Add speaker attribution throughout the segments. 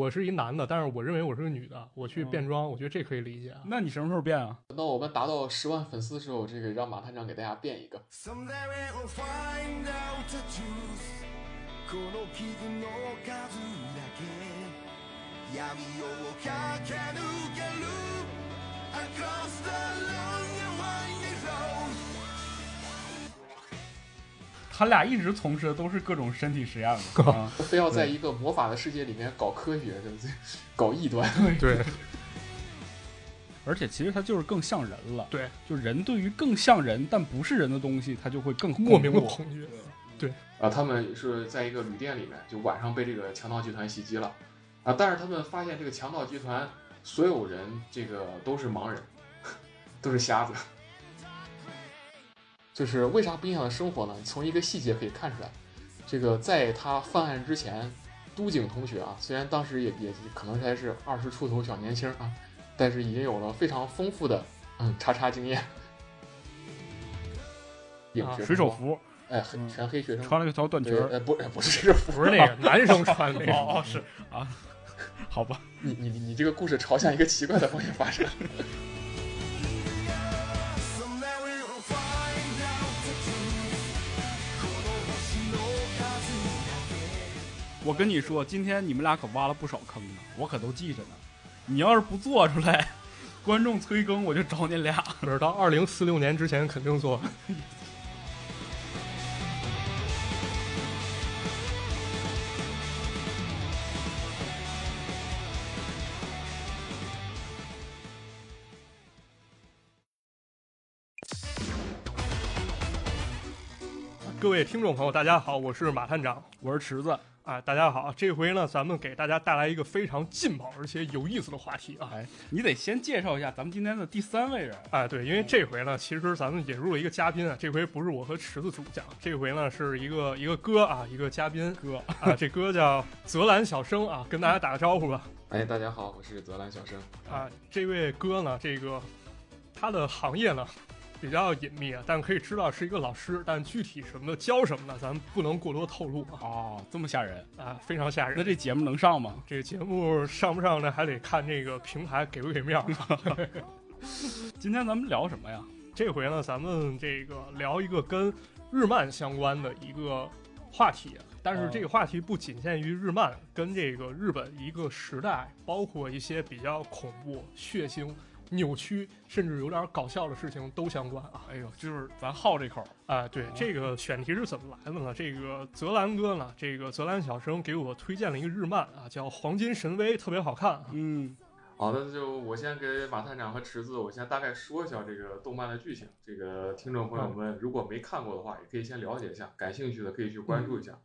Speaker 1: 我是一男的，但是我认为我是个女的，我去
Speaker 2: 嗯
Speaker 1: 变装，我觉得这可以理解啊。
Speaker 2: 那你什么时候变啊？
Speaker 3: 等到我们达到十万粉丝的时候，这个让马探长给大家变一个。
Speaker 4: Someday we'll find out the truth この傷の数だけ闇を駆け抜ける Across the long and winding road
Speaker 2: 他俩一直从事的都是各种身体 实验嘛。啊
Speaker 3: 非要在一个魔法的世界里面搞科学，对不对？搞异端，
Speaker 1: 对
Speaker 2: 而且其实他就是更像人了。
Speaker 1: 对，
Speaker 2: 就人对于更像人但不是人的东西，他就会更
Speaker 1: 莫名的
Speaker 2: 恐怖
Speaker 1: 恐惧，
Speaker 3: 啊，他们是在一个旅店里面，就晚上被这个强盗集团袭击了，啊，但是他们发现这个强盗集团所有人这个都是盲人， 都是瞎子，就是为啥不影响生活呢？从一个细节可以看出来，这个在他犯案之前，都井同学啊，虽然当时也也可能才是二十出头小年轻啊，但是已经有了非常丰富的嗯查查经验。影
Speaker 1: 啊
Speaker 3: 学
Speaker 2: 啊水手
Speaker 3: 生
Speaker 2: 服，
Speaker 3: 哎，黑
Speaker 2: 嗯
Speaker 3: 全黑学生
Speaker 2: 穿了一条短裙
Speaker 3: 对，
Speaker 2: 儿。
Speaker 3: 呃，不，不是这个服
Speaker 1: 不是那 个男生穿那个。
Speaker 2: 哦，是啊，好吧。
Speaker 3: 你你你这个故事朝向一个奇怪的方向发展。
Speaker 4: Someday we'll find out the truth この星の数
Speaker 2: 我跟你说，今天你们俩可挖了不少坑呢，我可都记着呢。你要是不做出来， 观众催更我就找你俩。
Speaker 1: 不是到二零四六年之前肯定做， 各位听众朋友，大家好，我是马探长。
Speaker 2: 我是池子，
Speaker 1: 啊，大家好，这回呢，咱们给大家带来一个非常劲爆而且有意思的话题啊。
Speaker 2: 哎，你得先介绍一下咱们今天的第三位人。
Speaker 1: 哎，对，因为这回呢，其实咱们引入了一个嘉宾啊，这回不是我和池子主讲，这回呢是一个一个哥啊，一个嘉宾
Speaker 2: 哥
Speaker 1: 啊，这哥叫泽兰小生啊，跟大家打个招呼吧。
Speaker 3: 哎，大家好，我是泽兰小生。
Speaker 1: 啊，这位哥呢，这个他的行业呢比较隐秘啊，但可以知道是一个老师，但具体什么的教什么呢，咱们不能过多透露啊。
Speaker 2: 哦，这么吓人？
Speaker 1: 啊，非常吓
Speaker 2: 那
Speaker 1: 人。
Speaker 2: 这节目能上吗？
Speaker 1: 这个节目上不上呢，还得看这个平台给不给面儿啊。
Speaker 2: 今天咱们聊什么呀？
Speaker 1: 这回呢，咱们这个聊一个跟日漫相关的一个话题，啊但是
Speaker 2: 嗯
Speaker 1: 这个话题不仅限于日漫，跟这个日本一个时代，包括一些比较恐怖、血腥、扭曲，甚至有点搞笑的事情都相关啊。
Speaker 2: 哎呦，就是咱好这口。
Speaker 1: 啊，对
Speaker 2: 哦，
Speaker 1: 这个选题是怎么来的呢？这个泽兰哥呢，这个泽兰小生给我推荐了一个日漫啊，叫《黄金神威》，特别好看啊。
Speaker 2: 嗯，
Speaker 3: 好的，就我先给马探长和池子，我先大概说一下这个动漫的剧情。这个听众朋
Speaker 2: 嗯
Speaker 3: 友们如果没看过的话，也可以先了解一下，感兴趣的可以去关注一
Speaker 2: 嗯
Speaker 3: 下。嗯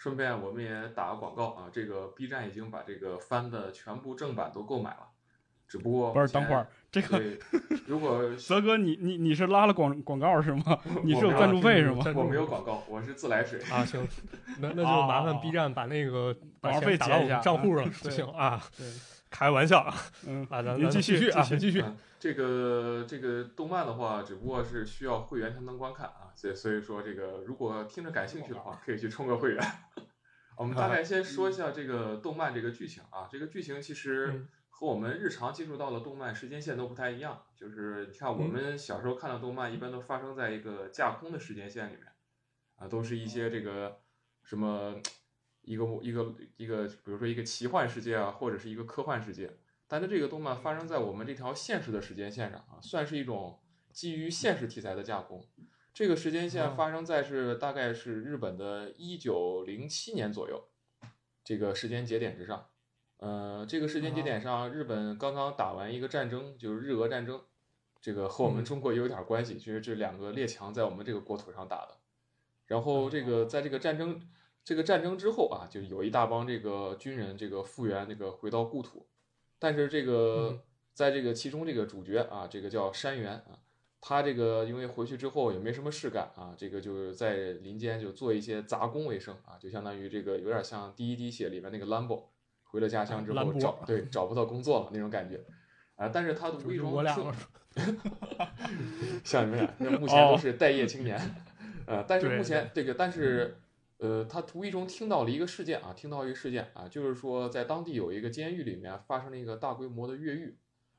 Speaker 3: 顺便我们也打个广告啊，这个 B 站已经把这个番的全部正版都购买了，只不过
Speaker 2: 不是，等会儿这个
Speaker 3: 对，如果
Speaker 2: 泽哥，你你你是拉了广广告是吗？你是有赞助费是吗？
Speaker 3: 我没有广告，我是自来水。
Speaker 1: 啊，行，那那就
Speaker 2: 哦
Speaker 1: 麻烦 B 站把那个把
Speaker 2: 广告
Speaker 1: 钱
Speaker 2: 费
Speaker 1: 打到
Speaker 2: 结
Speaker 1: 我
Speaker 2: 一下嗯
Speaker 1: 们账户上就
Speaker 2: 对
Speaker 1: 行啊。
Speaker 2: 对，
Speaker 1: 开玩笑 啊，
Speaker 2: 嗯，
Speaker 1: 啊，咱
Speaker 2: 您
Speaker 1: 咱
Speaker 2: 继续
Speaker 1: 啊，
Speaker 2: 继续
Speaker 1: 您继续。
Speaker 3: 嗯这个这个动漫的话，只不过是需要会员才能观看啊，所以所以说这个如果听着感兴趣的话，可以去充个会员。 我们大概先说一下这个动漫这个剧情啊，这个剧情其实
Speaker 1: 嗯
Speaker 3: 和我们日常接触到的动漫时间线都不太一样。就是你看我们小时候看的动漫，一般都发生在一个架空的时间线里面，啊，都是一些这个什么一个一个一个，比如说一个奇幻世界啊，或者是一个科幻世界。但是这个动漫发生在我们这条现实的时间线上啊，算是一种基于现实题材的架空。这个时间线
Speaker 1: 哦
Speaker 3: 发生在是大概是日本的一九零七年左右这个时间节点之上。呃，这个时间节点上，日本刚刚打完一个战争，就是日俄战争，这个和我们
Speaker 1: 嗯
Speaker 3: 中国也有点关系，就是这两个列强在我们这个国土上打的。然后这个在这个战争这个战争之后啊，就有一大帮这个军人这个复员这个回到故土，但是这个
Speaker 1: 嗯
Speaker 3: 在这个其中这个主角啊，这个叫山原啊，他这个因为回去之后也没什么事干啊，这个就是在林间就做一些杂工为生啊，就相当于这个有点像《第一滴血》里面那个 Lambo，回了家乡之
Speaker 1: 啊兰
Speaker 3: 后
Speaker 1: 博
Speaker 3: 找对找不到工作了那种感觉。啊，但是他
Speaker 1: 就
Speaker 3: 无意
Speaker 1: 就
Speaker 3: 中
Speaker 1: 我俩
Speaker 3: 顺
Speaker 1: 嘛
Speaker 3: 像你们俩，那目前都是待业青年，呃，但是目前这个，但是呃，他无意中听到了一个事件啊，听到一个事件啊，就是说在当地有一个监狱里面发生了一个大规模的越狱，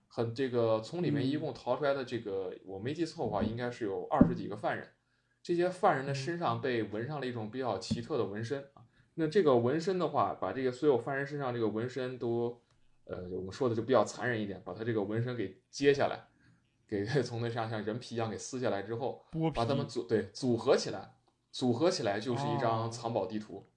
Speaker 3: 很这个从里面一共逃出来的这个，我没记错的话，应该是有二十几个犯人，这些犯人的身上被纹上了一种比较奇特的纹身啊。那这个纹身的话，把这个所有犯人身上这个纹身都，呃，我们说的就比较残忍一点，把他这个纹身给揭下来，给 从那上像人皮一样给撕下来之后，
Speaker 2: 剥皮
Speaker 3: 把它们组对组合起来，组合起来就是一
Speaker 1: 哦
Speaker 3: 张藏宝地图。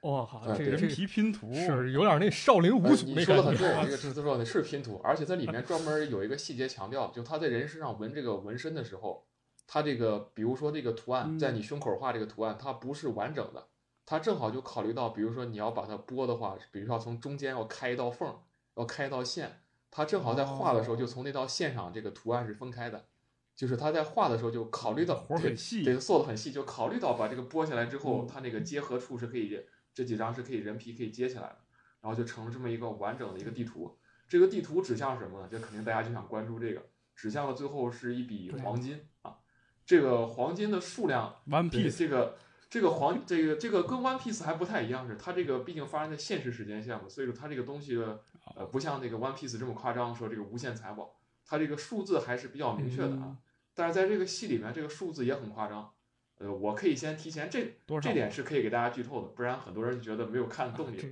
Speaker 1: 我靠，
Speaker 3: 啊
Speaker 1: 这
Speaker 3: 对
Speaker 1: 个
Speaker 2: 人
Speaker 1: 这
Speaker 2: 皮哎拼图，
Speaker 1: 是有点那少林
Speaker 3: 呃
Speaker 1: 五祖
Speaker 3: 你
Speaker 1: 那
Speaker 3: 说
Speaker 1: 感
Speaker 2: 啊
Speaker 3: 的很
Speaker 1: 觉啊
Speaker 3: 对，这个制作的是拼图，而且它里面专门有一个细节强调，就他在人身上纹这个纹身的时候，他这个比如说这个图案
Speaker 2: 嗯
Speaker 3: 在你胸口画这个图案，它不是完整的，它正好就考虑到，比如说你要把它剥的话，比如说要从中间要开一道缝，要开一道线，它正好在画的时候
Speaker 2: 哦
Speaker 3: 就从那道线上这个图案是分开的，就是他在画的时候就考虑到
Speaker 2: 活儿
Speaker 3: 对
Speaker 2: 很细
Speaker 3: 对，做的很细，就考虑到把这个剥下来之后，它那个结合处是可以这几张是可以人皮可以接起来的。然后就成了这么一个完整的一个地图。这个地图指向什么呢？就肯定大家就想关注这个，指向了最后是一笔黄金啊。这个黄金的数量
Speaker 2: One
Speaker 3: 对
Speaker 2: Piece
Speaker 3: 这个这个黄这个这个跟 One Piece 还不太一样，是它这个毕竟发生在现实时间线嘛，所以说它这个东西的呃不像那个 One Piece 这么夸张，说这个无限财宝，它这个数字还是比较明确的啊。
Speaker 2: 嗯
Speaker 3: 但是在这个戏里面，这个数字也很夸张。呃，我可以先提前这
Speaker 2: 多少
Speaker 3: 这点是可以给大家剧透的，不然很多人觉得没有看动力。
Speaker 1: 这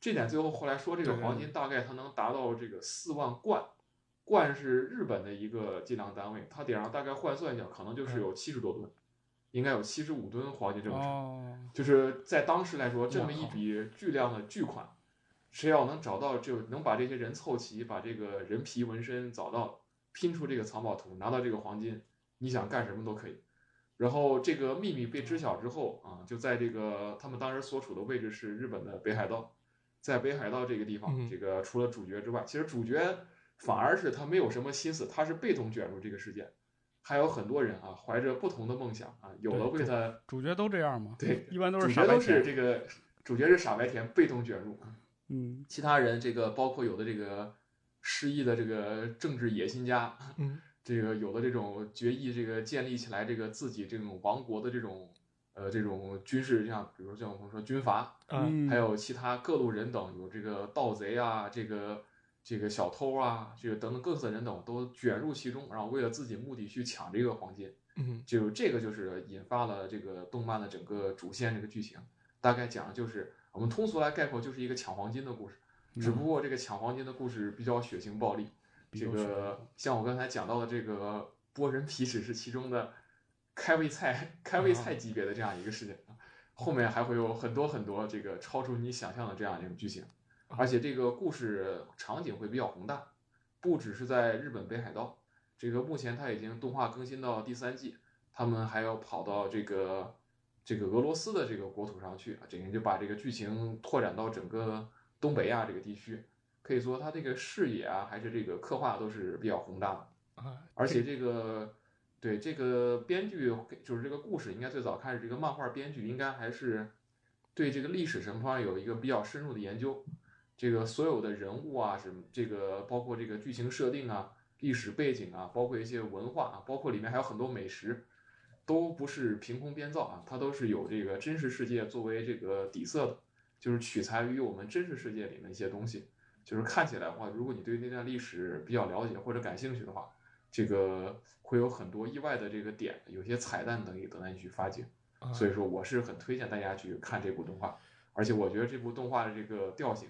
Speaker 3: 这点最后后来说，这个
Speaker 1: 啊对
Speaker 3: 黄金大概它能达到这个四万贯，贯是日本的一个计量单位，它得让大概换算一下，可能
Speaker 1: 嗯
Speaker 3: 就是有七十多吨，应该有七十五吨黄金这么重，
Speaker 2: 哦，
Speaker 3: 就是在当时来说，这么
Speaker 2: 我
Speaker 3: 一
Speaker 2: 靠
Speaker 3: 笔巨量的巨款，谁要能找到就能把这些人凑齐，把这个人皮纹身找到，拼出这个藏宝图，拿到这个黄金，你想干什么都可以。然后这个秘密被知晓之后啊，就在这个他们当时所处的位置是日本的北海道，在北海道这个地方，
Speaker 1: 嗯
Speaker 3: 这个除了主角之外，其实主角反而是他没有什么心思，他是被动卷入这个事件。还有很多人啊，怀着不同的梦想啊，有
Speaker 2: 对
Speaker 3: 了为他
Speaker 2: 主角都这样吗？
Speaker 3: 对
Speaker 2: 一般都
Speaker 3: 主
Speaker 2: 是傻
Speaker 3: 角
Speaker 2: 白
Speaker 3: 都是
Speaker 2: 甜。
Speaker 3: 这个主角是傻白甜，被动卷入。
Speaker 2: 嗯，
Speaker 3: 其他人这个包括有的这个失意的这个政治野心家，
Speaker 1: 嗯，
Speaker 3: 这个有的这种决议这个建立起来这个自己这种王国的这种呃这种军事像比如像我们说军阀，
Speaker 1: 啊，
Speaker 2: 嗯
Speaker 3: 还有其他各路人等，有这个盗贼啊，这个这个小偷啊，这个等等各色人等都卷入其中，然后为了自己目的去抢这个黄金。
Speaker 2: 啊
Speaker 1: 嗯，
Speaker 3: 就这个就是引发了这个动漫的整个主线这个剧情，大概讲的就是我们通俗来概括就是一个抢黄金的故事，只不过这个抢黄金的故事比较血腥暴力。
Speaker 2: 嗯比
Speaker 3: 这
Speaker 2: 较血腥
Speaker 3: 个像我刚才讲到的这个剥人皮只是其中的开胃菜、开
Speaker 2: 啊
Speaker 3: 胃菜级别的这样一个事件，啊后面还会有很多很多这个超出你想象的这样一种剧情，
Speaker 2: 啊
Speaker 3: 而且这个故事场景会比较宏大，不只是在日本北海道，这个目前它已经动画更新到第三季，他们还要跑到这个这个俄罗斯的这个国土上去，等于就把这个剧情拓展到整个东北亚这个地区。可以说，它这个视野啊，还是这个刻画都是比较宏大的。
Speaker 1: 啊，
Speaker 3: 而且这个对这个编剧，就是这个故事，应该最早开始这个漫画编剧应该还是对这个历史什么方面有一个比较深入的研究。这个所有的人物啊，什么这个包括这个剧情设定啊、历史背景啊，包括一些文化啊，包括里面还有很多美食，都不是凭空编造啊，它都是有这个真实世界作为这个底色的，就是取材于我们真实世界里面一些东西。就是看起来的话，如果你对那段历史比较了解或者感兴趣的话，这个会有很多意外的这个点，有些彩蛋等你等待你去发掘。
Speaker 1: 啊
Speaker 3: 所以说，我是很推荐大家去看这部动画，而且我觉得这部动画的这个调性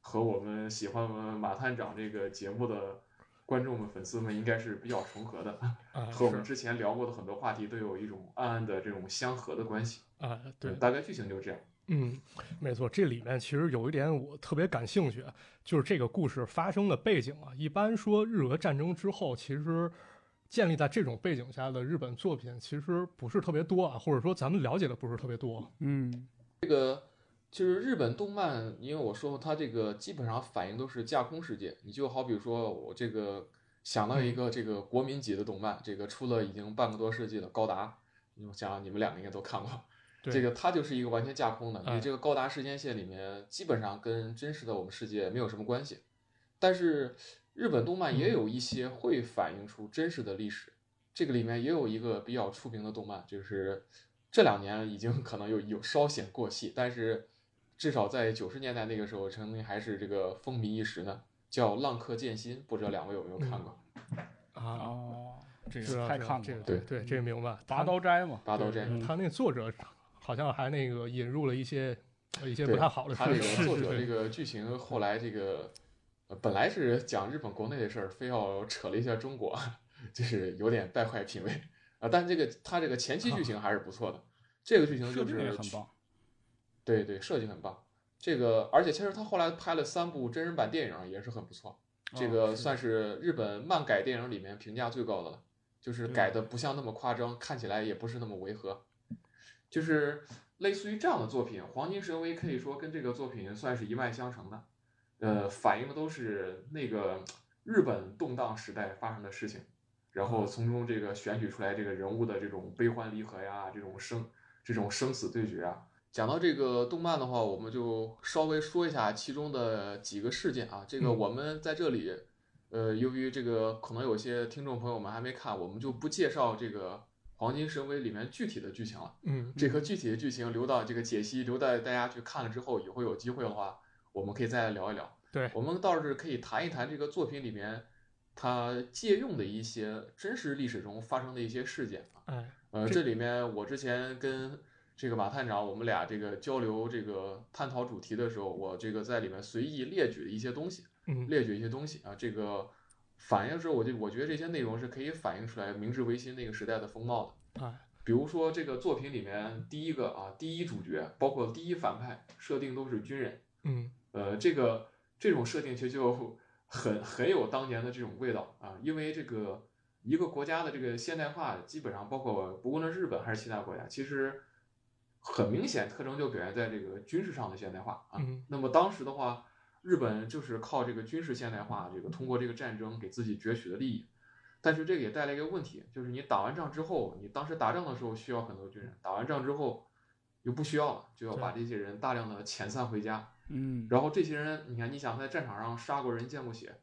Speaker 3: 和我们喜欢我们马探长这个节目的观众们、粉丝们应该是比较重合的，
Speaker 1: 啊
Speaker 3: 和我们
Speaker 1: 是
Speaker 3: 之前聊过的很多话题都有一种暗暗的这种相合的关系。
Speaker 1: 啊，对，
Speaker 3: 大概剧情就这样。
Speaker 1: 嗯，没错，这里面其实有一点我特别感兴趣，啊就是这个故事发生的背景啊。一般说日俄战争之后，其实建立在这种背景下的日本作品其实不是特别多啊，或者说咱们了解的不是特别多。
Speaker 2: 嗯，
Speaker 3: 就是日本动漫，因为我说过它这个基本上反映都是架空世界。你就好比说，我这个想到一个这个国民级的动漫，这个出了已经半个多世纪的《高达》，我想想你们两个应该都看过。
Speaker 1: 对，
Speaker 3: 这个它就是一个完全架空的，
Speaker 1: 哎
Speaker 3: 你这个高达时间线里面基本上跟真实的我们世界没有什么关系。但是日本动漫
Speaker 1: 嗯
Speaker 3: 也有一些会反映出真实的历史，这个里面也有一个比较出名的动漫，就是这两年已经可能有有稍显过气，但是至少在九十年代那个时候，曾经还是这个风靡一时呢，叫《浪客剑心》，不知道两位有没有看过？
Speaker 1: 嗯啊，
Speaker 2: 哦，这
Speaker 1: 知道
Speaker 2: 个太
Speaker 1: 知道啊
Speaker 2: 看过
Speaker 1: 这个
Speaker 2: 了，
Speaker 1: 对对，这个明白。
Speaker 2: 拔刀斋嘛，
Speaker 3: 嗯拔刀斋
Speaker 1: 对
Speaker 2: 嗯
Speaker 1: 他那个作者好像还那个引入了一些呃一些
Speaker 3: 对
Speaker 1: 不太 好的
Speaker 3: 他这
Speaker 1: 事，
Speaker 3: 个
Speaker 1: 是
Speaker 3: 作
Speaker 1: 是
Speaker 3: 者这
Speaker 1: 是，
Speaker 3: 个剧情后来这个，呃本来是讲日本国内的事儿，非要扯了一下中国，就是有点败坏品味啊。但这个他这个前期剧情还是不错的，这个剧情
Speaker 2: 设
Speaker 3: 就
Speaker 2: 定也
Speaker 3: 是
Speaker 2: 很棒。
Speaker 3: 对对，设计很棒。这个而且其实他后来拍了三部真人版电影也是很不错，这
Speaker 2: 哦
Speaker 3: 个
Speaker 2: 是
Speaker 3: 算是日本漫改电影里面评价最高的了，就是
Speaker 2: 对
Speaker 3: 改的不像那么夸张，看起来也不是那么违和，就是类似于这样的作品，《黄金神威》可以说跟这个作品算是一脉相承的，呃，反映的都是那个日本动荡时代发生的事情，然后从中这个选取出来这个人物的这种悲欢离合呀，这种生这种生死对决啊。讲到这个动漫的话，我们就稍微说一下其中的几个事件啊。这个
Speaker 1: 嗯
Speaker 3: 我们在这里，呃，由于这个可能有些听众朋友们还没看，我们就不介绍这个《黄金神威》里面具体的剧情了。
Speaker 1: 嗯，
Speaker 3: 这个具体的剧情留到这个解析，留待大家去看了之后，以后有机会的话，我们可以再来聊一聊。
Speaker 1: 对
Speaker 3: 我们倒是可以谈一谈这个作品里面它借用的一些真实历史中发生的一些事件啊。
Speaker 1: 哎，
Speaker 3: 呃，
Speaker 1: 这
Speaker 3: 这里面我之前跟这个马探长，我们俩这个交流这个探讨主题的时候，我这个在里面随意列举了一些东西，
Speaker 1: 嗯，
Speaker 3: 列举一些东西啊，这个反映之后，我就我觉得这些内容是可以反映出来明治维新那个时代的风貌的。
Speaker 1: 哎，
Speaker 3: 比如说这个作品里面第一个啊，第一主角，包括第一反派设定都是军人，
Speaker 1: 嗯，
Speaker 3: 呃，这个这种设定其实就很很有当年的这种味道啊，因为这个一个国家的这个现代化，基本上包括不论是日本还是其他国家，其实很明显特征就表现在这个军事上的现代化啊。
Speaker 1: 嗯
Speaker 3: 那么当时的话，日本就是靠这个军事现代化，这个通过这个战争给自己攫取的利益。但是这个也带来一个问题，就是你打完仗之后，你当时打仗的时候需要很多军人，打完仗之后又不需要了，就要把这些人大量的遣散回家。
Speaker 2: 嗯，
Speaker 3: 然后这些人，你看，你想在战场上杀过人、见过血，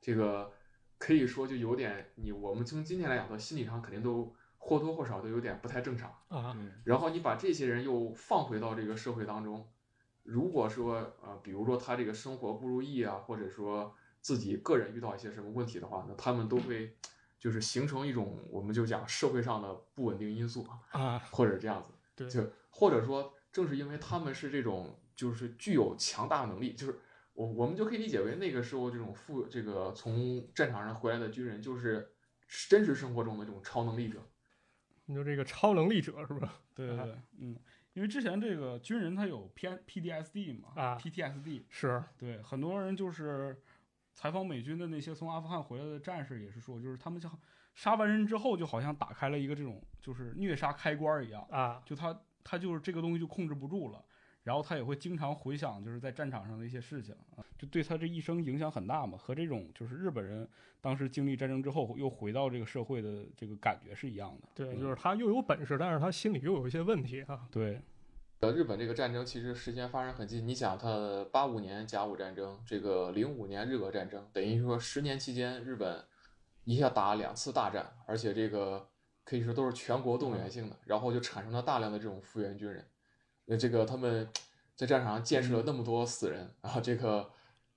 Speaker 3: 这个可以说就有点你我们从今天来讲，到心理上肯定都或多或少都有点不太正常。
Speaker 1: 啊，
Speaker 2: 对，
Speaker 3: 然后你把这些人又放回到这个社会当中，如果说呃，比如说他这个生活不如意啊，或者说自己个人遇到一些什么问题的话，那他们都会就是形成一种我们就讲社会上的不稳定因素啊。
Speaker 1: 啊，
Speaker 3: 或者这样子，
Speaker 1: 对
Speaker 3: 就或者说正是因为他们是这种就是具有强大能力，就是我我们就可以理解为那个时候这种富这个从战场上回来的军人就是真实生活中的这种超能力者，
Speaker 1: 你说这个超能力者是不是？
Speaker 2: 对对对，嗯，因为之前这个军人他有 P P D S D 嘛，
Speaker 1: 啊
Speaker 2: p T S D，
Speaker 1: 是，
Speaker 2: 对，很多人就是采访美军的那些从阿富汗回来的战士也是说，就是他们像杀完人之后，就好像打开了一个这种就是虐杀开关一样，
Speaker 1: 啊，
Speaker 2: 就他他就是这个东西就控制不住了，然后他也会经常回想就是在战场上的一些事情，啊就对他这一生影响很大嘛，和这种就是日本人当时经历战争之后又回到这个社会的这个感觉是一样的。
Speaker 1: 对，
Speaker 2: 嗯
Speaker 1: 就是他又有本事，但是他心里又有一些问题啊，
Speaker 2: 对，
Speaker 3: 呃，日本这个战争其实时间发生很近，你想，它八五年甲午战争，这个零五年日俄战争，等于说十年期间，日本一下打两次大战，而且这个可以说都是全国动员性的，然后就产生了大量的这种复员军人。呃，这个他们在战场上见识了那么多死人，然后这个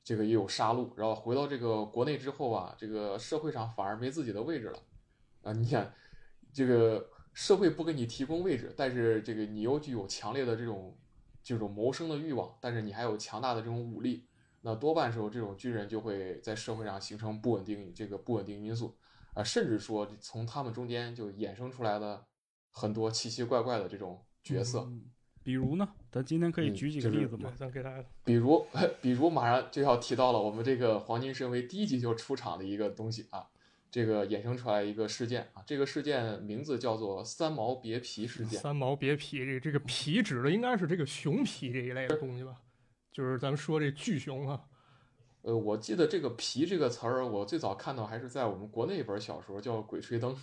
Speaker 3: 这个也有杀戮，然后回到这个国内之后啊，这个社会上反而没自己的位置了。啊，你想，这个社会不给你提供位置，但是这个你又具有强烈的这种这种谋生的欲望，但是你还有强大的这种武力，那多半时候这种军人就会在社会上形成不稳定这个不稳定因素啊，甚至说从他们中间就衍生出来了很多奇奇怪怪的这种角色，
Speaker 2: 嗯比如呢，咱今天可以
Speaker 3: 嗯
Speaker 2: 举几
Speaker 3: 就
Speaker 2: 个
Speaker 3: 是
Speaker 2: 例子
Speaker 1: 对
Speaker 2: 吗，？
Speaker 1: 咱给大家，
Speaker 3: 比如比如马上就要提到了我们这个黄金神威第一集就出场的一个东西啊。这个衍生出来一个事件啊，这个事件名字叫做“三毛别皮事件”。
Speaker 1: 三毛别皮，这个这个皮指的应该是这个熊皮这一类的东西吧？就是咱们说这巨熊啊，
Speaker 3: 呃，我记得这个“皮”这个词儿，我最早看到还是在我们国内一本小说叫《鬼吹灯》。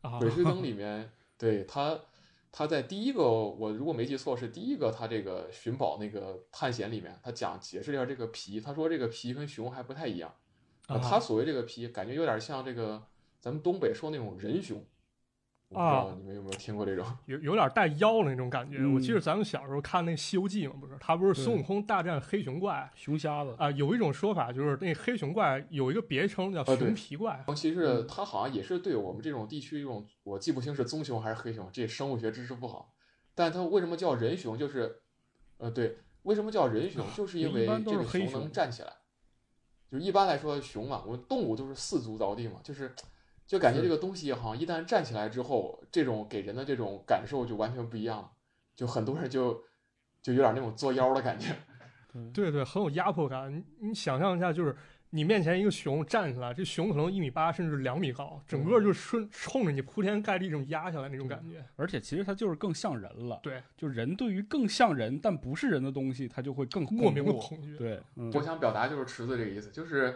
Speaker 1: 啊
Speaker 3: 《鬼吹灯》里面，对他，他在第一个，我如果没记错是第一个，他这个寻宝那个探险里面，他讲解释了一下这个皮，他说这个皮跟熊还不太一样。呃
Speaker 1: 啊
Speaker 3: 他所谓这个皮，感觉有点像这个咱们东北说那种人熊，我
Speaker 1: 啊
Speaker 3: 不知道你们有没有听过这种？
Speaker 1: 有有点带腰的那种感觉。
Speaker 2: 嗯
Speaker 1: 我记得咱们小时候看那《西游记》嘛，不是，他不是
Speaker 2: 对
Speaker 1: 孙悟空大战黑熊怪啊、
Speaker 2: 熊瞎子，
Speaker 1: 有一种说法就是那黑熊怪有一个别称叫
Speaker 3: 啊对
Speaker 1: 熊皮怪，
Speaker 3: 其实
Speaker 2: 嗯
Speaker 3: 它好像也是对我们这种地区一种，我记不清是棕熊还是黑熊，这生物学知识不好。但它为什么叫人熊？就是，呃，对，为什么叫人熊？就是因
Speaker 2: 啊一
Speaker 3: 为
Speaker 2: 般都
Speaker 3: 这
Speaker 2: 是
Speaker 3: 个
Speaker 2: 黑
Speaker 3: 熊能
Speaker 2: 熊
Speaker 3: 站起来。就是一般来说，熊嘛，我们动物都是四足着地嘛，就是，就感觉这个东西好像一旦站起来之后，这种给人的这种感受就完全不一样了。就很多人就就有点那种作妖的感觉。
Speaker 1: 对对，很有压迫感。你你想象一下，就是你面前一个熊站起来，这熊可能一米八甚至两米高，整个就顺冲着你铺天盖地这么压下来那种感觉。
Speaker 2: 而且其实它就是更像人了。
Speaker 1: 对，
Speaker 2: 就人对于更像人但不是人的东西，它就会更
Speaker 1: 莫名的
Speaker 2: 恐
Speaker 1: 恐惧。
Speaker 2: 怖。对，嗯
Speaker 3: 我想表达就是池子这个意思，就是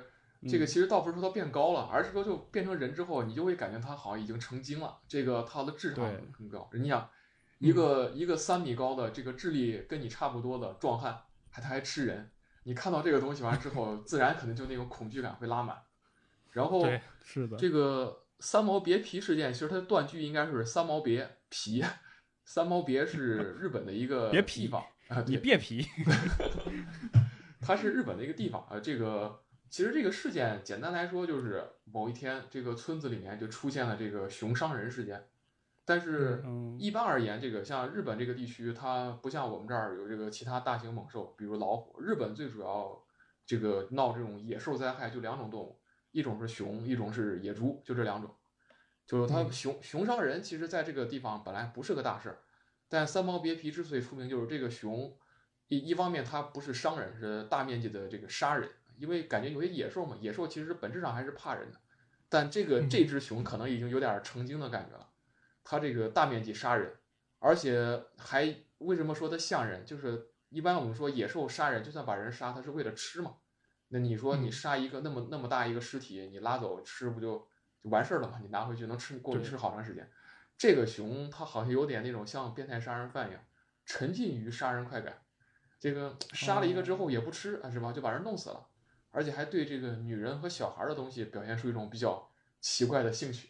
Speaker 3: 这个
Speaker 2: 嗯
Speaker 3: 其实倒不是说它变高了，而是说就变成人之后，你就会感觉它好像已经成精了，这个它的智
Speaker 2: 对
Speaker 3: 商
Speaker 2: 嗯
Speaker 3: 很高。你想，一个、一个三米高的这个智力跟你差不多的壮汉，还他还吃人，你看到这个东西完之后，自然可能就那种恐惧感会拉满。然后
Speaker 1: 对
Speaker 2: 是的，
Speaker 3: 这个三毛别皮事件，其实它的断句应该是三毛别皮，三毛别是日本的一个
Speaker 2: 别皮
Speaker 3: 地方啊，
Speaker 2: 你
Speaker 3: 对，
Speaker 2: 别皮，
Speaker 3: 它是日本的一个地方啊。呃这个其实这个事件简单来说就是某一天这个村子里面就出现了这个熊伤人事件，但是
Speaker 2: 嗯
Speaker 3: 一般而言，这个像日本这个地区，它不像我们这儿有这个其他大型猛兽，比如老虎。日本最主要这个闹这种野兽灾害就两种动物，一种是熊，一种是野猪，就这两种。就是它熊熊伤人，其实在这个地方本来不是个大事儿，但三毛别皮之所以出名，就是这个熊一一方面它不是伤人，是大面积的这个杀人，因为感觉有些野兽嘛，野兽其实本质上还是怕人的，但这个
Speaker 1: 嗯
Speaker 3: 这只熊可能已经有点成精的感觉了，它这个大面积杀人，而且还为什么说它像人？就是一般我们说野兽杀人，就算把人杀，它是为了吃嘛。那你说你
Speaker 1: 嗯
Speaker 3: 杀一个那么那么大一个尸体，你拉走吃不就就完事儿了嘛？你拿回去能吃够你
Speaker 1: 对
Speaker 3: 吃好长时间。这个熊它好像有点那种像变态杀人犯一样，沉浸于杀人快感。这个杀了一个之后也不吃，啊是吧？就把人弄死了，而且还对这个女人和小孩儿的东西表现出一种比较奇怪的兴趣。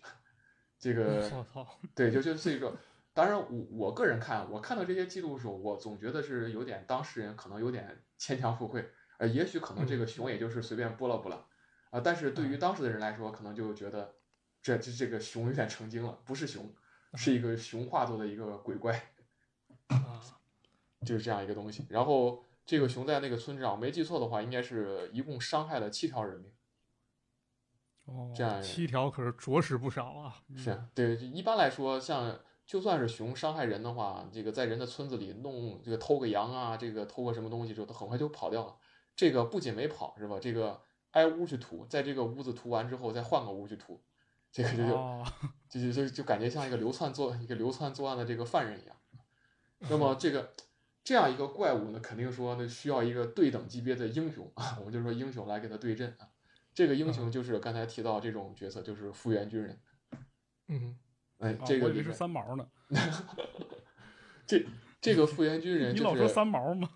Speaker 3: 这个
Speaker 1: 我操，
Speaker 3: 对，就就所以说，当然我我个人看，我看到这些记录的时候，我总觉得是有点当事人可能有点牵强附会，呃，也许可能这个熊也就是随便拨了拨了，啊、但是对于当事的人来说，可能就觉得这这这个熊有点成精了，不是熊，是一个熊化作的一个鬼怪。
Speaker 1: 啊，
Speaker 3: 就是这样一个东西。然后这个熊在那个村长，我没记错的话，应该是一共伤害了七条人命。
Speaker 2: 哦嗯
Speaker 3: 这样一个
Speaker 1: 七条可是着实不少啊。
Speaker 3: 是对，就一般来说，像就算是熊伤害人的话，这个在人的村子里弄这个偷个羊啊，这个偷个什么东西之后，它很快就跑掉了。这个不仅没跑是吧？这个挨屋去屠，在这个屋子屠完之后，再换个屋去屠，这个就就
Speaker 2: 哦，
Speaker 3: 就就就就感觉像一个流窜作一个流窜作案的这个犯人一样。那么这个这样一个怪物呢，肯定说呢需要一个对等级别的英雄啊，我们就说英雄来给他对阵啊。这个英雄
Speaker 2: 嗯
Speaker 3: 就是刚才提到这种角色，就是复员军人。
Speaker 1: 嗯，
Speaker 3: 哎
Speaker 2: 啊，
Speaker 3: 这个
Speaker 2: 我以
Speaker 3: 里
Speaker 2: 为是
Speaker 3: 面
Speaker 2: 三毛呢，
Speaker 3: 这这个复员军人
Speaker 2: 你
Speaker 3: 就
Speaker 2: 老说
Speaker 3: 是
Speaker 2: 三毛吗？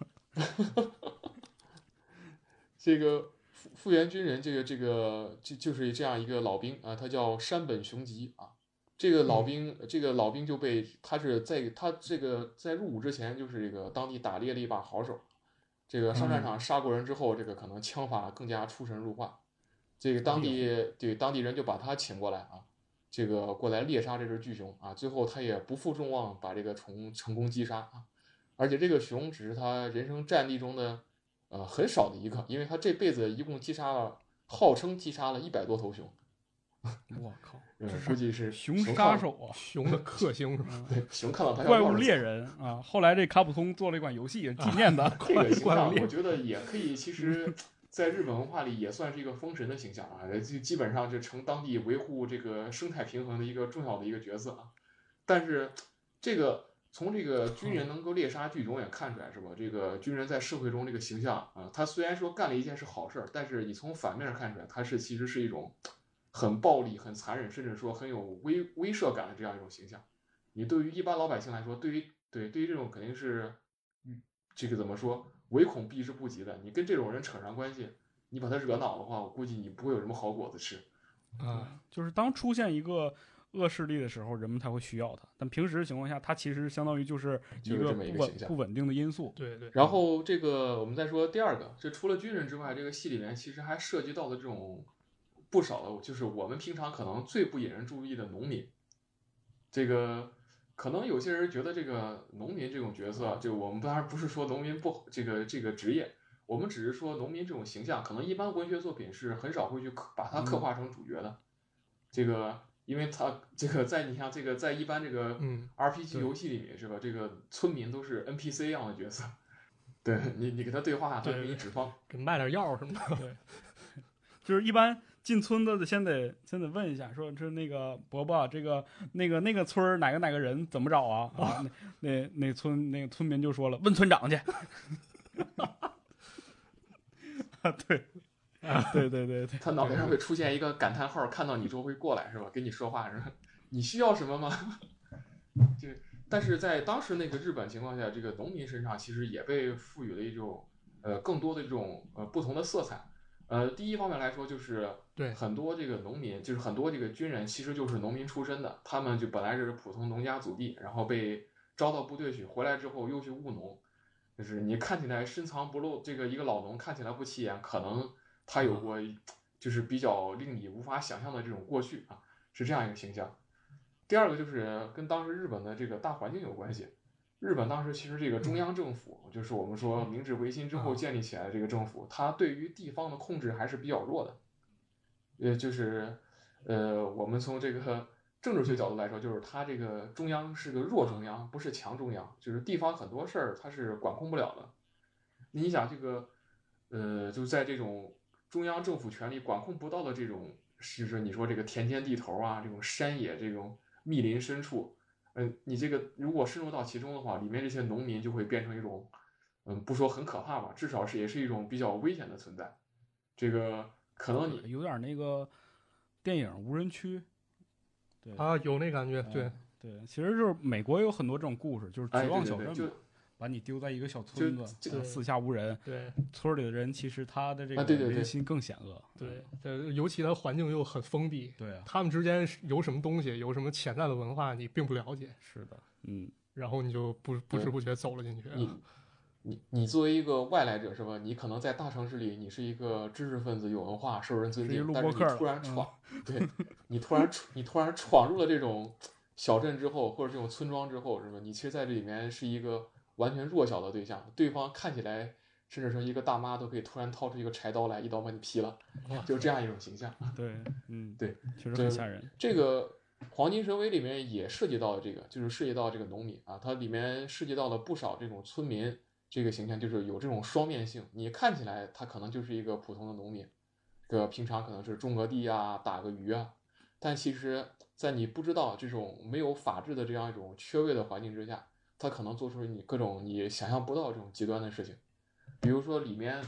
Speaker 3: 这个复复员军人这个这个就就是这样一个老兵啊，他叫山本雄吉啊。这个
Speaker 2: 嗯
Speaker 3: 老兵，这个老兵就被他是在他这个在入伍之前就是这个当地打猎的一把好手，这个
Speaker 2: 嗯
Speaker 3: 上战场杀过人之后，这个可能枪法更加出神入化。这个当地对当地人就把他请过来啊，这个过来猎杀这只巨熊啊，最后他也不负众望把这个虫成功击杀啊，而且这个熊只是他人生战例中的呃很少的一个，因为他这辈子一共击杀了号称击杀了一百多头熊，
Speaker 2: 我靠，
Speaker 3: 嗯估计是
Speaker 2: 熊
Speaker 3: 看
Speaker 2: 杀手啊！
Speaker 1: 熊的克星是 吧？
Speaker 3: 对熊看到他要
Speaker 2: 怪
Speaker 3: 乱
Speaker 2: 物
Speaker 3: 了
Speaker 2: 猎人啊！后来这卡普通做了一款游戏纪念的，
Speaker 3: 这个形
Speaker 1: 怪
Speaker 3: 象，
Speaker 1: 物猎
Speaker 3: 我觉得也可以，其实在日本文化里也算是一个封神的形象啊，就基本上就成当地维护这个生态平衡的一个重要的一个角色啊。但是这个从这个军人能够猎杀巨熊也看出来是吧？这个军人在社会中这个形象啊，他虽然说干了一件是好事儿，但是你从反面看出来，他是其实是一种很暴力、很残忍，甚至说很有威威慑感的这样一种形象。你对于一般老百姓来说，对于对对于这种肯定是，嗯，这个怎么说，唯恐避之不及的。你跟这种人扯上关系，你把他惹恼的话，我估计你不会有什么好果子吃。
Speaker 1: 啊，
Speaker 2: 就是当出现一个恶势力的时候，人们才会需要它。但平时情况下，它其实相当于就是一
Speaker 3: 就是
Speaker 2: 个
Speaker 3: 这么一
Speaker 2: 不
Speaker 3: 个
Speaker 2: 稳
Speaker 3: 形象
Speaker 2: 不稳定的因素。
Speaker 1: 对对，
Speaker 3: 然后这个我们再说第二个，这除了军人之外，这个戏里面其实还涉及到了这种不少的，就是我们平常可能最不引人注意的农民。这个可能有些人觉得这个农民这种角色，就我们当然不是说农民不这个这个职业，我们只是说农民这种形象，可能一般文学作品是很少会去刻把它
Speaker 1: 嗯
Speaker 3: 刻画成主角的。这个，因为他这个在你像这个在一般这个
Speaker 1: 嗯
Speaker 3: RPG
Speaker 1: 对
Speaker 3: 游戏里面是吧？这个村民都是 NPC 一样的角色，对你你给他对话，啊他
Speaker 1: 对
Speaker 3: 给你指方。
Speaker 1: 给卖点药 什么的，
Speaker 2: 就是一般进村子的，先得先得问一下，说这那个伯伯，这个那个那个村儿哪个哪个人怎么找啊？啊，那那那村那个村民就说了，问村长去。 啊，对，对对对对，
Speaker 3: 他脑袋上会出现一个感叹号，看到你之后会过来是吧？跟你说话是吧？你需要什么吗？ 就是，但是在当时那个日本情况下，这个农民身上其实也被赋予了一种呃更多的这种呃不同的色彩。呃，第一方面来说，就是
Speaker 1: 对
Speaker 3: 很多这个农民，就是很多这个军人，其实就是农民出身的，他们就本来是普通农家子弟，然后被招到部队去，回来之后又去务农。就是你看起来深藏不露，这个一个老农看起来不起眼，可能他有过就是比较令你无法想象的这种过去啊，是这样一个形象。第二个就是跟当时日本的这个大环境有关系。日本当时其实这个中央政府，就是我们说明治维新之后建立起来的这个政府，它对于地方的控制还是比较弱的。呃，就是呃，我们从这个政治学角度来说，就是它这个中央是个弱中央，不是强中央，就是地方很多事儿它是管控不了的。你想这个，呃，就在这种中央政府权力管控不到的这种，就是你说这个田间地头啊，这种山野这种密林深处，嗯、你这个如果深入到其中的话，里面这些农民就会变成一种，嗯，不说很可怕吧，至少是也是一种比较危险的存在。这个可能你
Speaker 2: 有点那个电影《无人区》。对
Speaker 1: 啊，有那感觉，对
Speaker 2: 嗯，对，其实就是美国有很多这种故事，就是
Speaker 3: 哎，
Speaker 2: 绝
Speaker 3: 对
Speaker 2: 望
Speaker 3: 对
Speaker 2: 小
Speaker 3: 对，
Speaker 2: 镇
Speaker 3: 就
Speaker 2: 嘛，把你丢在一个小村子，
Speaker 3: 就
Speaker 1: 就
Speaker 2: 呃四下无人，
Speaker 1: 对
Speaker 2: 村儿里的人其实他的这
Speaker 3: 啊
Speaker 2: 个
Speaker 3: 对对对
Speaker 2: 人心更险恶。
Speaker 1: 对对，尤其它环境又很封闭，
Speaker 2: 对啊，
Speaker 1: 他们之间是有什么东西，有什么潜在的文化，你并不了解，
Speaker 2: 是的，嗯，
Speaker 1: 然后你就不不知不觉走了进去。
Speaker 3: 你你你作为一个外来者是吧？你可能在大城市里你是一个知识分子，有文化，受人尊
Speaker 2: 是一
Speaker 3: 敬，
Speaker 2: 录
Speaker 3: 但
Speaker 2: 播
Speaker 3: 是你
Speaker 2: 客儿嗯
Speaker 3: 突然闯，对你突然闯你突然闯入了这种小镇之后，或者这种村庄之后，是吧？你其实在这里面是一个完全弱小的对象，对方看起来甚至说一个大妈都可以突然掏出一个柴刀来，一刀把你劈了，就这样一种形象。
Speaker 2: 对，嗯，
Speaker 3: 对，
Speaker 2: 确实
Speaker 3: 这
Speaker 2: 很吓人。
Speaker 3: 这个《黄金神威》里面也涉及到了这个，就是涉及到这个农民啊，它里面涉及到了不少这种村民这个形象，就是有这种双面性。你看起来他可能就是一个普通的农民，这个平常可能是种个地啊、打个鱼啊，但其实，在你不知道这种没有法治的这样一种缺位的环境之下，他可能做出你各种你想象不到这种极端的事情。比如说里面，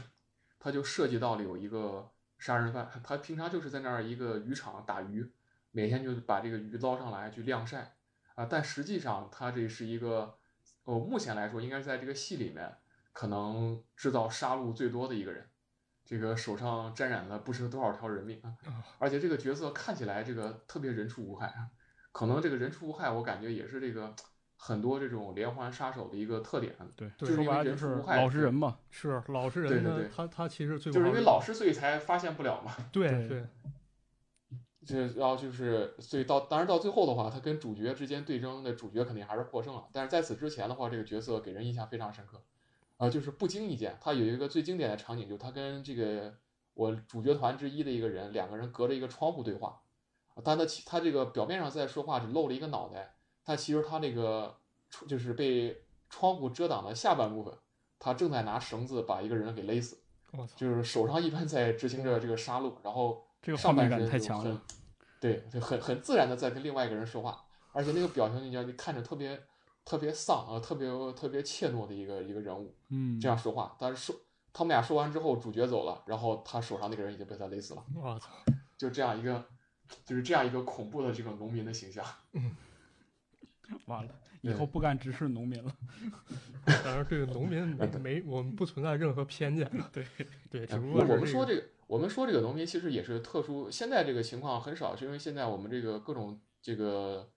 Speaker 3: 他就涉及到了有一个杀人犯，他平常就是在那儿一个渔场打鱼，每天就把这个鱼捞上来去晾晒啊，但实际上他这是一个，呃，目前来说应该是在这个戏里面可能制造杀戮最多的一个人，这个手上沾染了不知多少条人命啊，而且这个角色看起来这个特别人畜无害啊，可能这个人畜无害，我感觉也是这个很多这种连环杀手的一个特点，啊
Speaker 2: 对，
Speaker 1: 对
Speaker 2: 说
Speaker 3: 因为
Speaker 2: 白了
Speaker 3: 人
Speaker 2: 就
Speaker 3: 畜
Speaker 2: 是
Speaker 3: 无害
Speaker 2: 老实人嘛。
Speaker 1: 是老实
Speaker 3: 对
Speaker 1: 人
Speaker 3: 对
Speaker 1: 呢
Speaker 3: 对，
Speaker 1: 他他其实最
Speaker 3: 就是因
Speaker 1: 不
Speaker 3: 为
Speaker 1: 好
Speaker 3: 老师嗯所以才发现不了嘛。
Speaker 1: 对
Speaker 2: 对
Speaker 1: 对
Speaker 3: 这然后就是，所以到当然到最后的话，他跟主角之间对争的主角肯定还是获胜了。但是在此之前的话，这个角色给人印象非常深刻，啊、就是不经意间，他有一个最经典的场景，就是他跟这个我主角团之一的一个人，两个人隔着一个窗户对话，但他其他这个表面上在说话，只露了一个脑袋，但其实他那个出就是被窗户遮挡的下半部分，他正在拿绳子把一个人给勒死，
Speaker 1: 我操，
Speaker 3: 就是手上一般在执行着这个杀戮，然后。
Speaker 2: 这个画
Speaker 3: 上半
Speaker 2: 面
Speaker 3: 身
Speaker 2: 感
Speaker 3: 就
Speaker 2: 太强
Speaker 3: 很
Speaker 2: 了，
Speaker 3: 对，就很很自然的在跟另外一个人说话，而且那个表情，你要你看着特别特别丧啊，特别特别怯懦的一个一个人物
Speaker 2: 嗯，
Speaker 3: 这样说话。但是说他们俩说完之后，主角走了，然后他手上那个人已经被他勒死了，
Speaker 1: 我操，
Speaker 3: 就这样一个就是这样一个恐怖的这个农民的形象。
Speaker 2: 完了，以
Speaker 3: 对
Speaker 2: 后不敢直视农民了。
Speaker 1: 当然对农民 没没我们不存在任何偏见，对对，只不过
Speaker 3: 呃我哎我
Speaker 1: 是
Speaker 3: 们说
Speaker 1: 这
Speaker 3: 这个，我们说这个农民其实也是特殊。现在这个情况很少，是因为现在我们这个各种这个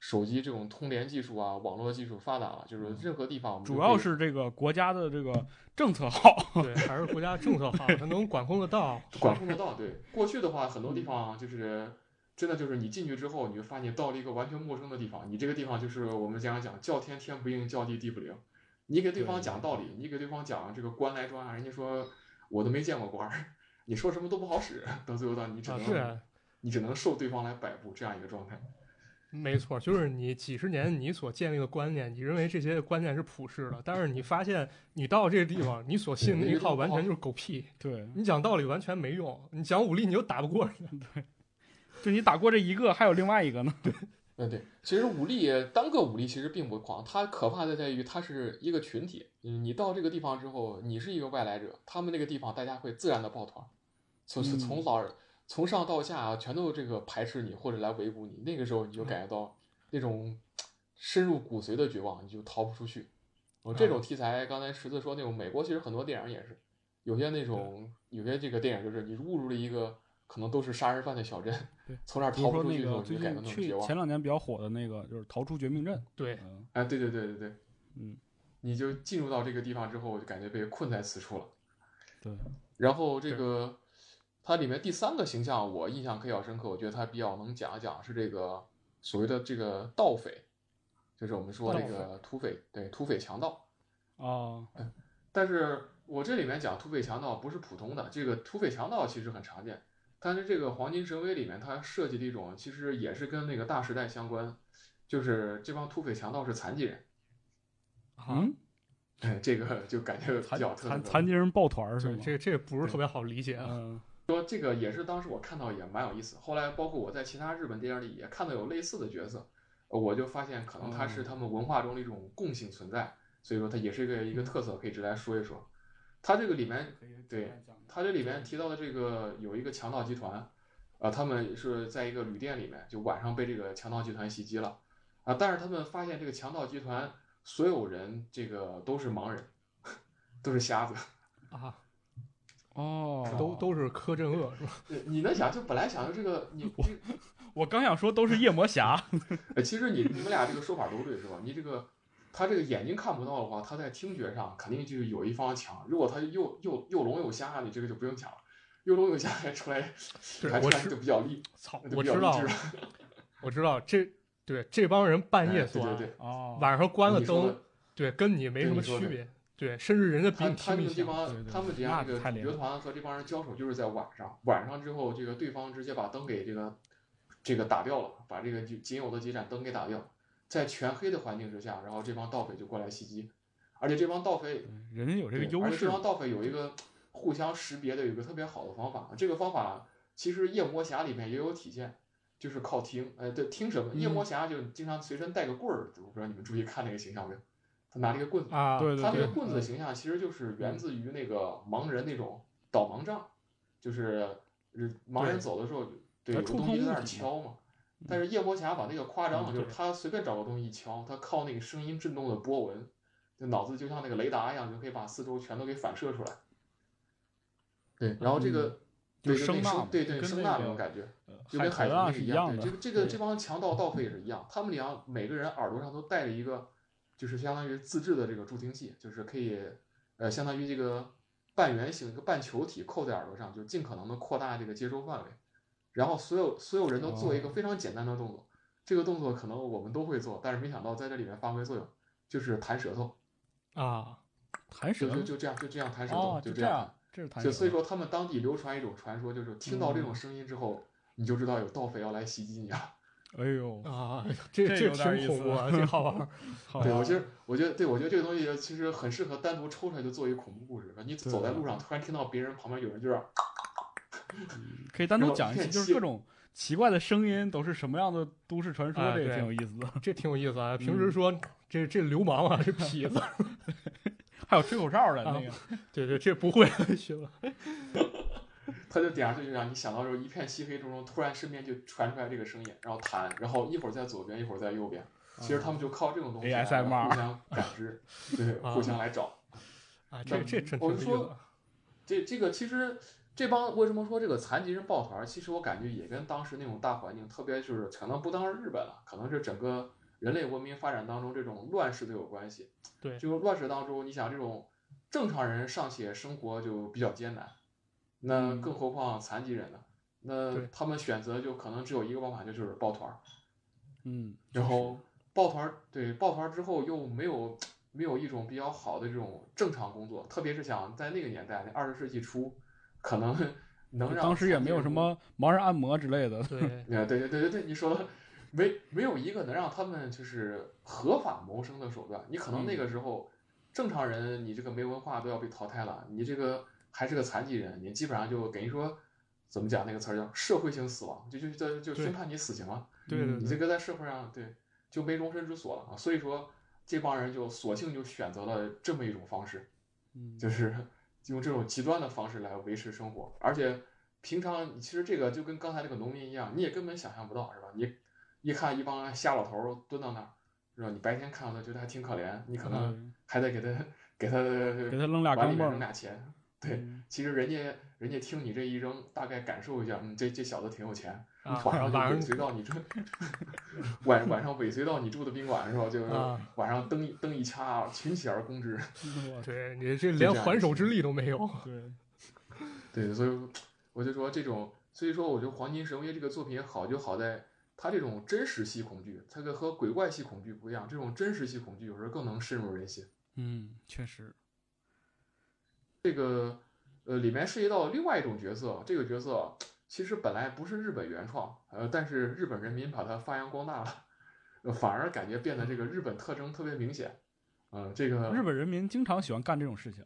Speaker 3: 手机这种通联技术啊、网络技术发达了，就是任何地方我们就
Speaker 2: 主
Speaker 3: 可以
Speaker 2: 要是这个国家的这个政策好，
Speaker 1: 对，还是国家政策好，它能管控得 到。
Speaker 3: 管控得到。对，过去的话，很多地方就是真的就是你进去之后，你就发现到了一个完全陌生的地方，你这个地方就是我们经常讲叫天天不应，叫地地不灵。你给对方讲道理，你给对方讲这个官来抓，人家说我都没见过官儿， 你说什么都不好使，到最后到你只
Speaker 1: 啊，
Speaker 3: 能、
Speaker 1: 是啊，
Speaker 3: 你只能受对方来摆布这样一个状态。
Speaker 1: 没错，就是你几十年你所建立的观念，你认为这些观念是普世的，但是你发现你到这个地方，你所信的那一套完全就是狗屁，
Speaker 2: 对，
Speaker 1: 你讲道理完全没用，你讲武力你又打不过人家。
Speaker 2: 就你打过这一个，还有另外一个呢，
Speaker 3: 嗯，对，其实武力单个武力其实并不狂，它可怕的在于它是一个群体。嗯，你到这个地方之后，你是一个外来者，他们那个地方大家会自然的抱团儿，从
Speaker 2: 嗯
Speaker 3: 从老从上到下啊全都这个排斥你或者来围捕你，那个时候你就
Speaker 2: 嗯
Speaker 3: 感觉到那种深入骨髓的绝望，你就逃不出去。我
Speaker 2: 嗯
Speaker 3: 这种题材，刚才十字说那种美国其实很多电影也是，有些那种有些这个电影就是你误入了一个可能都是杀人犯的小镇
Speaker 2: 对，
Speaker 3: 从那儿
Speaker 2: 比
Speaker 3: 逃
Speaker 2: 如
Speaker 3: 不
Speaker 2: 说
Speaker 3: 出
Speaker 2: 那
Speaker 3: 去
Speaker 2: 个最
Speaker 3: 的时候，你就
Speaker 2: 近
Speaker 3: 感觉到那种绝
Speaker 2: 去
Speaker 3: 望
Speaker 2: 前。两年比较火的那个就是《逃出绝命镇》，
Speaker 1: 对，
Speaker 2: 嗯，
Speaker 3: 啊，对对对对对，
Speaker 2: 嗯，
Speaker 3: 你就进入到这个地方之后，就感觉被困在此处了。
Speaker 2: 对，
Speaker 3: 然后这
Speaker 1: 对
Speaker 3: 个它里面第三个形象我印象比较深刻，我觉得它比较能讲一讲是这个所谓的这个盗匪，就是我们说这
Speaker 1: 盗
Speaker 3: 个土匪，对，土匪强盗。
Speaker 2: 哦，
Speaker 3: 哎但是我这里面讲土匪强盗不是普通的，这个土匪强盗其实很常见，但是这个《黄金神威》里面它设计的一种其实也是跟那个大时代相关，就是这帮土匪强盗是残疾人。
Speaker 1: 啊
Speaker 2: 嗯，
Speaker 3: 哎， 这个就感觉比
Speaker 2: 残
Speaker 3: 较特
Speaker 2: 残
Speaker 3: 别
Speaker 2: 残疾人抱团儿是
Speaker 1: 对，
Speaker 3: 嗯
Speaker 2: 吗？
Speaker 1: 这这不是特别好理解啊。
Speaker 2: 嗯，
Speaker 3: 说这个也是当时我看到也蛮有意思，后来包括我在其他日本电影里也看到有类似的角色，呃我就发现可能
Speaker 2: 哦
Speaker 3: 它是他们文化中的一种共性存在，所以说它也是一个
Speaker 2: 嗯
Speaker 3: 一个特色，可以值得来说一说。它这个里面，对，它这里面提到的这个有一个强盗集团，呃，他们是在一个旅店里面，就晚上被这个强盗集团袭击了，啊、但是他们发现这个强盗集团所有人这个都是盲人， 都是瞎子。嗯
Speaker 1: 啊，
Speaker 2: 哦，
Speaker 1: 都都是柯镇恶是吧？
Speaker 3: 你你能想，就本来想着这个你这个
Speaker 2: 我刚想说都是夜魔侠，
Speaker 3: 呃，其实你你们俩这个说法都对，是吧？你这个他这个眼睛看不到的话，他在听觉上肯定就有一方强。如果他又又又聋又瞎，你这个就不用讲了。又聋又瞎还出来，
Speaker 1: 对
Speaker 3: 还出
Speaker 1: 我
Speaker 3: 来
Speaker 1: 知
Speaker 3: 就比较厉，
Speaker 1: 操
Speaker 3: 就，比
Speaker 1: 我
Speaker 3: 较
Speaker 1: 知道
Speaker 3: 励志，
Speaker 1: 我知道，这对这帮人半夜
Speaker 3: 哎
Speaker 1: 作
Speaker 3: 对 对
Speaker 1: 案
Speaker 3: 对，
Speaker 2: 哦，
Speaker 1: 晚上关了
Speaker 3: 你说的
Speaker 1: 灯，对，跟你没
Speaker 3: 对
Speaker 1: 什
Speaker 3: 你
Speaker 1: 么
Speaker 3: 说
Speaker 1: 区
Speaker 3: 的
Speaker 1: 别。对，甚至人家比
Speaker 3: 他
Speaker 1: 你
Speaker 3: 他
Speaker 1: 听
Speaker 3: 们
Speaker 1: 力
Speaker 3: 这
Speaker 1: 响。
Speaker 3: 帮
Speaker 2: 对对
Speaker 3: 他们底
Speaker 2: 那
Speaker 3: 下这个
Speaker 2: 太厉
Speaker 3: 主角
Speaker 2: 害
Speaker 3: 团和这帮人交手就是在晚上，晚上之后，这个对方直接把灯给这个这个打掉了，把这个仅仅有的几盏灯给打掉，在全黑的环境之下，然后这帮盗匪就过来袭击，而且这帮盗匪
Speaker 2: 人家有这个
Speaker 3: 对
Speaker 2: 优
Speaker 3: 而且
Speaker 2: 势
Speaker 3: 这，帮盗匪有一个互相识别的有一个特别好的方法，这个方法其实《夜魔侠》里面也有体现，就是靠听，呃，对，听什么？夜
Speaker 2: 嗯
Speaker 3: 魔侠就经常随身带个棍儿，我不知道你们注意看那个形象没有？他拿了一个棍子，
Speaker 1: 啊，
Speaker 2: 对
Speaker 3: 他那个
Speaker 2: 对
Speaker 3: 棍子的形象其实就是源自于那个盲人那种导盲杖，就是呃盲人
Speaker 1: 对
Speaker 3: 走的时候，
Speaker 2: 它
Speaker 3: 对，有个
Speaker 2: 触
Speaker 3: 东西
Speaker 2: 碰
Speaker 3: 在那
Speaker 2: 物
Speaker 3: 儿
Speaker 2: 体嗯
Speaker 3: 敲嘛。但是夜魔侠把那个夸张了，
Speaker 1: 嗯
Speaker 3: 就是
Speaker 1: 对
Speaker 3: 他随便找个东西一敲，他靠那个声音震动的波纹，就脑子就像那个雷达一样，就可以把四周全都给反射出来。对，然后这个、
Speaker 2: 嗯就
Speaker 3: 对
Speaker 2: 是
Speaker 3: 就
Speaker 2: 声
Speaker 3: 那个
Speaker 2: 呐
Speaker 3: 声
Speaker 2: 嘛
Speaker 3: 对对
Speaker 2: 跟
Speaker 3: 声
Speaker 2: 那
Speaker 3: 呐
Speaker 2: 个
Speaker 3: 那种感觉，
Speaker 2: 呃
Speaker 3: 就
Speaker 2: 海
Speaker 3: 跟
Speaker 2: 豚
Speaker 3: 海
Speaker 2: 啊
Speaker 3: 豚
Speaker 2: 是
Speaker 3: 是
Speaker 2: 一
Speaker 3: 样
Speaker 2: 样的，
Speaker 3: 这个这个
Speaker 2: 对
Speaker 3: 这帮强盗盗匪也是一样，他们俩每个人耳朵上都带着一个，就是相当于自制的这个助听器，就是可以，呃，相当于这个半圆形一个半球体扣在耳朵上，就尽可能的扩大这个接收范围。然后所有所有人都做
Speaker 2: 哦
Speaker 3: 一个非常简单的动作，这个动作可能我们都会做，但是没想到在这里面发挥作用，就是弹舌头，
Speaker 1: 啊，
Speaker 2: 弹
Speaker 3: 就
Speaker 2: 舌
Speaker 3: 就就这样就这样弹舌头，
Speaker 2: 哦，就
Speaker 3: 这
Speaker 2: 这
Speaker 3: 样
Speaker 2: 样
Speaker 3: 弹。，
Speaker 2: 这是弹舌，嗯
Speaker 3: 就所以说，他们当地流传一种传说，就是听到这种声音之后，你就知道有盗匪要来袭击你啊了。
Speaker 2: 哎呦，
Speaker 1: 啊，这
Speaker 2: 这
Speaker 1: 这
Speaker 2: 有点
Speaker 1: 挺
Speaker 2: 意
Speaker 1: 恐
Speaker 2: 思
Speaker 1: 怖 啊，这好玩儿。
Speaker 2: 好
Speaker 3: 对，
Speaker 2: 吧
Speaker 3: 我觉得，我觉得，对我觉得这个东西其实很适合单独抽出来就做一个恐怖故事。你走在路上，突然听到别人旁边有人就是，
Speaker 2: 可以单独
Speaker 3: 然后
Speaker 2: 讲一期，
Speaker 3: 电
Speaker 2: 就是
Speaker 3: 器
Speaker 2: 各种奇怪的声音都是什么样的都市传说，
Speaker 1: 哎
Speaker 2: 这也
Speaker 1: 对
Speaker 2: 挺有意思的。
Speaker 1: 这挺有意思
Speaker 3: 嗯
Speaker 1: 啊。平时说这这流氓啊，这痞子，
Speaker 2: 还有吹口哨的
Speaker 3: 啊
Speaker 2: 那个，
Speaker 1: 对对，这不会学了。
Speaker 3: 他就点上去就让你想到时候一片漆黑中，突然身边就传出来这个声音，然后弹，然后一会儿在左边，一会儿在右边。其实他们就靠这种东西来
Speaker 2: ASMR
Speaker 3: 互相 感知，对，互相来找。
Speaker 1: 啊，这这真挺
Speaker 3: 我
Speaker 1: 有
Speaker 3: 是
Speaker 1: 意
Speaker 3: 说
Speaker 1: 思啊。
Speaker 3: 这这个其实这帮为什么说这个残疾人抱团儿？其实我感觉也跟当时那种大环境，特别就是可能不当日本了，可能是整个人类文明发展当中这种乱世都有关系。
Speaker 1: 对
Speaker 3: 这个乱世当中，你想这种正常人尚且生活就比较艰难，那
Speaker 2: 嗯
Speaker 3: 更何况残疾人呢？那
Speaker 1: 对
Speaker 3: 他们选择就可能只有一个办法，就是抱团儿。
Speaker 2: 嗯，
Speaker 3: 然后抱团儿，对抱团儿之后又没有没有一种比较好的这种正常工作，特别是想在那个年代，那二十世纪初，可能 能让
Speaker 2: 当时也
Speaker 3: 残
Speaker 2: 没
Speaker 3: 疾
Speaker 2: 有
Speaker 3: 人
Speaker 2: 什
Speaker 3: 工
Speaker 2: 么盲人按摩之类的，
Speaker 1: 对，
Speaker 3: 啊，对对对对对，你说的没没有一个能让他们就是合法谋生的手段。你可能那
Speaker 2: 嗯
Speaker 3: 个时候正常人，你这个没文化都要被淘汰了，你这个还是个残疾人，你基本上就等于说怎么讲那个词儿叫社会性死亡，就就就就宣
Speaker 1: 对
Speaker 3: 判你死刑了。
Speaker 1: 对对
Speaker 2: 嗯
Speaker 3: 你这个在社会上对就没容身之所了啊。所以说这帮人就索性就选择了这么一种方式，
Speaker 2: 嗯，
Speaker 3: 就是 用这种极端的方式来维持生活，而且平常其实这个就跟刚才那个农民一样，你也根本想象不到，是吧？你一看一帮瞎老头儿蹲到那儿，是吧？你白天看到他觉得还挺可怜，你可能
Speaker 2: 嗯
Speaker 3: 还得给他给他
Speaker 2: 给他扔俩
Speaker 3: 碗
Speaker 2: 钢
Speaker 3: 里面扔
Speaker 2: 镚儿，
Speaker 3: 俩钱。对，
Speaker 2: 嗯
Speaker 3: 其实人家人家听你这一扔，大概感受一下，嗯，这这小子挺有钱，
Speaker 1: 啊，
Speaker 3: 晚上就尾
Speaker 1: 晚
Speaker 3: 随到你住，晚晚上尾随到你住的宾馆是吧？就
Speaker 1: 啊
Speaker 3: 晚上灯一灯一掐，啊群起而攻之。
Speaker 2: 嗯我操
Speaker 1: 对你这
Speaker 3: 这
Speaker 1: 连
Speaker 3: 样嗯
Speaker 1: 还手之力都没有。
Speaker 2: 对，
Speaker 3: 对，所以我就说这种，所以说我觉得《黄金神威》这个作品好就好在它这种真实系恐惧，它跟和鬼怪系恐惧不一样，这种真实系恐惧有时候更能深入人心。
Speaker 2: 嗯，确实，
Speaker 3: 这个呃，里面涉及到另外一种角色，这个角色其实本来不是日本原创，呃，但是日本人民把它发扬光大了，呃反而感觉变得这个日本特征特别明显。嗯、这个
Speaker 2: 日本人民经常喜欢干这种事情，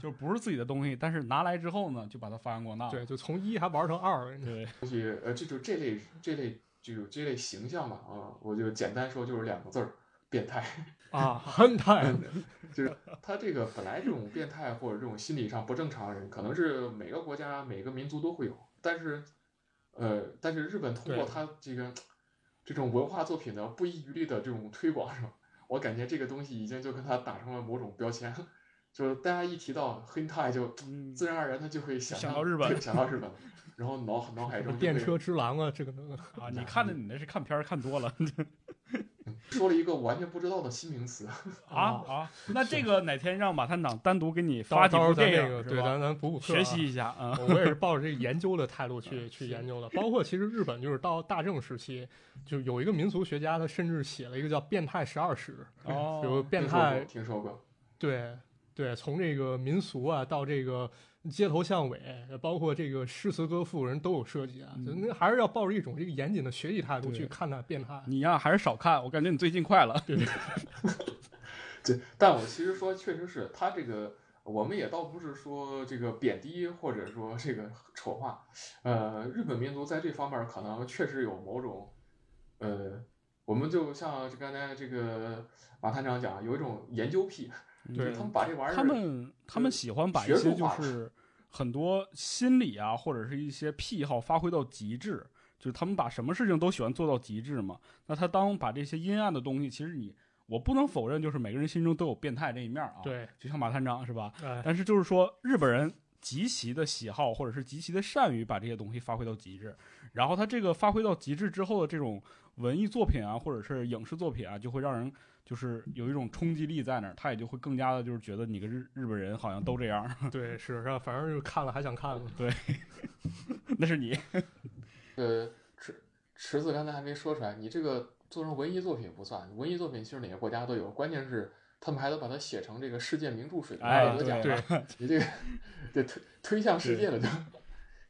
Speaker 2: 就是不是自己的东西，但是拿来之后呢，就把它发扬光大了。
Speaker 3: 啊
Speaker 1: 对，就从一还玩成二，
Speaker 2: 对，
Speaker 3: 东西，呃，这就这类这类就这类形象吧，啊、我就简单说就是两个字儿，变态。
Speaker 1: 啊， 憨态，
Speaker 3: 就是他这个本来这种变态或者这种心理上不正常的人，可能是每个国家每个民族都会有，但是，呃，但是日本通
Speaker 1: 对
Speaker 3: 过他这个这种文化作品的不遗余力的这种推广，是吧？我感觉这个东西已经就跟他打上了某种标签，就是大家一提到黑太就
Speaker 2: 嗯，
Speaker 3: 自然而然的就会想
Speaker 2: 想
Speaker 3: 象
Speaker 2: 到日本
Speaker 3: 对想到日本，然后脑脑海 中就
Speaker 1: 电
Speaker 3: 会
Speaker 1: 车之狼啊，这个那个
Speaker 2: 啊，你看的你那是看片儿看多了
Speaker 3: 说了一个完全不知道的新名词，
Speaker 2: 啊啊，那这个哪天让马探长单独给你
Speaker 1: 到
Speaker 2: 发几
Speaker 1: 到时候
Speaker 2: 部
Speaker 1: 咱
Speaker 2: 电
Speaker 1: 那
Speaker 2: 影
Speaker 1: 个，
Speaker 2: 是
Speaker 1: 对，
Speaker 2: 吧
Speaker 1: 咱咱补补课啊
Speaker 2: 学习。啊一下啊，
Speaker 1: 我也是抱着这研究的态度去去研究的，包括其实日本就是到大正时期，就有一个民俗学家，他甚至写了一个叫《变态十二史》， 比如
Speaker 2: 哦，
Speaker 1: 变
Speaker 3: 听说
Speaker 1: 态
Speaker 3: 过，听说过，
Speaker 1: 对对，从这个民俗啊到这个街头巷尾，包括这个诗词歌赋，人都有涉及啊。就
Speaker 2: 嗯
Speaker 1: 那还是要抱着一种这个严谨的学习态度
Speaker 2: 对嗯
Speaker 1: 去看待变态。
Speaker 2: 你呀还是少看，我感觉你最近快 了。
Speaker 3: 对，但我其实说，确实是他这个，我们也倒不是说这个贬低或者说这个 丑化，呃，日本民族在这方面儿可能确实有某种，呃，我们就像刚才这个马探长讲，有一种研究癖，就是
Speaker 1: 嗯对
Speaker 3: 他们把这玩意儿，
Speaker 2: 他们他们喜欢把一
Speaker 3: 学
Speaker 2: 些
Speaker 3: 术
Speaker 2: 就
Speaker 3: 化
Speaker 2: 是很多心理啊，或者是一些癖好发挥到极致，就是他们把什么事情都喜欢做到极致嘛。那他当把这些阴暗的东西，其实你我不能否认，就是每个人心中都有变态这一面啊。，
Speaker 1: 对，
Speaker 2: 就像马探长是吧？
Speaker 1: 哎，
Speaker 2: 但是就是说，日本人极其的喜好，或者是极其的善于把这些东西发挥到极致。然后他这个发挥到极致之后的这种文艺作品啊，或者是影视作品啊，就会让人就是有一种冲击力在那儿，他也就会更加的就是觉得你跟日日本人好像都这样，
Speaker 1: 哎对，是是，反正就看了还想看了。
Speaker 2: 那是你
Speaker 3: 呃，池池子刚才还没说出来，你这个做成文艺作品不算，文艺作品其实哪个国家都有，关键是他们还得把它写成这个世界名著水平，
Speaker 2: 哎
Speaker 3: 还得奖
Speaker 2: 对
Speaker 1: 对
Speaker 3: 了，你这个得推推向世界了就。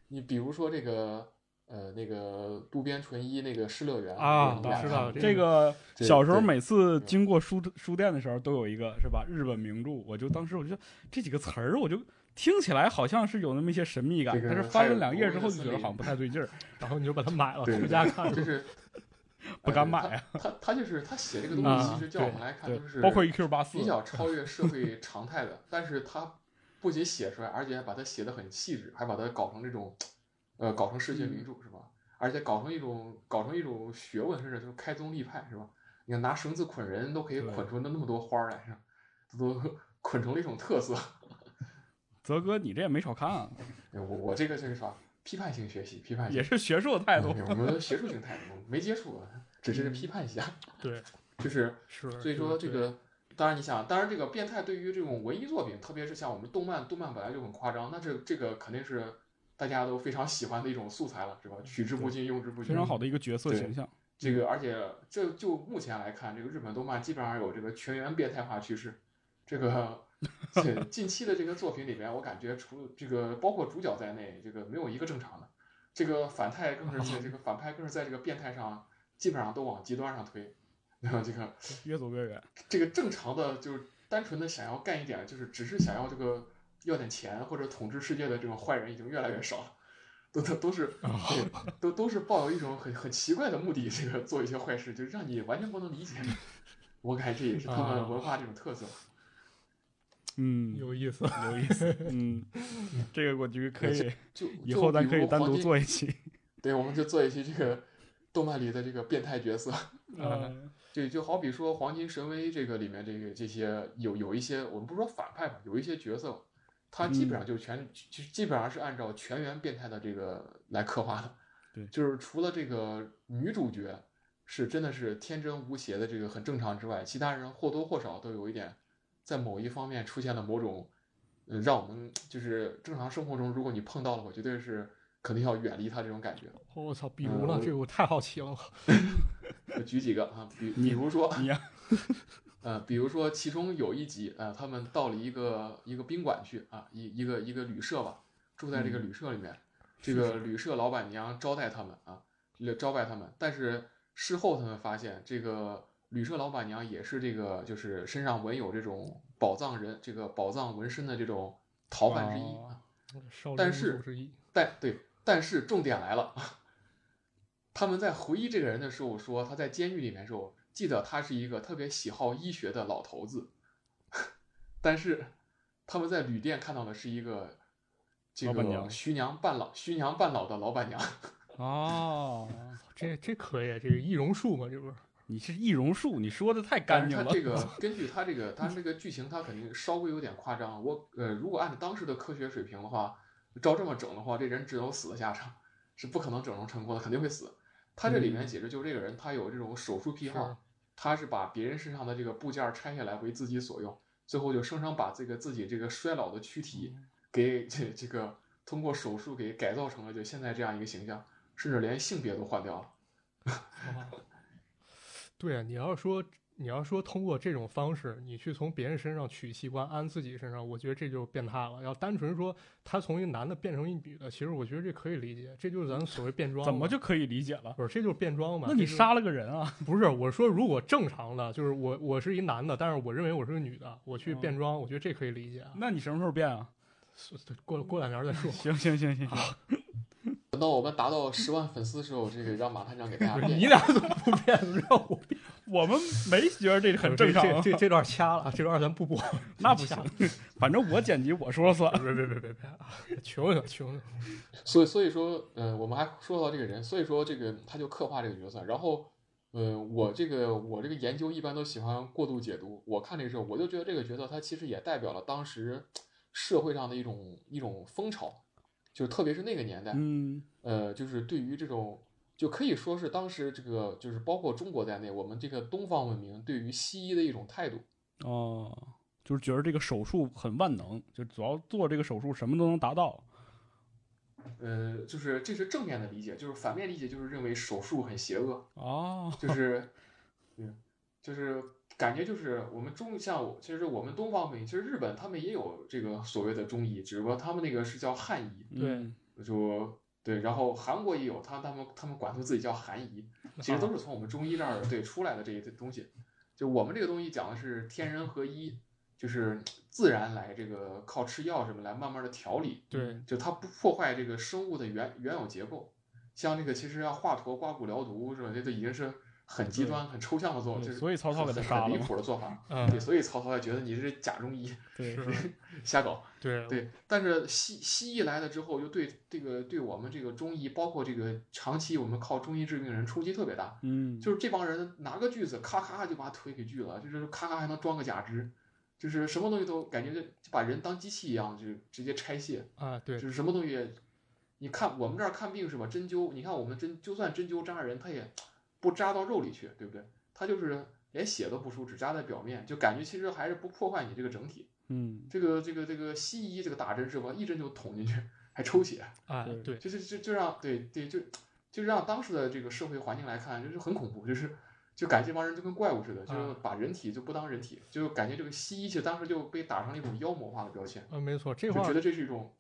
Speaker 3: 你比如说这个呃那个渡边淳一那个《失乐园》
Speaker 1: 啊
Speaker 3: 你俩
Speaker 1: 知道
Speaker 3: 看过
Speaker 1: 这
Speaker 2: 这个
Speaker 3: 对
Speaker 2: 小时候
Speaker 3: 对嗯
Speaker 2: 每次经过书书店的时候都有一个是吧？日本名著，我就当时我就觉得这几个词儿我就。听起来好像是有那么一些神秘感，
Speaker 3: 这个
Speaker 2: 但是翻
Speaker 3: 还
Speaker 2: 了
Speaker 3: 有
Speaker 2: 两页
Speaker 3: 挪
Speaker 2: 之后就
Speaker 3: 威的
Speaker 2: 觉
Speaker 3: 森
Speaker 2: 得好
Speaker 3: 林
Speaker 2: 像不太对劲儿，
Speaker 1: 然后你就把它买了，
Speaker 3: 对
Speaker 1: 回
Speaker 3: 对
Speaker 1: 家看。
Speaker 3: 就是哎
Speaker 2: 不敢买啊。嗯
Speaker 3: 他他就是他写这个东西，
Speaker 1: 啊
Speaker 3: 其实叫
Speaker 1: 对
Speaker 3: 我们来看
Speaker 2: 对
Speaker 3: 都是，
Speaker 2: 包括 EQ 八四
Speaker 3: 比，较超越社会常态的，但是他不仅写出来，而且还把它写得很细致，还把它搞成这种，呃，搞成世界
Speaker 2: 嗯
Speaker 3: 名著、是吧？而且搞成一种搞成一种学问，甚至就是开宗立派是吧？你看拿绳子捆人都可以
Speaker 2: 对
Speaker 3: 捆出那那么多花儿来是吧？这都捆成了一种特色。
Speaker 2: 泽哥，你这也没少看、啊，
Speaker 3: 我我这个这个啥批判性学习，批判性
Speaker 2: 也是学术态度。
Speaker 3: 我们学术性态度没 接触，只是批判一下，
Speaker 1: 对，
Speaker 3: 就是
Speaker 1: 是，
Speaker 3: 所以说
Speaker 1: 是
Speaker 3: 这个，当然你想，当然这个变态对于这种文艺作品，特别是像我们动漫，动漫本来就很夸张，那这这个肯定是大家都非常喜欢的一种素材了，是吧？取之不尽，用之不
Speaker 2: 非
Speaker 3: 尽，
Speaker 2: 常好的嗯一个角色
Speaker 3: 对
Speaker 2: 形象。
Speaker 3: 这个，而且这就目前来看，这个日本动漫基本上有这个全员变态化趋势。这 个这近期的这个作品里边，我感觉除了这个包括主角在内，这个没有一个正常的。这个反派更是在这个反派更是在这个变态上，基本上都往极端上推。 然后这个
Speaker 2: 越走越远。
Speaker 3: 这个正常的就是单纯的想要干一点，就是只是想要这个要点钱或者统治世界的这种坏人已经越来越少了，都都都是
Speaker 2: 哦
Speaker 3: 对，都都是抱有一种很很奇怪的目的，这个做一些坏事，就让你完全不能理解。我感觉这也是他
Speaker 2: 啊
Speaker 3: 们文化这种特色。
Speaker 2: 嗯，
Speaker 1: 有意思。
Speaker 2: 有意思。嗯，这个我觉得可以，
Speaker 3: 就
Speaker 2: 以后咱可以单独，
Speaker 3: 就比如黄金
Speaker 2: 做一期。
Speaker 3: 对，我们就做一期这个动漫里的这个变态角色。
Speaker 2: 嗯，
Speaker 3: 对，就好比说《黄金神威》这个里面这个这些有有一些，我们不说反派吧，有一些角色，他基本上就全、就基本上是按照全员变态的这个来刻画的。
Speaker 2: 对
Speaker 3: 就是除了这个女主角是真的是天真无邪的这个很正常之外，其他人或多或少都有一点在某一方面出现了某种，呃，让我们就是正常生活中，如果你碰到了，我绝对是肯定要远离他这种感觉。
Speaker 1: 我操，比如呢？
Speaker 3: 嗯
Speaker 1: 这个我太好奇了。
Speaker 3: 我举几个啊，比
Speaker 2: 你
Speaker 3: 比如说
Speaker 2: 你呀、
Speaker 3: 呃，比如说其中有一集，呃，他们到了一个一个宾馆去啊，一一个一个旅社吧，住在这
Speaker 2: 嗯
Speaker 3: 个旅社里面，这个旅社老板娘招待他们啊，了招待他们，但是事后他们发现，这个旅社老板娘也是这个就是身上纹有这种宝藏人这个宝藏纹身的这种逃犯之一
Speaker 2: 哦
Speaker 3: 啊。
Speaker 1: 少林
Speaker 3: 但
Speaker 1: 五
Speaker 3: 是
Speaker 1: 祖之一
Speaker 3: 但对，但是重点来了，他们在回忆这个人的时候说，他在监狱里面的时候，记得他是一个特别喜好医学的老头子， 但是他们在旅店看到的是一个这
Speaker 2: 老板
Speaker 3: 个
Speaker 2: 娘
Speaker 3: 徐娘半老、徐娘半老的老板娘。
Speaker 2: 哦，
Speaker 1: 这这可以，这是易容术嘛？这不是？
Speaker 2: 你是易容术，你说的太干
Speaker 3: 但是
Speaker 2: 净
Speaker 3: 他
Speaker 2: 了。
Speaker 3: 这 个根据他这个他这个剧情，他肯定稍微有点夸张。我呃，如果按照当时的科学水平的话，照这么整的话，这人只有死的下场，是不可能整容成功的，肯定会死。他这里面解释就是这个人他有这种手术癖
Speaker 1: 是
Speaker 3: 好，他嗯是把别人身上的这个部件拆下来为自己所用，最后就生生把这个自己这个衰老的躯体给 这这个通过手术给改造成了就现在这样一个形象，甚至连性别都换掉了。
Speaker 1: 对啊，你要说你要说通过这种方式，你去从别人身上取器官安自己身上，我觉得这就是变态了。要单纯说他从一男的变成一女的，其实我觉得这可以理解，这就是咱们所谓变装嘛。
Speaker 2: 怎么就可以理解了？
Speaker 1: 不是？这就是变装嘛？
Speaker 2: 那你
Speaker 1: 这就是
Speaker 2: 杀了个人啊？
Speaker 1: 不是，我说如果正常的，就是我我是一男的，但是我认为我是个女的，我去
Speaker 2: 嗯
Speaker 1: 变装，我觉得这可以理解啊。
Speaker 2: 那你什么时候变啊？。
Speaker 1: 过过两年再说
Speaker 2: 行行行行行，
Speaker 3: 等到我们达到十万粉丝的时候，这个让马探长给大 家变一
Speaker 1: 你俩怎么不变？让我变
Speaker 2: 我们没觉得这很正常啊
Speaker 1: 这。这这段掐了，这段咱不播。
Speaker 2: 那不行，反正我剪辑我说了算。
Speaker 1: 别别别别别啊！求求求求！
Speaker 3: 所以所以说，呃，我们还说到这个人，所以说这个他就刻画这个角色。然后，呃，我这个我这个研究一般都喜欢过度解读。我看这个时候，我就觉得这个角色他其实也代表了当时社会上的一种一种风潮，就特别是那个年代，
Speaker 2: 嗯，
Speaker 3: 呃，就是对于这种，就可以说是当时这个就是包括中国在内，我们这个东方文明对于西医的一种态度。
Speaker 2: 哦，就是觉得这个手术很万能，就主要做这个手术什么都能达到。
Speaker 3: 呃，就是这是正面的理解，就是反面理解就是认为手术很邪恶。
Speaker 2: 哦，
Speaker 3: 就是，嗯，就是感觉就是我们中像我，其实我们东方文明，其实日本他们也有这个所谓的中医，只不过他们那个是叫汉医，
Speaker 1: 对
Speaker 2: 嗯，
Speaker 3: 就对，然后韩国也有，他他们他们管他们自己叫韩医，
Speaker 1: 啊
Speaker 3: 其实都是从我们中医这儿对出来的这一东西。就我们这个东西讲的是天人合一，就是自然来这个靠吃药什么来慢慢的调理，
Speaker 1: 对，
Speaker 3: 就它不破坏这个生物的原原有结构。像这个其实要华佗、刮骨疗毒是吧？这都已经是很极端、很抽象的做法，
Speaker 2: 对
Speaker 3: 就是
Speaker 2: 哦嗯所以曹操给他
Speaker 3: 很
Speaker 2: 杀
Speaker 3: 很
Speaker 2: 了
Speaker 3: 离
Speaker 2: 嘛。
Speaker 3: 谱的 做法。
Speaker 1: 嗯，
Speaker 3: 对，所以曹操才觉得你是假中医，
Speaker 2: 对，
Speaker 1: 是，
Speaker 3: 瞎搞。
Speaker 1: 对，
Speaker 3: 对，但是西西医来了之后，就对这个对我们这个中医，包括这个长期我们靠中医治病人冲击特别大。
Speaker 2: 嗯，
Speaker 3: 就是这帮人拿个锯子，咔咔就把腿给锯了，就是咔咔还能装个假肢，就是什么东西都感觉就就把人当机器一样，就直接拆卸。
Speaker 1: 啊，对
Speaker 3: 就，是什么东西，你看我们这儿看病是吧？针灸，你看我们针就算针灸扎人，它也不扎到肉里去，对不对？它就是连血都不出，只扎在表面，就感觉其实还是不破坏你这个整体。
Speaker 2: 嗯，
Speaker 3: 这个这个这个西医这个打针是吧，一针就捅进去，还抽血，
Speaker 1: 哎，
Speaker 2: 对
Speaker 1: 对，
Speaker 3: 就是就就让对对就就让当时的这个社会环境来看，就是很恐怖，就是就感觉这帮人就跟怪物似的，就
Speaker 1: 啊
Speaker 3: 把人体就不当人体，就感觉这个西医就当时就被打上了一种妖魔化的标签，
Speaker 1: 嗯，没错，这
Speaker 3: 就
Speaker 1: 话
Speaker 3: 觉得这是一种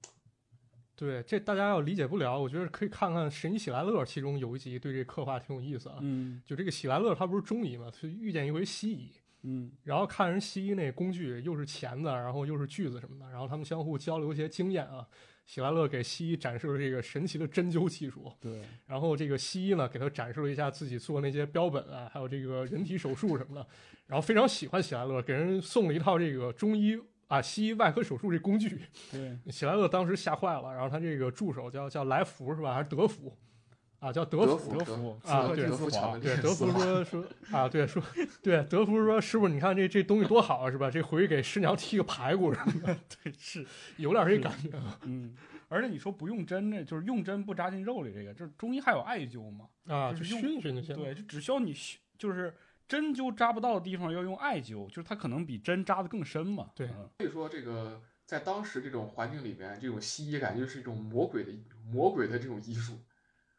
Speaker 1: 对这大家要理解不了，我觉得可以看看《神医喜来乐》，其中有一集对这刻画挺有意思啊。
Speaker 2: 嗯
Speaker 1: 就这个喜来乐，他不是中医嘛，就遇见一回西医，
Speaker 2: 嗯
Speaker 1: 然后看人西医那工具又是钳子，啊然后又是锯子什么的，然后他们相互交流一些经验啊。喜来乐给西医展示了这个神奇的针灸技术，
Speaker 2: 对，
Speaker 1: 然后这个西医呢给他展示了一下自己做那些标本啊，还有这个人体手术什么的，然后非常喜欢喜来乐，给人送了一套这个中医啊西医外科手术这工具，
Speaker 2: 对，
Speaker 1: 喜来乐当时吓坏了，然后他这个助手叫叫来福是吧，还是德福啊叫德
Speaker 3: 德
Speaker 1: 福
Speaker 3: 福
Speaker 2: 德福
Speaker 1: 啊
Speaker 2: 刺客
Speaker 1: 对
Speaker 2: 金
Speaker 3: 德
Speaker 2: 丝
Speaker 3: 福
Speaker 2: 华
Speaker 3: 抢了
Speaker 1: 对，德福说说啊，对，说对，德福说师傅，你看这这东西多好啊，是吧？这回去给师娘剔个排骨什么的， 对，是有点这感觉
Speaker 2: 嗯， 而且你说不用针呢，就是用针不扎进肉里，这个就是中医还有艾灸嘛，
Speaker 1: 啊，
Speaker 2: 就
Speaker 1: 就是
Speaker 2: 用
Speaker 1: 熏熏就行。
Speaker 2: 对，就只需要你熏就是针灸扎不到的地方要用艾灸，就是它可能比针扎的更深嘛。
Speaker 1: 对
Speaker 2: 嗯
Speaker 3: 所以说，这个在当时这种环境里面，这种西医感觉是一种魔鬼的魔鬼的这种医术，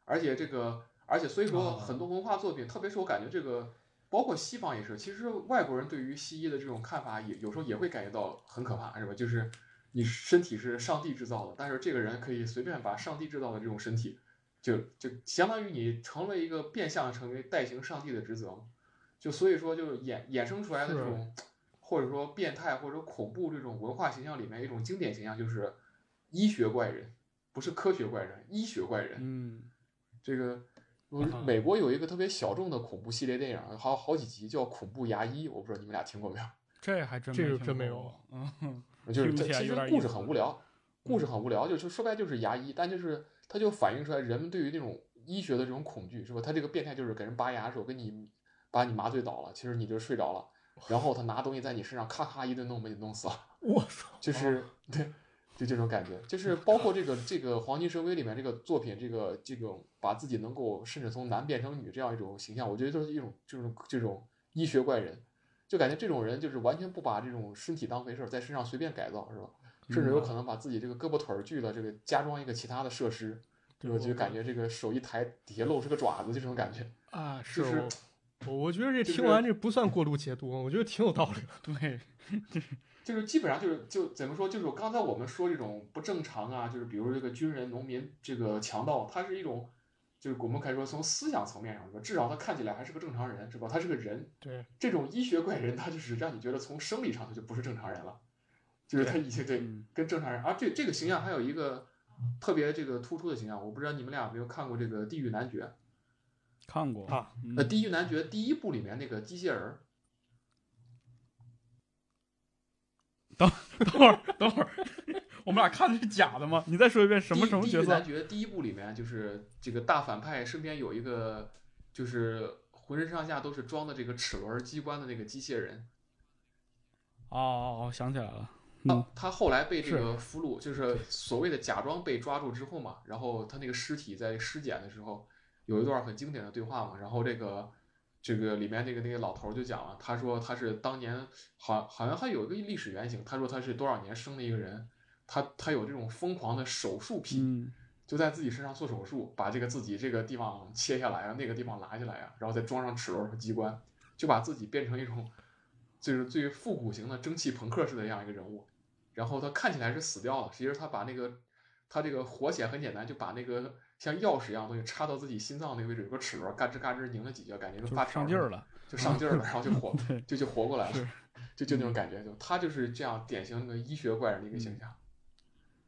Speaker 3: 而且这个，而且所以说
Speaker 1: 啊
Speaker 3: 很多文化作品，特别是我感觉这个，包括西方也是，其实外国人对于西医的这种看法也有时候也会感觉到很可怕，是吧？就是你身体是上帝制造的，但是这个人可以随便把上帝制造的这种身体，就就相当于你成了一个变相成为代行上帝的职责嘛，就所以说就是衍衍生出来的这
Speaker 1: 是
Speaker 3: 种，或者说变态或者说恐怖这种文化形象里面一种经典形象就是医学怪人，不是科学怪人，医学怪人。
Speaker 2: 嗯，
Speaker 3: 这个我
Speaker 1: 啊
Speaker 3: 美国有一个特别小众的恐怖系列电影，好好几集叫《恐怖牙医》，我不知道你们俩听过没有？
Speaker 2: 这还真
Speaker 1: 这个
Speaker 2: 听
Speaker 1: 真没
Speaker 2: 说
Speaker 1: 有
Speaker 2: 过，嗯，
Speaker 3: 就是
Speaker 2: 听
Speaker 3: 这
Speaker 2: 起来
Speaker 3: 其
Speaker 2: 有
Speaker 3: 实
Speaker 2: 点意
Speaker 3: 故事
Speaker 2: 思嗯
Speaker 3: 很无聊，故事很无聊，就是说白就是牙医，但就是它就反映出来人们对于那种医学的这种恐惧，是吧？他这个变态就是给人拔牙的时候给你把你麻醉倒了，其实你就睡着了，然后他拿东西在你身上咔咔一顿弄，把你弄死了。
Speaker 1: 我操，
Speaker 3: 就是 对，就这种感觉，就是包括这个这个《黄金神威》里面这个作品，这个这种把自己能够甚至从男变成女这样一种形象，我觉得就是一种这种这种医学怪人，就感觉这种人就是完全不把这种身体当回事儿，在身上随便改造是吧？甚至有可能把自己这个胳膊腿儿锯了，这个加装一个其他的设施，对吧？就感觉这个手一抬底下露出个爪子，就这种感觉。
Speaker 1: 啊，是
Speaker 3: 就是
Speaker 1: 我，我我觉得这
Speaker 3: 就是
Speaker 1: 听完这不算过度解读，啊我觉得挺有道 理的。
Speaker 2: 对，
Speaker 3: 就是基本上就是就怎么说，就是刚才我们说这种不正常啊，就是比如这个军人、农民、这个强盗，他是一种，就是我们可以说从思想层面上说，至少他看起来还是个正常人，是吧？他是个人。
Speaker 1: 对，
Speaker 3: 这种医学怪人，他就是让你觉得从生理上他就不是正常人了，就是他已经对
Speaker 2: 嗯
Speaker 3: 跟正常人。而这这个形象还有一个特别这个突出的形象，我不知道你们俩有没有看过这个《地狱男爵》？
Speaker 2: 看过
Speaker 1: 啊，
Speaker 2: 嗯
Speaker 3: 呃，《地狱男爵》第一部里面那个机械人儿，
Speaker 2: 等会儿，等会儿，我们俩看的是假的吗？你再说一遍什么
Speaker 3: 地
Speaker 2: 什么
Speaker 3: 地
Speaker 2: 角
Speaker 3: 狱男
Speaker 2: 色？
Speaker 3: 爵第一部里面就是这个大反派身边有一个就是浑身上下都是装的这个齿轮机关的那个机械人，
Speaker 2: 哦哦哦，想起来了，嗯
Speaker 3: 他他后来被这
Speaker 2: 是
Speaker 3: 个俘虏，就是所谓的假装被抓住之后嘛，然后他那个尸体在尸检的时候有一段很经典的对话嘛，然后这个。这个里面那个那个老头儿就讲了，他说他是当年好好像还有一个历史原型，他说他是多少年生的一个人，他他有这种疯狂的手术癖，
Speaker 2: 嗯，
Speaker 3: 就在自己身上做手术，把这个自己这个地方切下来啊，那个地方拿下来啊，然后再装上齿轮和机关，就把自己变成一种就是最复古型的蒸汽朋克式的这样一个人物。然后他看起来是死掉了，其实他把那个他这个活起来很简单，就把那个像钥匙一样的东西插到自己心脏那个位置，有个齿轮，嘎吱嘎吱拧了几下，感觉跟
Speaker 2: 就
Speaker 3: 发
Speaker 2: 是
Speaker 3: 条
Speaker 2: 上
Speaker 3: 儿
Speaker 2: 劲
Speaker 3: 似的
Speaker 2: 儿了，
Speaker 3: 就上劲儿了，然后就活
Speaker 2: 对，
Speaker 3: 就就活过来
Speaker 2: 是
Speaker 3: 了，就就那种感觉，就他就是这样典型那个医学怪人的一个形象。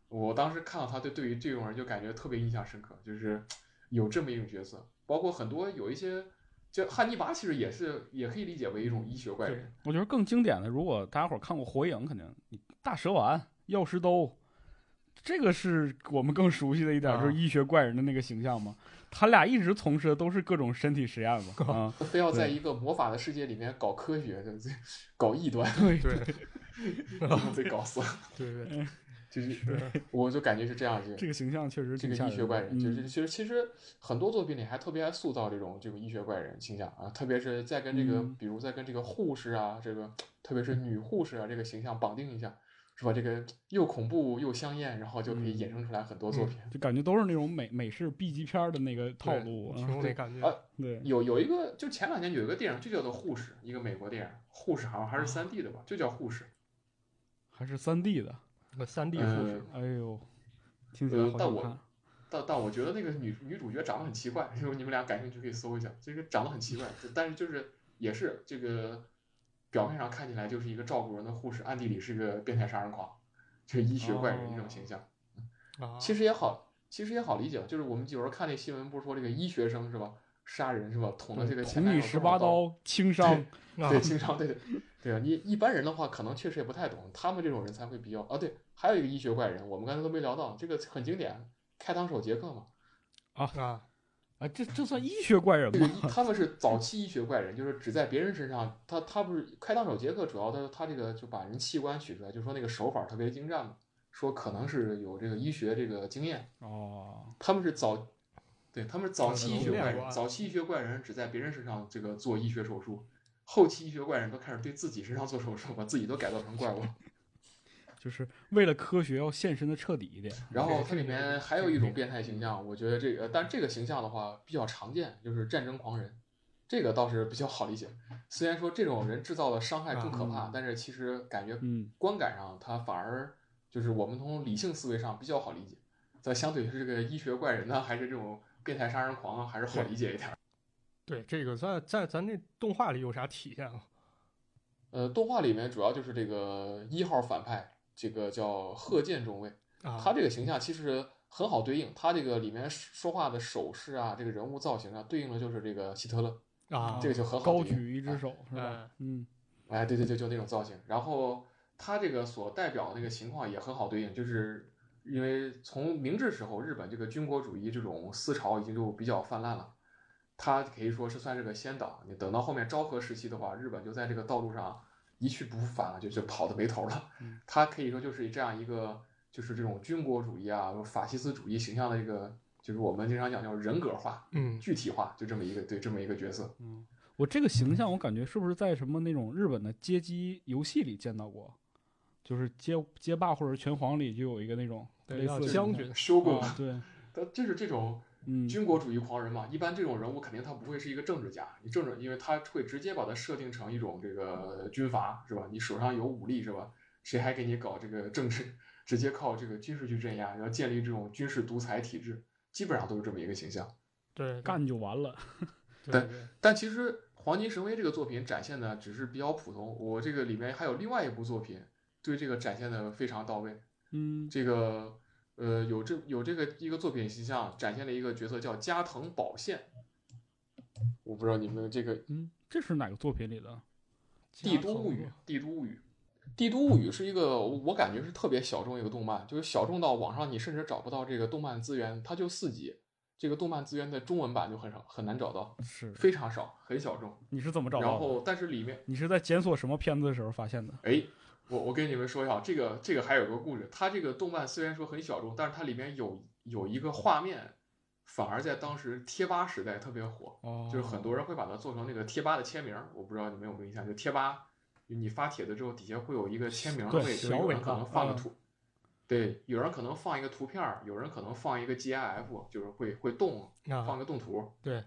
Speaker 3: 我当时看到他，就对于这种人就感觉特别印象深刻，就是有这么一种角色，包括很多有一些，就汉尼拔其实也是也可以理解为一种医学怪人，
Speaker 2: 我觉得更经典的，如果大家伙儿看过《火影》，肯定你大蛇丸、药师兜，这个是我们更熟悉的一点，
Speaker 3: 啊
Speaker 2: 就是医学怪人的那个形象嘛。他俩一直从事的都是各种身体实验 嘛，啊，
Speaker 3: 非要在
Speaker 2: 对
Speaker 3: 一个魔法的世界里面搞科学，对不对？搞异端，
Speaker 2: 对
Speaker 1: 对，
Speaker 3: 被搞死 了，
Speaker 1: 对对对，
Speaker 3: 就是
Speaker 1: 是
Speaker 3: 我就感觉是这样，就是
Speaker 2: 这个形象确实
Speaker 3: 这
Speaker 2: 挺
Speaker 3: 个
Speaker 2: 吓
Speaker 3: 医
Speaker 2: 人
Speaker 3: 学
Speaker 2: 的
Speaker 3: 怪人，就是
Speaker 2: 嗯
Speaker 3: 其实其实很多作品里还特别爱塑造这种这个医学怪人形象啊，特别是在跟这个
Speaker 2: 嗯
Speaker 3: 比如在跟这个护士啊，这个特别是女护士啊这个形象绑定一下，是吧？这个又恐怖又香艳，然后就可以衍生出来很多作品。
Speaker 2: 就感觉都是那种美美式 B 级片儿的那个套路，
Speaker 1: 挺
Speaker 2: 啊
Speaker 1: 有那感觉。
Speaker 3: 啊
Speaker 2: 对，
Speaker 3: 有有一个就前两年有一个电影就叫做《护士》，一个美国电影，《护士》好像还是三 D 的吧，就叫《护士》。
Speaker 2: 还是三 D 的，
Speaker 1: 那三 D
Speaker 3: 呃
Speaker 1: 护士，
Speaker 2: 哎呦，听起来
Speaker 3: 呃
Speaker 2: 好
Speaker 3: 但
Speaker 2: 想
Speaker 3: 我
Speaker 2: 看，
Speaker 3: 但但我觉得那个女女主角长得很奇怪， 如果你们俩感兴趣可以搜一下，这个长得很奇怪，就但是就是也是这个表面上看起来就是一个照顾人的护士，暗地里是个变态杀人狂，就是医学怪人这种形象。
Speaker 2: 哦
Speaker 1: 啊，
Speaker 3: 其实也好，其实也好理解，就是我们有时候看那新闻，不是说这个医学生是吧，杀人是吧，捅了这个前
Speaker 2: 捅
Speaker 3: 男
Speaker 2: 你
Speaker 3: 友
Speaker 2: 嗯十
Speaker 3: 多少
Speaker 2: 八刀，轻伤，
Speaker 1: 啊
Speaker 3: 对，经常对对对啊，你一般人的话，可能确实也不太懂，他们这种人才会比较啊。对，还有一个医学怪人，我们刚才都没聊到，这个很经典，开膛手杰克嘛，
Speaker 1: 啊，
Speaker 2: 啊，这这算医学怪人
Speaker 3: 这个
Speaker 2: 吗？
Speaker 3: 医他们是早期医学怪人，就是只在别人身上，他他不是开膛手杰克，主要他他这个就把人器官取出来，就说那个手法特别精湛嘛，说可能是有这个医学这个经验，
Speaker 2: 哦，
Speaker 3: 他们是早。对，他们是早
Speaker 1: 可
Speaker 3: 期
Speaker 1: 能
Speaker 3: 医学
Speaker 1: 练
Speaker 3: 怪
Speaker 1: 过
Speaker 3: 人，
Speaker 1: 啊
Speaker 3: 早期医学怪人只在别人身上这个做医学手术，后期医学怪人都开始对自己身上做手术，把自己都改造成怪物。
Speaker 2: 就是为了科学要现身的彻底一点，
Speaker 3: 然
Speaker 1: 对
Speaker 3: 后它
Speaker 1: 这
Speaker 3: 里
Speaker 1: 个
Speaker 3: 面还有一种变态形象，我觉得这个，但这个形象的话比较常见，就是战争狂人，这个倒是比较好理解。虽然说这种人制造的伤害更可怕，但是其实感觉
Speaker 2: 嗯，
Speaker 3: 观感上它反而就是我们从理性思维上比较好理解。在相对于这个医学怪人呢，还是这种变态杀人狂啊，还是好理解一点。
Speaker 1: 对这个在在咱这动画里有啥体现啊？
Speaker 3: 呃，动画里面主要就是这个一号反派，这个叫鹤剑中尉。
Speaker 1: 啊，
Speaker 3: 他这个形象其实很好对应，他这个里面说话的手势啊，这个人物造型啊，对应的就是这个希特勒，
Speaker 1: 啊，
Speaker 3: 嗯这个啊就很好
Speaker 2: 高
Speaker 3: 对应
Speaker 2: 举一只手是
Speaker 1: 哎
Speaker 2: 吧？嗯，
Speaker 3: 哎，对对对，就那种造型。然后他这个所代表的那个情况也很好对应，就是因为从明治时候，日本这个军国主义这种思潮已经就比较泛滥了。他可以说是算是个先导。你等到后面昭和时期的话，日本就在这个道路上一去不复返了，就就跑的没头了
Speaker 2: 嗯。
Speaker 3: 他可以说就是这样一个，就是这种军国主义啊、法西斯主义形象的一个，就是我们经常讲叫人格化、
Speaker 1: 嗯，
Speaker 3: 具体化，就这么一个对这么一个角色。
Speaker 2: 嗯，我这个形象，我感觉是不是在什么那种日本的街机游戏里见到过？就是街街霸或者拳皇里就有一个那种
Speaker 1: 对，
Speaker 2: 类
Speaker 1: 叫
Speaker 2: 似的
Speaker 1: 将
Speaker 2: 形
Speaker 1: 军，
Speaker 3: 修
Speaker 2: 象
Speaker 3: 过，
Speaker 2: 啊，对，
Speaker 3: 他就是这种
Speaker 2: 嗯，
Speaker 3: 军国主义狂人嘛，一般这种人物肯定他不会是一个政治家，你政治，因为他会直接把他设定成一种这个军阀是吧？你手上有武力是吧？谁还给你搞这个政治？ 直接靠这个军事去镇压，然后建立这种军事独裁体制，基本上都是这么一个形象。
Speaker 1: 对，对
Speaker 2: 干就完了，
Speaker 1: 对对
Speaker 3: 但其实《黄金神威》这个作品展现的只是比较普通，我这个里面还有另外一部作品对这个展现的非常到位，
Speaker 2: 嗯，
Speaker 3: 这个呃有这有这个一个作品形象展现了一个角色叫加藤保宪，我不知道你们这个《
Speaker 2: 嗯，这是哪个作品里的？
Speaker 3: 帝都物语》《帝都物语》。《帝都物语》是一个我我感觉是特别小众一个动漫，就是小众到网上你甚至找不到这个动漫资源，它就四集，这个动漫资源的中文版就很少很难找到，
Speaker 2: 是，
Speaker 3: 非常少，很小众。
Speaker 2: 你是怎么找
Speaker 3: 然
Speaker 2: 到的？
Speaker 3: 后但是里面
Speaker 2: 你是在检索什么片子的时候发现的？
Speaker 3: 哎，我我跟你们说一下，这个这个还有个故事。它这个动漫虽然说很小众，但是它里面有有一个画面，反而在当时贴吧时代特别火，
Speaker 2: 哦，
Speaker 3: 就是很多人会把它做成那个贴吧的签名儿。我不知道你们有没有印象，就贴吧，你发帖子之后底下会有一个签名儿
Speaker 2: 对
Speaker 3: 位，就
Speaker 2: 小
Speaker 3: 有
Speaker 2: 尾
Speaker 3: 人可
Speaker 2: 巴
Speaker 3: 能放个
Speaker 2: 嗯
Speaker 3: 图。对，有人可能放一个图片儿，有人可能放一个 GIF，就是会会动，放
Speaker 1: 啊，
Speaker 3: 个动图。
Speaker 1: 对，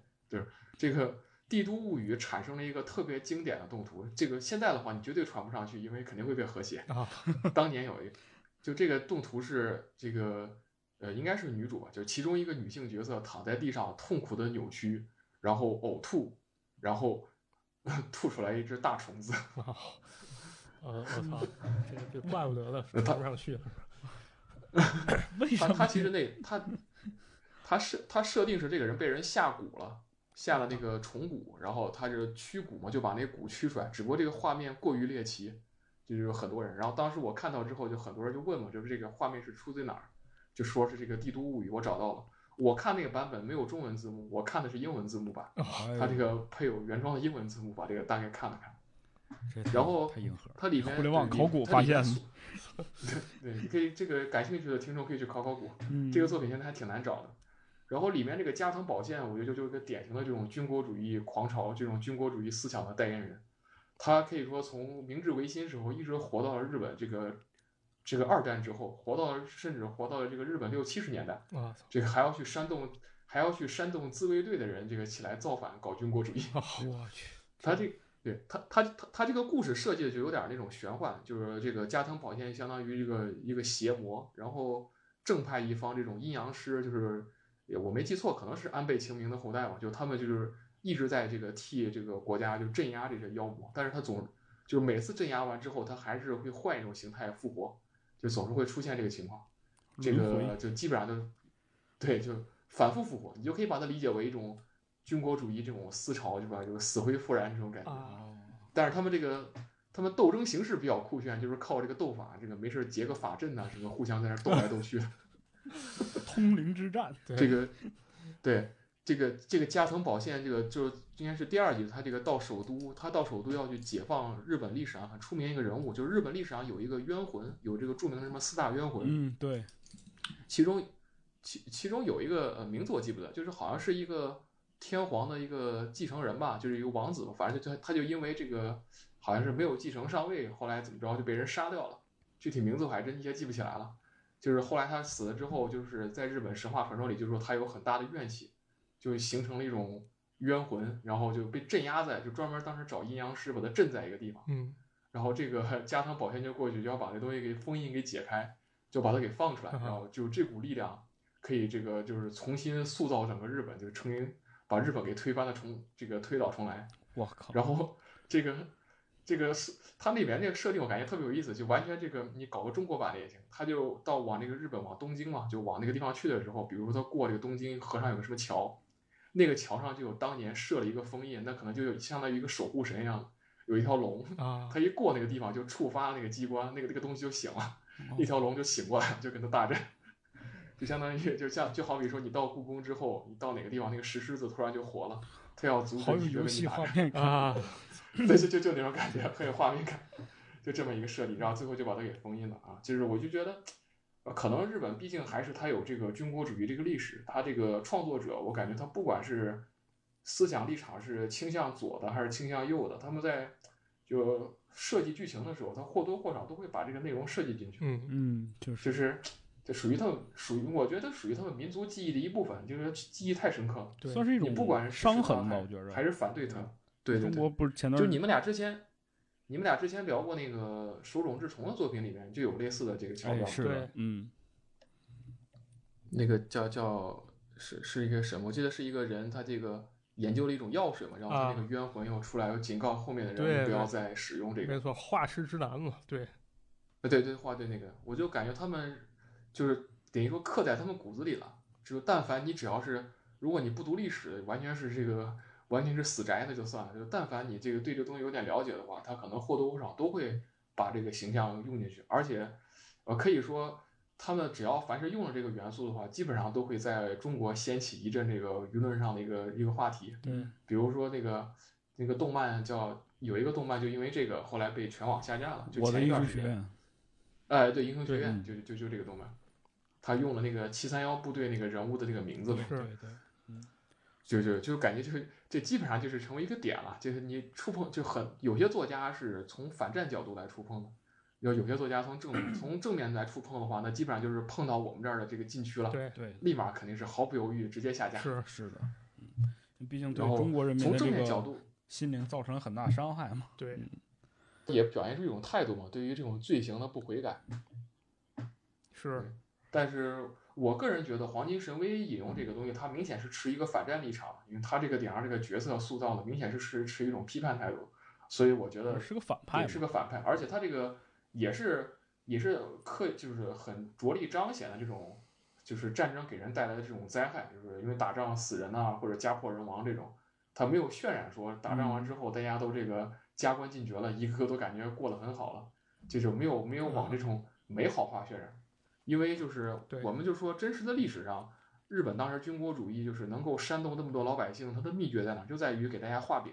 Speaker 3: 这个《帝都物语》产生了一个特别经典的动图，这个现在的话你绝对传不上去，因为肯定会被和 谐
Speaker 1: 啊。
Speaker 3: 当年有一个，就这个动图是这个呃，应该是女主吧，就是其中一个女性角色躺在地上痛苦的扭曲，然后呕吐，然后 吐出来一只大虫子。
Speaker 1: 呃，我操，这 这怪不得了，
Speaker 3: 他
Speaker 1: 传不上去了，
Speaker 2: 为 什
Speaker 3: 他
Speaker 2: 么
Speaker 3: 他其实那他他设他设定是这个人被人下蛊了，下了那个虫蛊，然后他就是驱蛊嘛，就把那蛊驱出来。只不过这个画面过于猎奇，就是有很多人。然后当时我看到之后，就很多人就问嘛，就是这个画面是出自哪儿？就说是这个《帝都物语》，我找到了。我看那个版本没有中文字幕，我看的是英文字幕版。
Speaker 2: 哎呦
Speaker 3: 他这个配有原装的英文字幕，把这个大概看了看。
Speaker 2: 这太
Speaker 3: 然后
Speaker 2: 太硬核了。
Speaker 3: 它里面
Speaker 2: 互联网
Speaker 3: 对
Speaker 2: 考古
Speaker 3: 它里
Speaker 2: 发现
Speaker 3: 面所 对，你可以这个感兴趣的听众可以去考考古，
Speaker 2: 嗯
Speaker 3: 这个作品现在还挺难找的。然后里面这个加藤宝剑，我觉得就就是一个典型的这种军国主义狂潮、这种军国主义思想的代言人。他可以说从明治维新时候一直活到了日本这个这个二战之后，活到了甚至活到了这个日本六七十年代，
Speaker 1: 啊，
Speaker 3: 这个还要去煽动还要去煽动自卫队的人这个起来造反搞军国主义。
Speaker 1: 啊我去，
Speaker 2: 啊
Speaker 3: 他这对他他他他这个故事设计的就有点那种玄幻，就是这个加藤宝剑相当于一个一个邪魔，然后正派一方这种阴阳师，就是也我没记错，可能是安倍晴明的后代吧，就他们就是一直在这个替这个国家就镇压这些妖魔，但是他总就是每次镇压完之后，他还是会换一种形态复活，就总是会出现这个情况，这
Speaker 2: 轮
Speaker 3: 个
Speaker 2: 回
Speaker 3: 就基本上就对就反复复活，你就可以把它理解为一种。军国主义这种思潮，对吧？就是死灰复燃这种感觉。
Speaker 1: 啊
Speaker 2: 哦
Speaker 3: 但是他们这个他们斗争形式比较酷炫，就是靠这个斗法，这个没事儿结个法阵呐、什么互相在那儿斗来斗去。
Speaker 2: 通灵之战，
Speaker 3: 这个对这个这个加藤宝宪，这个就应该是第二集，他这个到首都，他到首都要去解放日本历史上很出名一个人物，就是日本历史上有一个冤魂，有这个著名的什么四大冤魂，
Speaker 2: 嗯，对，
Speaker 3: 其中其其中有一个呃名字我记不得，就是好像是一个天皇的一个继承人吧，就是一个王子吧，反正就他他就因为这个好像是没有继承上位，后来怎么着就被人杀掉了，具体名字我还真一下记不起来了。就是后来他死了之后，就是在日本神话传说里就说他有很大的怨气，就形成了一种冤魂，然后就被镇压在，就专门当时找阴阳师把他镇在一个地方。
Speaker 1: 嗯
Speaker 3: 然后这个 加藤宝剑就过去，就要把这东西给封印给解开，就把它给放出来，
Speaker 1: 嗯哼
Speaker 3: 然后就这股力量可以这个就是重新塑造整个日本，就是重新把日本给推翻了重这个推倒重来。
Speaker 2: 我靠，
Speaker 3: 然后 这个这个是它里面这个设定，我感觉特别有意思，就完全这个你搞个中国版的也行。他就到往那个日本往东京嘛，就往那个地方去的时候，比如说他过这个东京河上有个什么桥，那个桥上就有当年设了一个封印，那可能就有相当于一个守护神一样，有一条龙。
Speaker 1: 啊，
Speaker 3: 他一过那个地方就触发那个机关，那个那个东西就醒了，
Speaker 2: 哦
Speaker 3: 一条龙就醒过来 了，就跟他大 战，就相当于就像就好比说你到故宫之后，你到哪个地方那个石狮子突然就活了，它要阻止
Speaker 2: 好有
Speaker 3: 你
Speaker 2: 游
Speaker 3: 就跟你
Speaker 2: 戏
Speaker 3: 打
Speaker 2: 画
Speaker 3: 仗，
Speaker 2: 面感，
Speaker 1: 啊，
Speaker 3: 对，就就就那种感觉，很有画面感，就这么一个设计，然后最后就把它给封印了啊，就是我就觉得。呃可能日本毕竟还是它有这个军国主义这个历史，它这个创作者，我感觉他不管是思想立场是倾向左的还是倾向右的，他们在就设计剧情的时候，他或多或少都会把这个内容设计进去，
Speaker 1: 嗯
Speaker 2: 嗯，就
Speaker 3: 就是是这属于他们属于我觉得属于他们民族记忆的一部分，就是记忆太深刻了，
Speaker 1: 对
Speaker 2: 算是一
Speaker 3: 你
Speaker 2: 种
Speaker 3: 不管是支持
Speaker 2: 伤
Speaker 3: 他
Speaker 2: 痕吧，
Speaker 3: 还
Speaker 2: 我觉着嗯
Speaker 3: 还是反对他，对对
Speaker 2: 中
Speaker 3: 对。
Speaker 2: 国不是前段
Speaker 3: 就你们俩之前，你们俩之前聊过那个手冢治虫的作品里面就有类似的这个桥段
Speaker 2: 哎
Speaker 3: 吗，
Speaker 2: 是的，嗯，
Speaker 3: 那个叫叫是是一个什么？我记得是一个人，他这个研究了一种药水嘛，然后他那个冤魂要出来，要警告后面的
Speaker 1: 对
Speaker 3: 人不要
Speaker 1: 对
Speaker 3: 再使用这个
Speaker 1: 没。错，画师之难嘛，对，
Speaker 3: 呃，对对，话对那个，我就感觉他们就是等于说刻在他们骨子里了。就但凡你只要是，如果你不读历史，完全是这个完全是死宅那就算了。就但凡你这个对这个东西有点了解的话，他可能或多或少都会把这个形象用进去。而且，呃，可以说他们只要凡是用了这个元素的话，基本上都会在中国掀起一阵这个舆论上的一个一个话题。
Speaker 2: 对，
Speaker 3: 比如说那个那个动漫叫有一个动漫就因为这个后来被全网下架了，就
Speaker 2: 我的
Speaker 3: 前一
Speaker 2: 艺
Speaker 3: 段
Speaker 2: 术
Speaker 3: 时
Speaker 2: 学
Speaker 3: 间。
Speaker 2: 院，
Speaker 3: 哎，对，英雄学
Speaker 1: 对
Speaker 3: 院
Speaker 2: 嗯
Speaker 3: 就就就这个动漫，他用了那个七三幺部队那个人物的那个名字呗，
Speaker 1: 是
Speaker 2: 对，
Speaker 3: 就就就感觉就是这基本上就是成为一个点了，就是你触碰就很有些作家是从反战角度来触碰的，有有些作家从正从正面来触碰的话，那基本上就是碰到我们这儿的这个禁区了，
Speaker 1: 对，
Speaker 2: 对，
Speaker 3: 立马肯定是毫不犹豫直接下架。
Speaker 1: 是
Speaker 2: 是的，嗯，毕竟对
Speaker 3: 然后
Speaker 2: 中国人民
Speaker 3: 从
Speaker 2: 的这
Speaker 3: 正面角
Speaker 2: 个
Speaker 3: 度
Speaker 2: 心灵造成很大伤害嘛，
Speaker 1: 对，
Speaker 3: 也表现出一种态度嘛，对于这种罪行的不悔改。
Speaker 1: 是，
Speaker 3: 但是我个人觉得，《黄金神威》引用这个东西，它明显是持一个反战立场，因为它这个顶上这个角色塑造的明显是持持一种批判态度，所以我觉得
Speaker 2: 是个反派
Speaker 3: 也
Speaker 2: 嘛，
Speaker 3: 是个反派，而且它这个也是也是刻就是很着力彰显了这种就是战争给人带来的这种灾害，就是因为打仗死人呐、或者家破人亡这种，它没有渲染说打仗
Speaker 2: 嗯
Speaker 3: 完之后大家都这个加官进爵了，一个个都感觉过得很好了，这就没有没有
Speaker 2: 嗯
Speaker 3: 往这种美好化渲染，因为就是
Speaker 1: 对
Speaker 3: 我们就说真实的历史上。日本当时军国主义就是能够煽动那么多老百姓，它的秘诀在哪？就在于给大家画饼，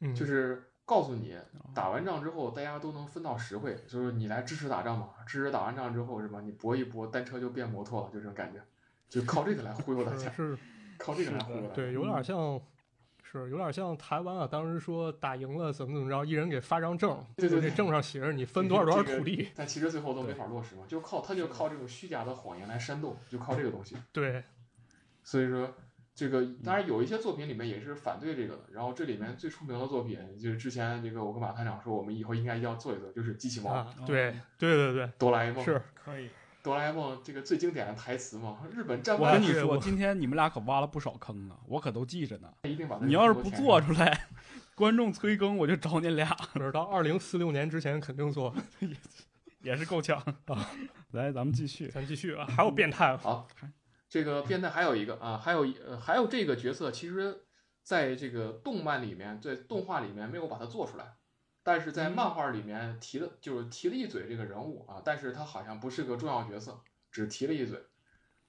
Speaker 1: 嗯，
Speaker 3: 就是告诉你，
Speaker 2: 哦
Speaker 3: 打完仗之后大家都能分到实惠，就是你来支持打仗嘛，支持打完仗之后是吧？你搏一搏，单车就变摩托了，就这种感觉，就靠这个来忽悠大
Speaker 1: 是
Speaker 3: 家，
Speaker 1: 是，
Speaker 3: 靠这个来忽悠大家。
Speaker 1: 对，有点像，是有点像台湾啊，当时说打赢了怎么怎么着，一人给发张证，
Speaker 3: 对对
Speaker 1: 就
Speaker 3: 对
Speaker 1: 这证上写着你分多少多少
Speaker 3: 这个
Speaker 1: 土地，
Speaker 3: 但其实最后都没
Speaker 2: 对
Speaker 3: 法落实嘛，就靠他就靠这种虚假的谎言来煽动，就靠这个东西。
Speaker 1: 对，
Speaker 3: 所以说，这个
Speaker 2: 嗯
Speaker 3: 当然有一些作品里面也是反对这个的。然后这里面最出名的作品就是之前这个我跟马探长说，我们以后应该要做一做，就是机器猫、
Speaker 1: 啊，对，对对
Speaker 3: 哆啦 A
Speaker 1: 对，
Speaker 3: 梦。
Speaker 1: 是
Speaker 2: 可以。
Speaker 3: 哆啦 A 梦这个最经典的台词嘛，日本战
Speaker 2: 我跟
Speaker 3: 败
Speaker 2: 你
Speaker 1: 对
Speaker 2: 说，
Speaker 1: 我
Speaker 2: 今天你们俩可挖了不少坑啊，我可都记着呢。
Speaker 3: 一定把它
Speaker 2: 你要是
Speaker 3: 给
Speaker 2: 不
Speaker 3: 我填
Speaker 2: 做
Speaker 3: 上，
Speaker 2: 出来，观众催更我就找你俩，
Speaker 1: 可是到二零四六年之前肯定做。
Speaker 2: 也是够呛啊。 来，咱们继续。
Speaker 1: 咱继续啊，还有变态吗？
Speaker 3: 这个变态还有一个啊，还有一呃还有这个角色，其实在这个动漫里面，在动画里面没有把它做出来，但是在漫画里面提了，就是提了一嘴这个人物啊，但是他好像不是个重要角色，只提了一嘴。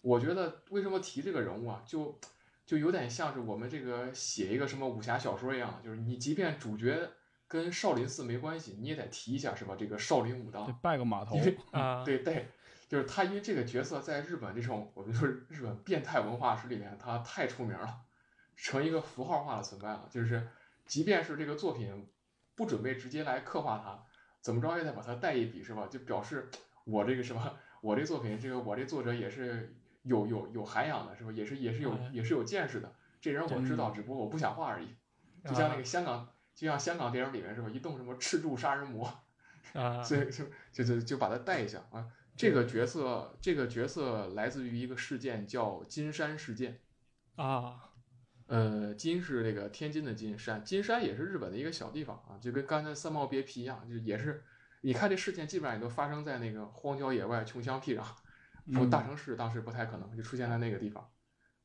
Speaker 3: 我觉得为什么提这个人物啊，就就有点像是我们这个写一个什么武侠小说一样，就是你即便主角跟少林寺没关系，你也得提一下是吧？这个少林武当
Speaker 2: 得，拜个码头
Speaker 3: 因。为
Speaker 1: 啊，
Speaker 3: 对对，就是他，因为这个角色在日本这种我们说日本变态文化史里面，他太出名了，成一个符号化的存在了。就是即便是这个作品不准备直接来刻画他，怎么着也得把他带一笔是吧？就表示我这个什么，我这作品，这个我这作者也是有有有涵养的，是吧？也是也是有
Speaker 1: 哎嗯
Speaker 3: 也是有见识的。这人我知道，只不过我不想画而已。就
Speaker 1: 啊
Speaker 3: 像那个香港，就像香港电影里面是吧？一动什么赤柱杀人魔，
Speaker 1: 啊，
Speaker 3: 所以就就就就把他带一下啊。这个角色，这个角色来自于一个事件，叫金山事件。
Speaker 1: 啊，
Speaker 3: 呃，金是那个天津的金山，金山也是日本的一个小地方啊，就跟刚才三毛别皮一样，就也是，你看这事件基本上也都发生在那个荒郊野外、穷乡僻壤，
Speaker 2: 嗯
Speaker 3: 说大城市当时不太可能，就出现在那个地方，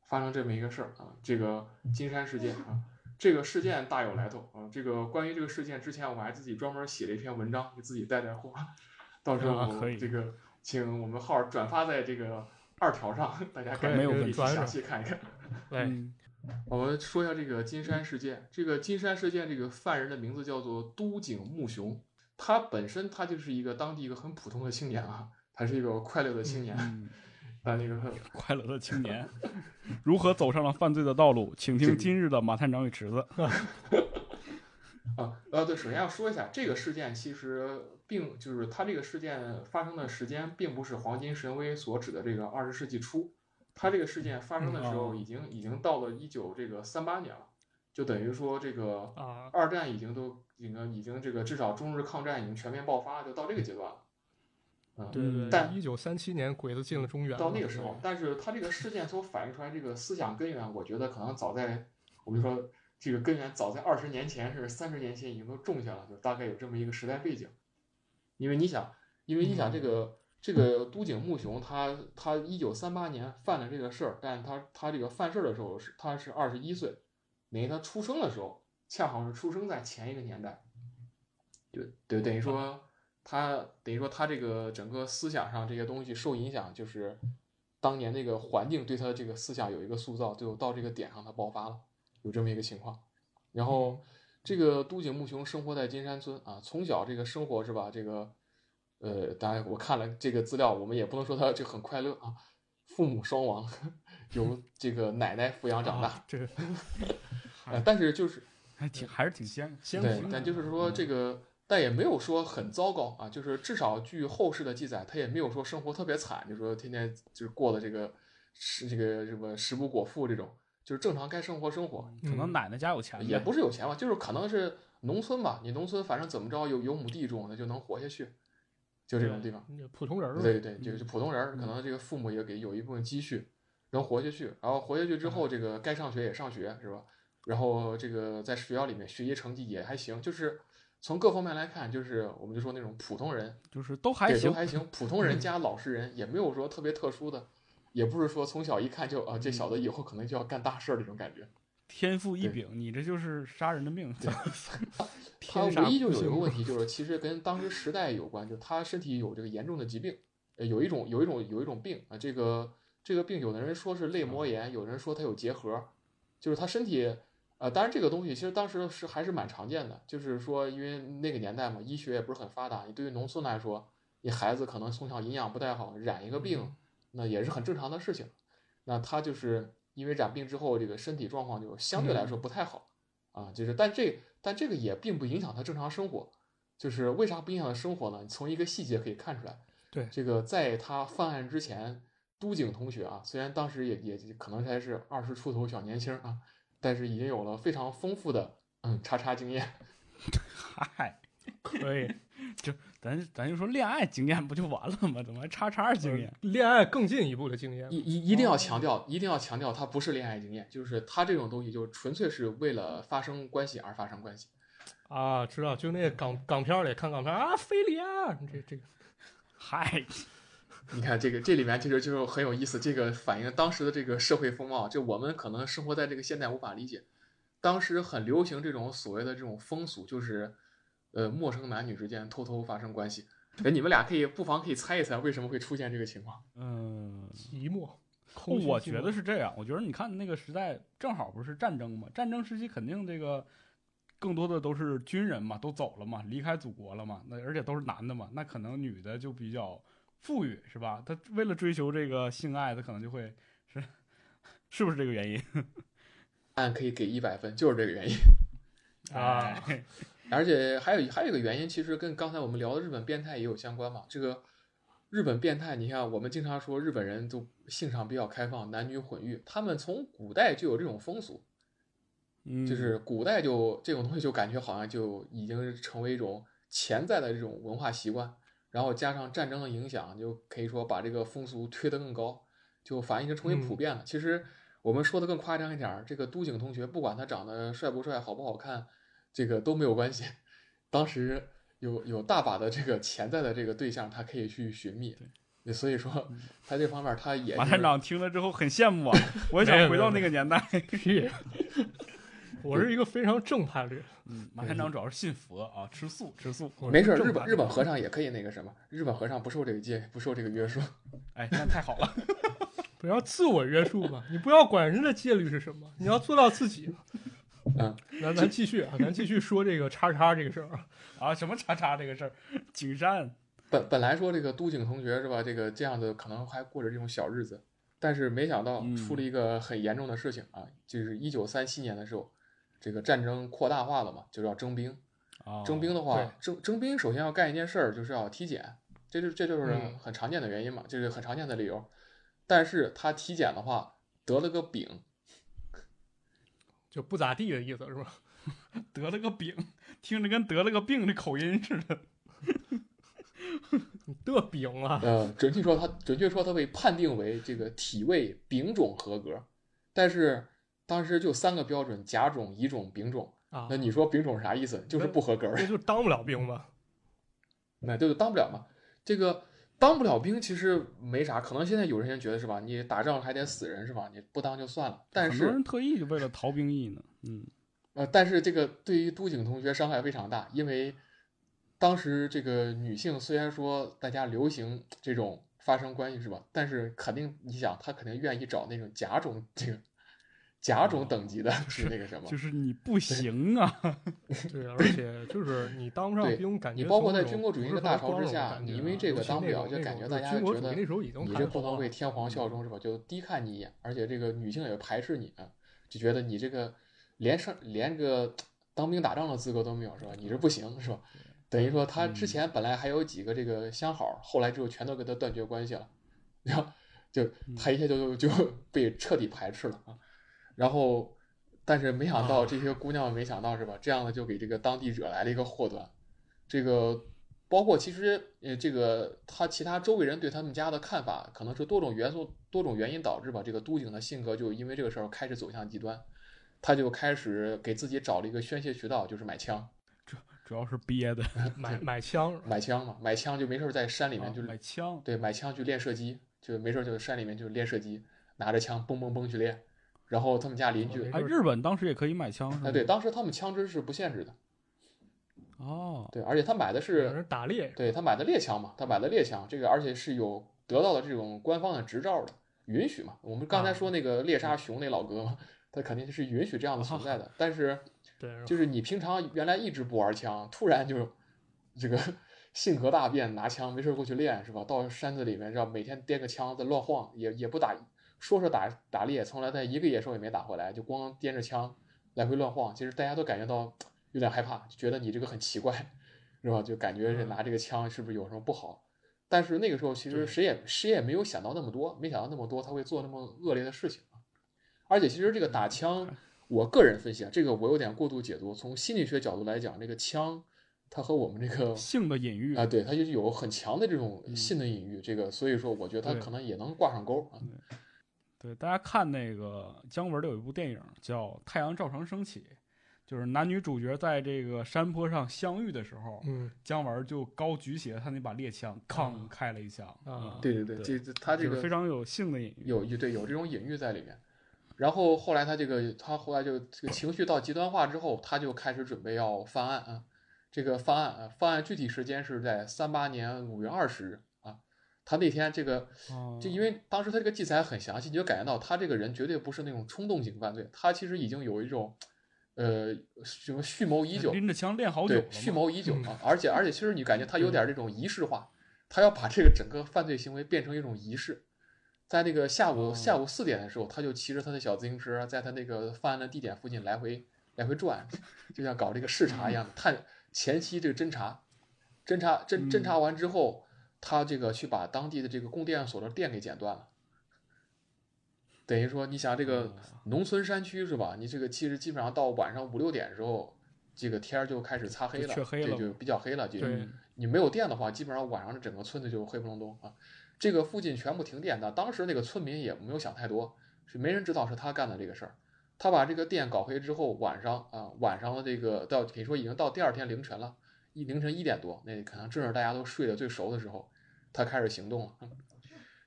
Speaker 3: 发生这么一个事儿啊，这个金山事件啊，这个事件大有来头啊，这个关于这个事件之前我还自己专门写了一篇文章，给自己带带货，到时
Speaker 2: 啊
Speaker 3: 候
Speaker 2: 可以
Speaker 3: 这个请我们号儿转发在这个二条上，大家
Speaker 1: 可以
Speaker 3: 感兴
Speaker 2: 没有
Speaker 3: 趣
Speaker 2: 问
Speaker 3: 可
Speaker 1: 题
Speaker 3: 以
Speaker 1: 转一
Speaker 3: 详
Speaker 1: 转
Speaker 3: 细看一看。
Speaker 1: 对，
Speaker 2: 嗯
Speaker 3: 我们说一下这个金山事件。这个金山事件，这个犯人的名字叫做都井木雄。他本身他就是一个当地一个很普通的青年啊，他是一个快乐的青年。
Speaker 2: 嗯，
Speaker 3: 他那个很
Speaker 2: 快乐的青年 如何走上了犯罪的道路？请
Speaker 3: 这
Speaker 2: 听
Speaker 3: 个
Speaker 2: 今日的马探长与池子。
Speaker 3: 啊呃对，首先要说一下这个事件，其实并就是他这个事件发生的时间，并不是黄金神威所指的这个二十世纪初。他这个事件发生的时候，
Speaker 2: 嗯哦
Speaker 3: 已经、已经到了一九这个三八年了，就等于说这个
Speaker 1: 啊，
Speaker 3: 二战已经都已经已经这个至少中日抗战已经全面爆发，就到这个阶段了。嗯，
Speaker 1: 对对对，
Speaker 3: 但
Speaker 1: 一九三七年鬼子进了中原，
Speaker 3: 到那个时
Speaker 1: 啊
Speaker 3: 候，但是他这个事件所反映出来这个思想根源，我觉得可能早在我们说这个根源早在二十年前甚至三十年前已经都种下了，就大概有这么一个时代背景。因为你想，因为你想这个、这个都井木雄他他一九三八年犯了这个事儿，但他他这个犯事儿的时候是他是二十一岁，等于他出生的时候恰好是出生在前一个年代，就对等于说他等于说他这个整个思想上这些东西受影响，就是当年那个环境对他的这个思想有一个塑造，就到这个点上他爆发了，有这么一个情况。然后这个都井木雄生活在金山村啊，从小这个生活是吧？这个呃，当然我看了这个资料，我们也不能说他就很快乐啊，父母双亡， 由这个奶奶抚养长大。
Speaker 1: 啊，这 个哎
Speaker 3: 呃，但是就是
Speaker 2: 还哎挺还是挺鲜鲜
Speaker 3: 对
Speaker 2: 活，的
Speaker 3: 但就是说这个，但也没有说很糟糕啊，就是至少据后世的记载，他也没有说生活特别惨，就是说天天就是过的这个食这个什么食不果腹这种，就是正常该生活生活，
Speaker 2: 可能奶奶家有钱呗，
Speaker 3: 也不是有钱吧，就是可能是农村吧，你农村反正怎么着有有亩地种，那就能活下去，就这种地方。
Speaker 1: 普通人儿嘛，
Speaker 3: 对对，
Speaker 2: 嗯
Speaker 3: 就是普通人儿，可能这个父母也给有一部分积蓄，能活下去，然后活下去之
Speaker 2: 啊
Speaker 3: 后，这个该上学也上学，是吧？然后这个在学校里面学习成绩也还行，就是从各方面来看，就是我们就说那种普通人，
Speaker 2: 就是都还
Speaker 3: 对，都
Speaker 2: 行，嗯
Speaker 3: 还行，普通人加老实人，也没有说特别特殊的，也不是说从小一看就啊，这小子以后可能就要干大事儿这种感觉。
Speaker 2: 天赋异
Speaker 3: 对
Speaker 2: 禀，你这就是杀人的命。
Speaker 3: 他
Speaker 2: 天杀
Speaker 3: 唯一就
Speaker 2: 不
Speaker 3: 有一个
Speaker 2: 行
Speaker 3: 问题，就是其实跟当时时代有关，就是他身体有这个严重的疾病，呃，有一种有一种有一种病啊，这
Speaker 2: 啊
Speaker 3: 个这个病有的人说是类膜炎，有人说他有结核，就是他身体呃，当然这个东西其实当时是还是蛮常见的，就是说因为那个年代嘛，医学也不是很发达，你对于农村来说，你孩子可能从小营养不太好，染一个病，
Speaker 2: 嗯
Speaker 3: 那也是很正常的事情。那他就是因为染病之后，这个身体状况就相对来说不太好啊，就是但这但这个也并不影响他正常生活。就是为啥不影响他生活呢？你从一个细节可以看出来，
Speaker 1: 对
Speaker 3: 这个在他犯案之前，都井同学啊，虽然当时也也可能才是二十出头小年轻啊，但是已经有了非常丰富的嗯叉叉经验。
Speaker 2: 嗨，可
Speaker 1: 哎
Speaker 2: 以，就咱咱就说恋爱经验不就完了吗？怎么还叉叉经验？
Speaker 1: 恋爱更进一步的经验
Speaker 3: 一。一一定要强调，一定要强调，它不是恋爱经验，就是它这种东西就纯粹是为了发生关系而发生关系。
Speaker 1: 啊，知道，就那个港港片儿里看港片儿啊，非礼啊，这这个
Speaker 2: 嗨，
Speaker 3: 你看这个这里面其实就是很有意思，这个反映当时的这个社会风貌，就我们可能生活在这个现代无法理解。当时很流行这种所谓的这种风俗，就是呃陌生男女之间偷偷发生关系。哎，你们俩可以不妨可以猜一猜为什么会出现这个情况？
Speaker 2: 嗯，
Speaker 1: 寂寞，空虚
Speaker 2: 我
Speaker 1: 寂
Speaker 2: 觉
Speaker 1: 寞
Speaker 2: 得是这样。我觉得你看那个时代，正好不是战争嘛，战争时期肯定这个更多的都是军人嘛，都走了嘛，离开祖国了嘛，那而且都是男的嘛，那可能女的就比较富裕是吧？她为了追求这个性爱，她可能就会是是不是这个原因
Speaker 3: 按可以给一百分，就是这个原因。
Speaker 1: 啊
Speaker 2: 哎
Speaker 3: 而且还有还有一个原因，其实跟刚才我们聊的日本变态也有相关嘛。这个日本变态，你看我们经常说日本人都性上比较开放，男女混浴，他们从古代就有这种风俗。
Speaker 2: 嗯，
Speaker 3: 就是古代就这种东西就感觉好像就已经成为一种潜在的这种文化习惯，然后加上战争的影响，就可以说把这个风俗推得更高，就反映成成为普
Speaker 1: 嗯
Speaker 3: 遍了。其实我们说的更夸张一点儿，这个都井同学不管他长得帅不帅、好不好看，这个都没有关系。当时有有大把的这个潜在的这个对象，他可以去寻觅。所以说，
Speaker 1: 嗯
Speaker 3: 他这方面他也
Speaker 2: 马
Speaker 3: 就
Speaker 2: 探
Speaker 3: 是
Speaker 2: 长听了之后很羡慕啊，我也想回到那个年代。
Speaker 1: 屁。我是一个非常正派的人，
Speaker 2: 嗯， 马探长主要是信佛啊，吃素吃素。
Speaker 1: 我
Speaker 3: 没
Speaker 1: 是
Speaker 3: 事儿，
Speaker 1: 正
Speaker 3: 日
Speaker 1: 派
Speaker 3: 本
Speaker 1: 的
Speaker 3: 日本和尚也可以那个什么，日本和尚不受这个戒，不受这个约束。
Speaker 2: 哎，那太好了。
Speaker 1: 不要自我约束嘛，你不要管人家戒律是什么，你要做到自己。
Speaker 3: 嗯，
Speaker 1: 那咱继续啊，咱继续说这个叉叉这个事儿啊。
Speaker 2: 啊，什么叉叉这个事儿， 景山
Speaker 3: 本本来说这个都井同学是吧，这个这样的可能还过着这种小日子，但是没想到
Speaker 2: 嗯
Speaker 3: 出了一个很严重的事情啊，就是一九三七年的时候，这个战争扩大化了嘛，就是要征兵。
Speaker 2: 啊
Speaker 3: 征兵的
Speaker 1: 哦对
Speaker 3: 话，征征兵首先要干一件事儿，就是要体检，这就这就是
Speaker 1: 嗯
Speaker 3: 很常见的原因嘛，这是很常见的理由。但是他体检的话得了个丙，
Speaker 1: 就不咋地的意思是吧？
Speaker 2: 得了个饼，听着跟得了个病的口音似的。
Speaker 1: 你得饼了，
Speaker 3: 呃，准确说他准确说他被判定为这个体位丙种合格，但是当时就三个标准：甲种、乙种、丙种。
Speaker 1: 啊
Speaker 3: 那，你说丙种是啥意思？就是不合格
Speaker 1: 那
Speaker 3: 呗，
Speaker 1: 就当不了兵吧？
Speaker 3: 那就是当不了嘛。这个当不了兵其实没啥，可能现在有些人觉得是吧？你打仗还得死人是吧？你不当就算了。但
Speaker 2: 很多
Speaker 3: 是
Speaker 2: 人特意就为了逃兵役呢。嗯，
Speaker 3: 呃，但是这个对于都井同学伤害非常大，因为当时这个女性虽然说大家流行这种发生关系是吧？但是肯定你想，她肯定愿意找那种甲种这个甲种等级的去 那个什么
Speaker 2: 就。是你不行啊。
Speaker 1: 对，而且就是你当不上
Speaker 3: 对
Speaker 1: 兵，感觉
Speaker 3: 你包括
Speaker 1: 总有
Speaker 3: 在军国主义
Speaker 1: 不是
Speaker 3: 的大
Speaker 1: 很
Speaker 3: 潮之
Speaker 1: 光荣的
Speaker 3: 下
Speaker 1: 感觉
Speaker 3: 你因为
Speaker 1: 啊
Speaker 3: 这个
Speaker 1: 尤其
Speaker 3: 当不
Speaker 1: 那
Speaker 3: 了
Speaker 1: 种
Speaker 3: 就
Speaker 1: 那
Speaker 3: 感觉
Speaker 1: 种
Speaker 3: 大
Speaker 1: 就
Speaker 3: 家
Speaker 1: 军国主
Speaker 3: 觉
Speaker 1: 义
Speaker 3: 得
Speaker 1: 那时候已经
Speaker 3: 你
Speaker 1: 看
Speaker 3: 这不
Speaker 1: 透
Speaker 3: 能
Speaker 1: 了
Speaker 3: 为天皇效忠是吧？就低看你一眼，而且这个女性也排斥你，啊，就觉得你这个连上连个当兵打仗的资格都没有是吧？你这不行是吧？等于说他之前本来还有几个这个相好，后来之后全都跟他断绝关系了，然后就他一下就就就被彻底排斥了啊。然后，但是没想到这些姑娘们没想到是吧？这样的就给这个当地惹来了一个祸端。这个包括其实呃，这个他其他周围人对他们家的看法，可能是多种元素、多种原因导致吧。这个都井的性格就因为这个事儿开始走向极端，他就开始给自己找了一个宣泄渠道，就是买枪，
Speaker 2: 主要是憋的，
Speaker 1: 买买枪，
Speaker 3: 买枪嘛，买枪就没事儿在山里
Speaker 1: 哦
Speaker 3: 面
Speaker 2: 啊
Speaker 3: 就是
Speaker 2: 买枪。
Speaker 3: 对，买枪去练射击，就没事儿就山里面就练射击，拿着枪嘣嘣嘣去练。然后他们家邻居，
Speaker 1: 没
Speaker 2: 哎，日本当时也可以买枪是吗？
Speaker 3: 哎，对，当时他们枪支是不限制的，
Speaker 2: 哦，
Speaker 3: 对，而且他买的
Speaker 1: 有
Speaker 3: 是，
Speaker 1: 人打猎，
Speaker 3: 对他买的猎枪嘛，他买的猎枪，这个而且是有得到的这种官方的执照的，允许嘛。我们刚才
Speaker 1: 啊
Speaker 3: 说那个猎杀熊那老哥嘛，它肯定是允许这样的
Speaker 1: 哦
Speaker 3: 存在的。但是
Speaker 1: 对，然后
Speaker 3: 就是你平常原来一直不玩枪，突然就这个性格大变，拿枪没事儿过去练是吧？到山子里面是吧？每天掂个枪在乱晃，也也不打，说是打打猎，从来他一个野兽也没打回来，就光掂着枪来回乱晃。其实大家都感觉到有点害怕，就觉得你这个很奇怪，是吧？就感觉是拿这个枪是不是有什么不好？但是那个时候其
Speaker 1: 对
Speaker 3: 实谁也谁也没有想到那么多，没想到那么多他会做那么恶劣的事情。啊而且其实这个打枪，我个人分析啊，这个我有点过度解读。从心理学角度来讲，这个枪它和我们这个
Speaker 2: 性的隐喻
Speaker 3: 啊，对，它就是有很强的这种
Speaker 2: 嗯
Speaker 3: 性的隐喻。这个所以说，我觉得它
Speaker 2: 对
Speaker 3: 可能也能挂上钩啊。
Speaker 2: 对，大家看那个姜文的有一部电影叫《太阳照常升起》，就是男女主角在这个山坡上相遇的时候，
Speaker 1: 嗯，
Speaker 2: 姜文就高举起了他那把猎枪，
Speaker 1: 啊
Speaker 2: 哐开了一枪。
Speaker 1: 啊
Speaker 2: 嗯
Speaker 3: 对对对，
Speaker 2: 对
Speaker 3: 这这它这
Speaker 2: 就是
Speaker 3: 个
Speaker 2: 非常有性的隐喻。
Speaker 3: 有有对有这种隐喻在里面。然后后来他这个他后来就这个情绪到极端化之后，他就开始准备要犯案啊。这个犯案啊，犯案具体时间是在三八年五月二十日啊。他那天这个
Speaker 2: 啊
Speaker 3: 就因为当时他这个记载很详细，你就感觉到他这个人绝对不是那种冲动型犯罪，他其实已经有一种，呃，什么蓄谋已久，
Speaker 2: 拎着枪练好久了
Speaker 3: 对
Speaker 2: 嘛，嗯
Speaker 3: 蓄谋已久
Speaker 1: 嗯
Speaker 3: 啊，而且而且其实你感觉他有点这种仪式化，他要把这个整个犯罪行为变成一种仪式。在那个下午
Speaker 2: 哦
Speaker 3: 下午四点的时候，他就骑着他的小自行车，在他那个犯案的地点附近来回来回转，就像搞这个视察一样
Speaker 2: 嗯
Speaker 3: 的探前期这个侦查，侦查侦侦
Speaker 2: 嗯
Speaker 3: 查完之后，他这个去把当地的这个供电所的电给剪断了。等于说，你想这
Speaker 2: 哦
Speaker 3: 个
Speaker 2: 呃
Speaker 3: 农村山区是吧？你这个其实基本上到晚上五六点的时候，这个天儿就开始擦黑
Speaker 2: 就
Speaker 3: 了，
Speaker 2: 黢黑
Speaker 3: 这
Speaker 2: 了
Speaker 3: 就比较黑了。就
Speaker 1: 对
Speaker 3: 你没有电的话，基本上晚上这整个村子就黑不隆咚啊。这个附近全部停电的，当时那个村民也没有想太多，是没人知道是他干的这个事儿。他把这个电搞黑之后，晚上啊，晚上的这个到可以说已经到第二天凌晨了，一凌晨一点多，那可能正是大家都睡得最熟的时候，他开始行动了。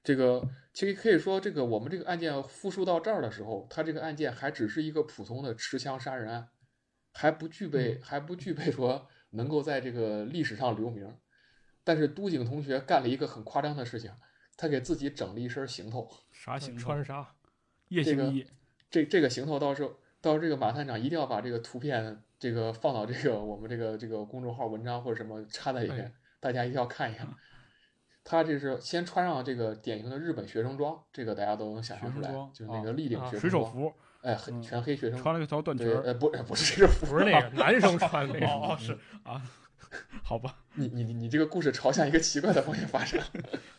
Speaker 3: 这个其实可以说，这个我们这个案件复述到这儿的时候，他这个案件还只是一个普通的持枪杀人案，还不具
Speaker 2: 嗯
Speaker 3: 备还不具备说能够在这个历史上留名。但是都警同学干了一个很夸张的事情，他给自己整了一身行头。
Speaker 2: 啥行头
Speaker 1: 穿啥？
Speaker 2: 夜
Speaker 3: 这个
Speaker 2: 行衣，
Speaker 3: 这这个行头到时候到时候这个马探长一定要把这个图片这个放到这个我们这个这个公众号文章或者什么插在里面，
Speaker 1: 哎
Speaker 3: 大家一定要看一
Speaker 2: 嗯
Speaker 3: 看。他这是先穿上这个典型的日本学生装，这个大家都能想象出
Speaker 2: 学
Speaker 3: 来
Speaker 2: 生，装
Speaker 3: 就是那个立领
Speaker 1: 啊
Speaker 3: 学
Speaker 2: 水
Speaker 3: 生
Speaker 2: 手
Speaker 3: 装，
Speaker 2: 服，
Speaker 3: 哎，黑
Speaker 2: 嗯
Speaker 3: 全黑学生，
Speaker 2: 穿了一条短裙
Speaker 3: 对，
Speaker 2: 儿。
Speaker 3: 呃，不， 不是水手服，
Speaker 1: 不是那个男生穿那个，
Speaker 2: 哦哦是 啊，好吧，
Speaker 3: 你你你你这个故事朝向一个奇怪的方向发展，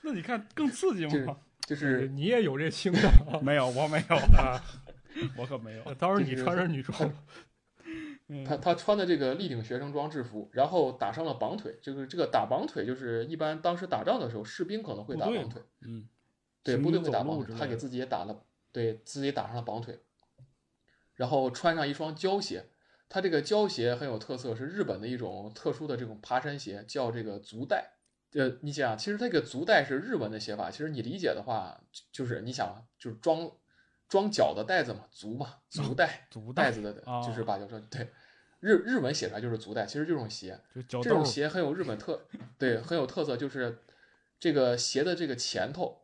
Speaker 2: 那你看更刺激
Speaker 3: 就是
Speaker 2: 吗？
Speaker 3: 就是
Speaker 1: 你也有这倾 向啊
Speaker 2: 没有，我没有，
Speaker 1: 啊？
Speaker 2: 我可没有。
Speaker 1: 到时候你
Speaker 3: 就是
Speaker 1: 穿上女装，
Speaker 2: 嗯
Speaker 3: 他他穿的这个立领学生装制服，然后打上了绑腿，就是这个打绑腿，就是一般当时打仗的时候，士兵可能会
Speaker 2: 部
Speaker 3: 打
Speaker 2: 队
Speaker 3: 绑
Speaker 2: 嘛
Speaker 3: 腿，
Speaker 2: 嗯，
Speaker 3: 对，
Speaker 2: 行
Speaker 3: 部队
Speaker 2: 军
Speaker 3: 会
Speaker 2: 走
Speaker 3: 打
Speaker 2: 路
Speaker 3: 绑
Speaker 2: 之
Speaker 3: 腿，他
Speaker 2: 类
Speaker 3: 给
Speaker 2: 的
Speaker 3: 自己也打了，对自己打上了绑腿，然后穿上一双胶鞋。他这个胶鞋很有特色，是日本的一种特殊的这种爬山鞋，叫这个足带。呃，你想，其实这个足带是日文的写法，其实你理解的话，就就是你想啊，就是装装脚的带子嘛，足嘛，足带，
Speaker 2: 足
Speaker 3: 带
Speaker 2: 带
Speaker 3: 子的，
Speaker 2: 啊
Speaker 3: 就是把脚说对。日日文写出来就是足带，其实这种鞋，
Speaker 2: 就脚
Speaker 3: 这
Speaker 2: 豆
Speaker 3: 种
Speaker 2: 儿
Speaker 3: 鞋很有日本特，对，很有特色，就是这个鞋的这个前头，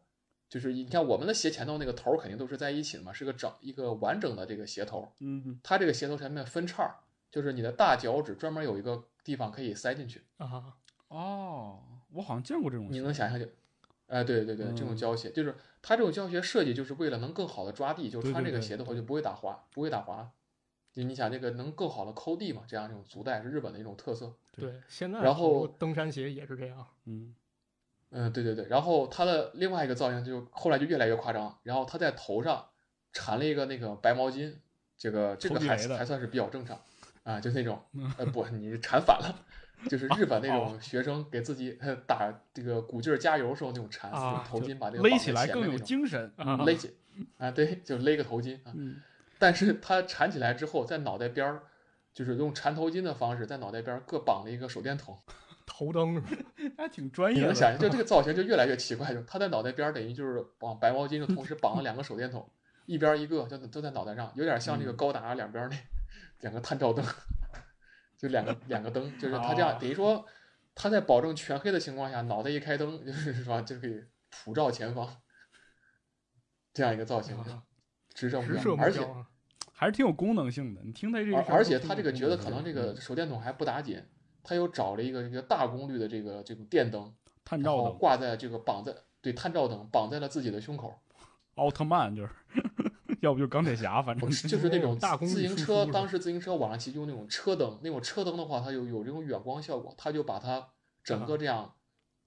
Speaker 3: 就是你看我们的鞋前头那个头儿肯定都是在一起的嘛，是个整一个完整的这个鞋头，
Speaker 2: 嗯，
Speaker 3: 它这个鞋头前面分叉儿，就是你的大脚趾专门有一个地方可以塞进去，
Speaker 1: 啊，
Speaker 2: 哦，我好像见过这种
Speaker 3: 你
Speaker 2: 鞋，
Speaker 3: 能想象就，哎，对对对，这种
Speaker 2: 嗯
Speaker 3: 胶鞋就是它这种胶鞋设计就是为了能更好的抓地，就
Speaker 2: 对
Speaker 3: 穿
Speaker 2: 对
Speaker 3: 这个
Speaker 2: 对
Speaker 3: 鞋的话就不会打滑，不会打滑。就你想这个能更好的抠地嘛？这样这种足带是日本的一种特色。
Speaker 1: 对，现在
Speaker 3: 然
Speaker 1: 好多
Speaker 3: 后
Speaker 1: 登山鞋也是这样，
Speaker 2: 嗯，
Speaker 3: 嗯，对对对，然后他的另外一个造型就后来就越来越夸张，然后他在头上缠了一个那个白毛巾，这个这
Speaker 2: 头
Speaker 3: 个
Speaker 2: 皮
Speaker 3: 还
Speaker 2: 围的
Speaker 3: 还算是比较正常啊，就 那种
Speaker 2: 嗯，
Speaker 3: 呃，不，你缠反了，就是日本那
Speaker 2: 哦
Speaker 3: 种学生给自己呃打这个鼓劲儿加油时候那种缠，
Speaker 1: 啊
Speaker 3: 头巾把这个
Speaker 2: 勒
Speaker 3: 绑
Speaker 2: 起
Speaker 3: 在
Speaker 2: 来
Speaker 3: 前
Speaker 2: 更
Speaker 3: 面
Speaker 2: 有
Speaker 3: 那种嗯
Speaker 2: 精神
Speaker 1: 啊
Speaker 3: 勒起啊，对，就勒个头巾啊，
Speaker 2: 嗯，
Speaker 3: 但是他缠起来之后，在脑袋边儿就是用缠头巾的方式在脑袋边儿各绑了一个手电筒。
Speaker 1: 头灯是吧
Speaker 2: 还挺专
Speaker 1: 哎
Speaker 3: 你
Speaker 2: 业
Speaker 3: 能
Speaker 2: 的。
Speaker 3: 想象，就 这个造型就越来越奇怪，就他在脑袋边儿等于就是绑白毛巾，就同时绑了两个手电筒，一边儿一个，就都在脑袋上，有点像
Speaker 1: 嗯
Speaker 3: 这个高达两边儿那两个探照灯， 就两个两个灯，就是他这样
Speaker 2: 哦
Speaker 3: 等于说他在保证全黑的情况下，脑袋一开灯，就是说就可以普 照前方，这样一个造型
Speaker 1: 啊，
Speaker 3: 直射目
Speaker 1: 直射
Speaker 3: 标，
Speaker 1: 目
Speaker 3: 而且
Speaker 1: 标啊，
Speaker 2: 还是挺有功能性的。你听他这个
Speaker 3: 而
Speaker 2: 事儿，
Speaker 3: 而且
Speaker 2: 挺
Speaker 3: 他
Speaker 2: 有
Speaker 3: 这个
Speaker 2: 功
Speaker 3: 觉得
Speaker 2: 能
Speaker 3: 可
Speaker 2: 性
Speaker 3: 能这
Speaker 2: 的
Speaker 3: 个
Speaker 2: 嗯
Speaker 3: 手电筒还不打紧，他又找了一个这个大功率的这个这种电灯，
Speaker 2: 探
Speaker 3: 然
Speaker 2: 照
Speaker 3: 后
Speaker 2: 灯，
Speaker 3: 挂在这个绑在对探照灯绑在了自己的胸口，
Speaker 2: 奥特曼就是， 要不就是钢铁侠，反正
Speaker 3: 不是就是那种
Speaker 1: 嗯 大功率
Speaker 3: 自行
Speaker 1: 输
Speaker 3: 车，
Speaker 1: 出是
Speaker 3: 当
Speaker 1: 吧
Speaker 3: 时自行车晚上骑用那种车灯，那种车灯的话，它有有这种远光效果，它就把它整
Speaker 1: 啊
Speaker 3: 个这样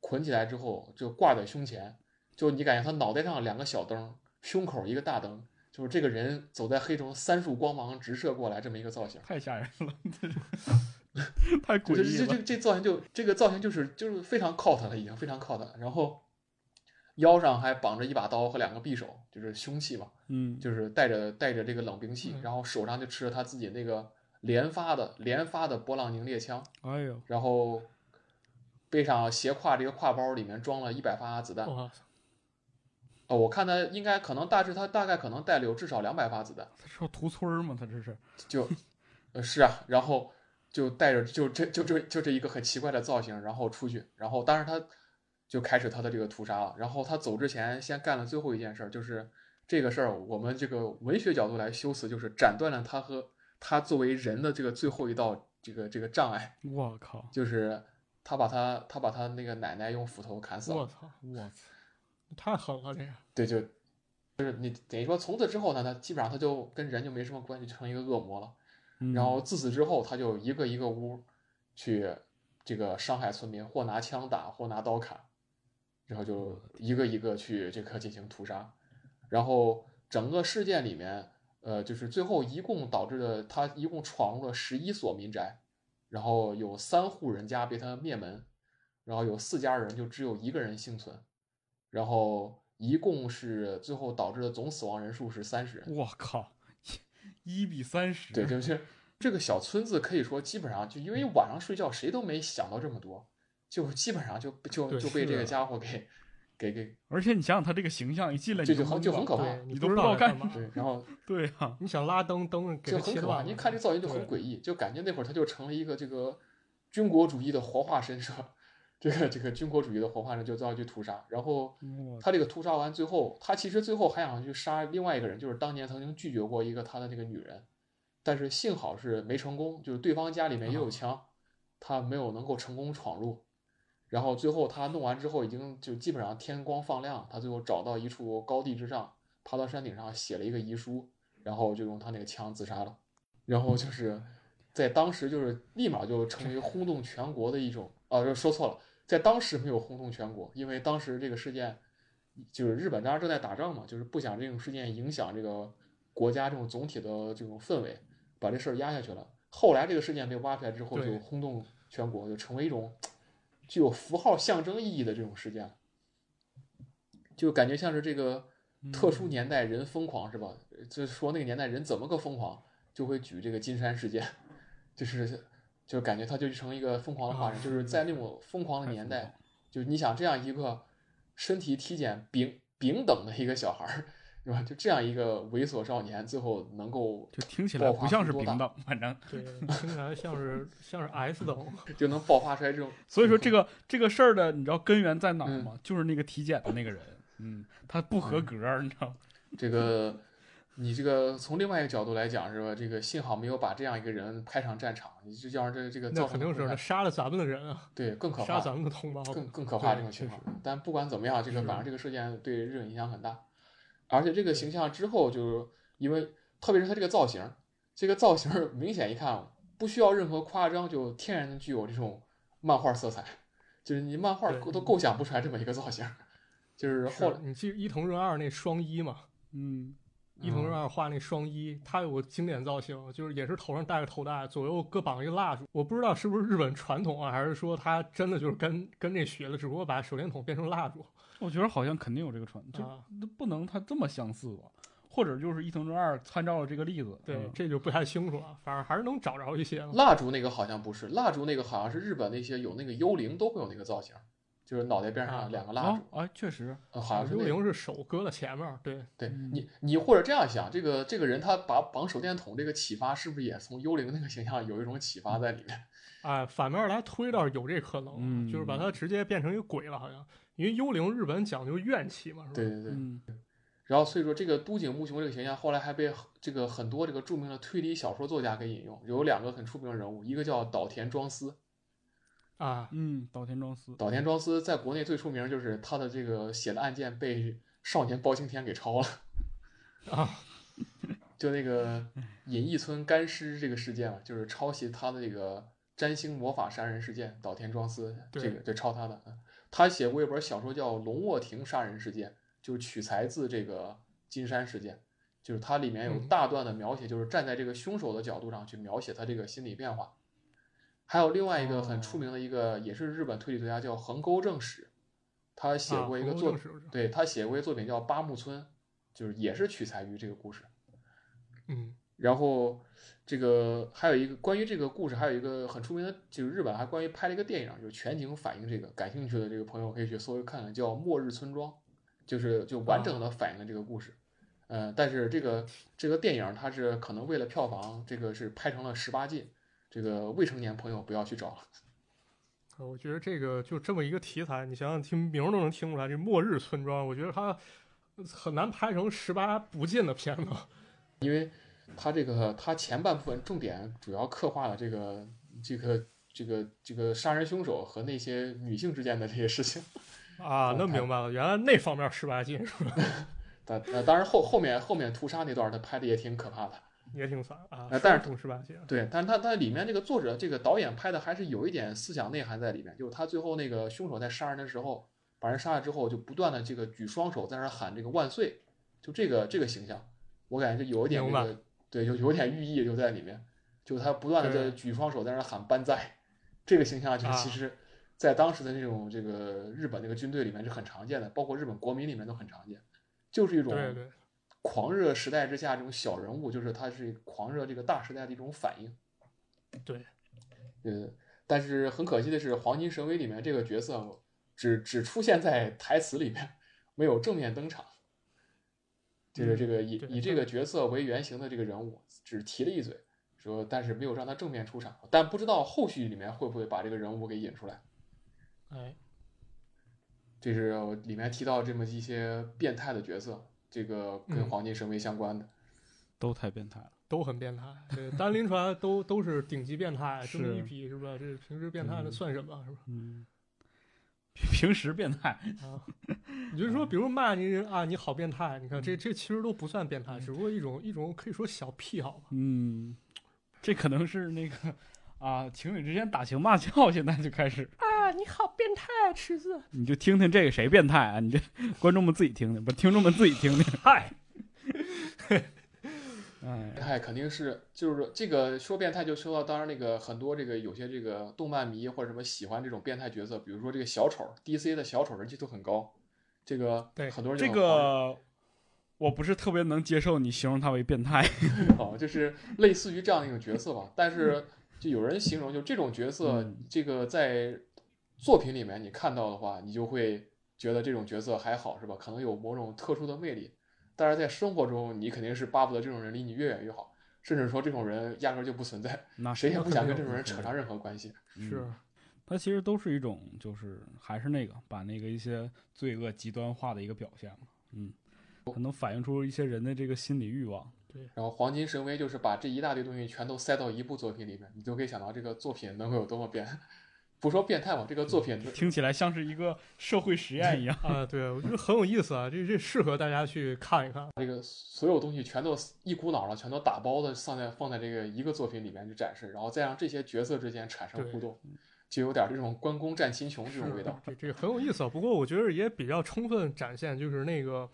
Speaker 3: 捆起来之后，就挂在胸前，就你感觉他脑袋上两个小灯，胸口一个大灯，就是这个人走在黑中，三束光芒直射过来这么一个造型。
Speaker 2: 太吓人了， 太
Speaker 3: 这
Speaker 2: 诡
Speaker 3: 这
Speaker 2: 异
Speaker 3: 这
Speaker 2: 了。
Speaker 3: 这这造型就这个造型就是就是非常 cult 了，已经非常 cult 了。然后腰上还绑着一把刀和两个匕首，就是凶器嘛，
Speaker 2: 嗯，
Speaker 3: 就是带着带着这个冷兵器，然后手上就持着他自己那个连发的连发的勃朗宁猎枪，
Speaker 2: 哎呦，
Speaker 3: 然后背上斜挎这个挎包里面装了一百发子弹。
Speaker 1: 哇塞，
Speaker 3: 呃，我看他应该可能大致他大概可能带了有至少两百发子弹。
Speaker 2: 他是要屠村儿吗？他这是
Speaker 3: 就，呃，是啊，然后就带着就这就这就这一个很奇怪的造型，然后出去，然后当然他就开始他的这个屠杀了。然后他走之前先干了最后一件事儿，就是这个事儿，我们这个文学角度来修辞，就是斩断了他和他作为人的这个最后一道这个这个障碍，
Speaker 2: 我靠，
Speaker 3: 就是他把他他把他那个奶奶用斧头砍死了
Speaker 1: 我。操，
Speaker 2: 我操，
Speaker 1: 太狠了这个。
Speaker 3: 对，就就是你等于说从此之后呢，他基本上他就跟人就没什么关系，就成一个恶魔了。
Speaker 2: 嗯
Speaker 3: 然后自此之后，他就一个一个屋去这个伤害村民，或拿枪打，或拿刀砍，然后就一个一个去这个进行屠杀。然后整个事件里面，呃，就是最后一共导致的，他一共闯入了十一所民宅，然后有三户人家被他灭门，然后有四家人就只有一个人幸存，然后一共是最后导致的总死亡人数是三十人。
Speaker 2: 我靠，一比三十，
Speaker 3: 对，
Speaker 1: 嗯
Speaker 3: 就是这个小村子，可以说基本上就因为晚上睡觉谁都没想到这么多，就基本上就就
Speaker 1: 对
Speaker 3: 就被这
Speaker 1: 是
Speaker 3: 个
Speaker 1: 啊
Speaker 3: 家伙给给给
Speaker 2: 而且你想想他这个形象，一进来
Speaker 3: 就
Speaker 2: 你
Speaker 3: 就很就
Speaker 2: 懵
Speaker 3: 很
Speaker 2: 了
Speaker 3: 可怕
Speaker 1: 对，
Speaker 2: 你
Speaker 1: 你
Speaker 2: 都
Speaker 1: 不
Speaker 2: 不知道
Speaker 1: 道
Speaker 2: 干
Speaker 1: 干嘛，
Speaker 3: 对，然后
Speaker 2: 对啊，
Speaker 1: 你想拉灯，灯给
Speaker 3: 就
Speaker 1: 它
Speaker 3: 很
Speaker 1: 切
Speaker 3: 可怕。
Speaker 1: 断
Speaker 3: 你
Speaker 1: 了。
Speaker 3: 看这造型就很
Speaker 1: 对
Speaker 3: 诡异，就感觉那会儿他就成了一个这个军国主义的活化身社，这个这个军国主义的活化身就都要去屠杀，然后。
Speaker 1: 嗯
Speaker 2: 我
Speaker 3: 他这个屠杀完，最后他其实最后还想去杀另外一个人，就是当年曾经拒绝过一个他的那个女人，但是幸好是没成功，就是对方家里面也
Speaker 1: 啊
Speaker 3: 有枪，他没有能够成功闯入。然后最后他弄完之后，已经就基本上天光放亮，他最后找到一处高地之上，爬到山顶上写了一个遗书，然后就用他那个枪自杀了。然后就是在当时就是立马就成为轰动全国的一种啊，说错了，在当时没有轰动全国，因为当时这个事件就是日本当时正在打仗嘛，就是不想这种事件影响这个国家这种总体的这种氛围，把这事儿压下去了。后来这个事件被挖出来之后，
Speaker 1: 对
Speaker 3: 就轰动全国，就成为一种具有符号象征意义的这种事件了，就感觉像是这个特殊年代人疯狂是吧？呃就是说那个年代人怎么个疯狂，就会举这个金山事件， 就是就感觉他就成一个疯狂的化
Speaker 1: 啊
Speaker 3: 身，就是在那种疯狂的
Speaker 2: 太
Speaker 3: 年
Speaker 2: 疯
Speaker 3: 代
Speaker 2: 狂，
Speaker 3: 就是你想这样一个身体体检丙丙等的一个小孩儿，是吧？就这样一个猥琐少年，最后能够
Speaker 2: 就听起来不像是
Speaker 3: 爆
Speaker 2: 平
Speaker 3: 发出多大
Speaker 2: 等，反 正
Speaker 1: 对，听起来像是像是 S 等，
Speaker 3: 就能爆发出来这种，
Speaker 2: 所以说这个这个事儿的，你知道根源在哪儿
Speaker 3: 嗯
Speaker 2: 吗？就是那个体检的那个人，嗯，他不合格儿，你知道吗？
Speaker 3: 这个。你这个从另外一个角度来讲是吧？这个幸好没有把这样一个人派上战场，你这要是这这个
Speaker 1: 那
Speaker 3: 造成
Speaker 1: 肯定是那杀了咱们的人啊，
Speaker 3: 对更可怕，
Speaker 1: 杀咱们的同胞。
Speaker 3: 更更可怕
Speaker 1: 对
Speaker 3: 这种情
Speaker 1: 确
Speaker 3: 况。嗯但不管怎么样，这个
Speaker 1: 是
Speaker 3: 反正这个事件对日本影响很大，而且这个形象之后，就是因为特别是他这个造型，这个造型儿明显一看不需要任何夸张，就天然具有这种漫画色彩，就是你漫画
Speaker 1: 对
Speaker 3: 都构想不出来这么一个造型。嗯就是后
Speaker 1: 是
Speaker 3: 来，
Speaker 1: 你记伊藤润二那双一嘛？
Speaker 2: 嗯，
Speaker 1: 伊藤润二画那双一，他有个经典造型，就是也是头上戴个头带，左右各绑一个蜡烛。我不知道是不是日本传统啊，还是说他真的就是跟跟这学的，只不过把手电筒变成蜡烛
Speaker 2: 我觉得好像肯定有这个传，就
Speaker 1: 啊。
Speaker 2: 那不能他这么相似吧？或者就是伊藤润二参照了这个例子，
Speaker 1: 对，
Speaker 2: 嗯
Speaker 1: 这就不太清楚了，反正还是能找着一些嘛。
Speaker 3: 蜡烛那个好像不是，蜡烛那个好像是日本那些有那个幽灵都会有那个造型，就是脑袋边
Speaker 1: 啊
Speaker 3: 上两个蜡
Speaker 2: 啊
Speaker 3: 烛，
Speaker 2: 啊，确实，
Speaker 3: 呃好像是
Speaker 1: 幽
Speaker 3: 那个。
Speaker 1: 灵是手搁在前面儿，对，
Speaker 3: 对
Speaker 2: 嗯
Speaker 3: 你，你或者这样想，这个这个人他把绑手电筒这个启发，是不是也从幽灵那个形象有一种启发在里面？
Speaker 1: 哎，反面来推倒是有这可能，啊
Speaker 2: 嗯
Speaker 1: 就是把它直接变成一个鬼了，好像，因为幽灵日本讲究怨气嘛，是吧？
Speaker 3: 对对对。
Speaker 2: 嗯，
Speaker 3: 然后所以说这个都井木雄这个形象后来还被这个很多这个著名的推理小说作家给引用，有两个很出名的人物，一个叫岛田庄司，
Speaker 1: 啊，
Speaker 2: 嗯，岛田庄司，
Speaker 3: 岛田庄司在国内最出名就是他的这个写的案件被少年包青天给抄了
Speaker 1: 啊，
Speaker 3: 就那个隐逸村干尸这个事件嘛，啊就是抄袭他的这个占星魔法杀人事件，岛田庄司
Speaker 1: 对
Speaker 3: 这个对抄他的，嗯他写过一本小说叫《龙卧亭杀人事件》，就是取材自这个金山事件，就是它里面有
Speaker 1: 嗯
Speaker 3: 大段的描写，就是站在这个凶手的角度上去描写他这个心理变化。还有另外一个很出
Speaker 1: 哦
Speaker 3: 名的一个，也是日本推理作家叫横沟正史，他写
Speaker 1: 啊
Speaker 3: 过一个
Speaker 1: 红楼
Speaker 3: 作
Speaker 1: 正
Speaker 3: 品，
Speaker 1: 史我知道
Speaker 3: 对他写过一个作品叫《八木村》，就是也是取材于这个故事。
Speaker 1: 嗯
Speaker 3: 然后这个还有一个关于这个故事，还有一个很出名的，就是日本还关于拍了一个电影，就是全景反映这个，感兴趣的这个朋友可以去搜一看看，叫《末日村庄》，就是就完整
Speaker 1: 啊
Speaker 3: 的反映了这个故事。呃，但是这个这个电影它是可能为了票房，这个是拍成了十八禁，这个未成年朋友不要去找了。
Speaker 1: 呃我觉得这个就这么一个题材，你想想听名儿都能听出来，这末日村庄，我觉得它很难拍成十八不禁的片子。
Speaker 3: 它这个它前半部分重点主要刻画了这个这个这个这个杀人凶手和那些女性之间的这些事情。
Speaker 1: 啊，那
Speaker 3: 太
Speaker 1: 明白了，原来那方面十八禁是吧？
Speaker 3: 但呃，当然后后面后面屠杀那段儿他拍的也挺可怕的，
Speaker 1: 也挺惨啊
Speaker 3: 呃，但是
Speaker 1: 挺十八禁。
Speaker 3: 对，但是他他里面这个作者这个导演拍的还是有一点思想内涵在里面，就是他最后那个凶手在杀人的时候，把人杀了之后，就不断的这个举双手在那儿喊这个万岁，就这个这个形象，我感觉就有一点这
Speaker 1: 明白
Speaker 3: 个对，有有点寓意就在里面，就他不断的
Speaker 1: 对
Speaker 3: 在举双手在那儿喊banzai，这个形象就
Speaker 1: 啊
Speaker 3: 是其实在当时的这种这个日本那个军队里面是很常见的，包括日本国民里面都很常见，就是一种
Speaker 1: 对对，
Speaker 3: 狂热时代之下，这种小人物就是他是狂热这个大时代的一种反应。
Speaker 1: 对，
Speaker 3: 呃，但是很可惜的是，《黄金神威》里面这个角色只只出现在台词里面，没有正面登场。就是这个以
Speaker 1: 嗯对
Speaker 3: 以这个角色为原型的这个人物，只提了一嘴，说但是没有让他正面出场，但不知道后续里面会不会把这个人物给引出来。
Speaker 1: 哎，
Speaker 3: 这是里面提到这么一些变态的角色，这个跟
Speaker 1: 嗯
Speaker 3: 黄金神威相关的。
Speaker 2: 都太变态了。
Speaker 1: 都很变态。这丹林船都都是顶级变 态，这么
Speaker 2: 是
Speaker 1: 一批是吧？这平时变态的
Speaker 2: 嗯
Speaker 1: 算什么是吧？
Speaker 2: 嗯，平平时变态，
Speaker 1: 啊，你就说，比如骂你啊，你好变态，你看这这其实都不算变态，
Speaker 2: 嗯
Speaker 1: 只不过一种一种可以说小癖好吧。
Speaker 2: 嗯，这可能是那个啊，情侣之间打情骂俏，现在就开始，
Speaker 1: 啊，你好变态，池子。
Speaker 2: 你就听听这个谁变态啊？你这观众们自己听听，不，听众们自己听听。
Speaker 1: 嗨，
Speaker 2: 哎，
Speaker 3: 变态肯定是，就是说这个说变态就说到，当然那个很多这个有些这个动漫迷或者什么喜欢这种变态角色，比如说这个小丑，DC 的小丑人气都很高，这个
Speaker 1: 对
Speaker 3: 很多人就
Speaker 2: 这
Speaker 3: 很
Speaker 2: 个我不是特别能接受你形容他为变态。
Speaker 3: 哦，就是类似于这样的一种角色吧。但是就有人形容，就这种角色，
Speaker 2: 嗯
Speaker 3: 这个在作品里面你看到的话，你就会觉得这种角色还好，是吧？可能有某种特殊的魅力。但是在生活中，你肯定是巴不得这种人离你越远越好，甚至说这种人压根儿就不存在，
Speaker 2: 那
Speaker 3: 谁也
Speaker 1: 那
Speaker 3: 不
Speaker 1: 肯
Speaker 3: 想
Speaker 1: 定
Speaker 3: 跟这种人
Speaker 2: 不存
Speaker 3: 扯嗯
Speaker 2: 在
Speaker 3: 上任何关系。
Speaker 1: 是。
Speaker 2: 它其实都是一种，就是还是那个把那个一些罪恶极端化的一个表现嘛，嗯，它能反映出一些人的这个心理欲望。
Speaker 3: 然后黄金神威就是把这一大堆东西全都塞到一部作品里面，你就可以想到这个作品能够有多么变，不说变态吧，这个作品
Speaker 2: 听起来像是一个社会实验一 样
Speaker 1: 啊，对，我觉得很有意思啊，这这适合大家去看一看。
Speaker 3: 这个所有东西全都一股脑的全都打包的放在放在这个一个作品里面去展示，然后再让这些角色之间产生
Speaker 1: 对
Speaker 3: 互动，就有点这种关公战秦琼这
Speaker 1: 是
Speaker 3: 种味道。
Speaker 1: 这这很有意思啊。不过我觉得也比较充分展现，就是那个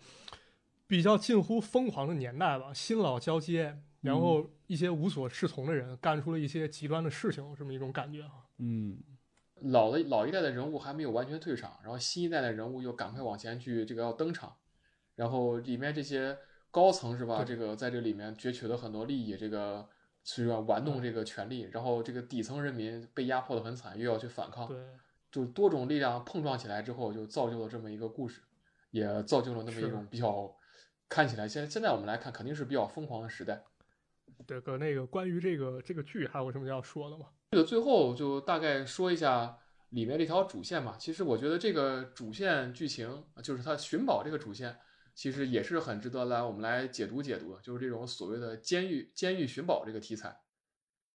Speaker 1: 比较近乎疯狂的年代吧，新老交接，然后一些无所适从的人干出了一些极端的事情，这么一种感觉啊。
Speaker 2: 嗯，
Speaker 3: 老的老一代的人物还没有完全退场，然后新一代的人物又赶快往前去这个要登场，然后里面这些高层是吧？
Speaker 1: 对
Speaker 3: 这个在这里面攫取了很多利益，这个去玩弄这个权利，然后这个底层人民被压迫的很惨，又要去反抗，
Speaker 1: 对，
Speaker 3: 就多种力量碰撞起来之后，就造就了这么一个故事，也造就了那么一
Speaker 1: 是
Speaker 3: 种比较看起来现现在我们来看肯定是比较疯狂的时代。
Speaker 1: 这个那个关于这个这个剧还有什么要说的吗？
Speaker 3: 这个最后就大概说一下里呃面这条主线吧。其实我觉得这个主线剧情，就是它寻宝这个主线，其实也是很值得来我们来解读解读的，就是这种所谓的监狱监狱寻宝这个题材。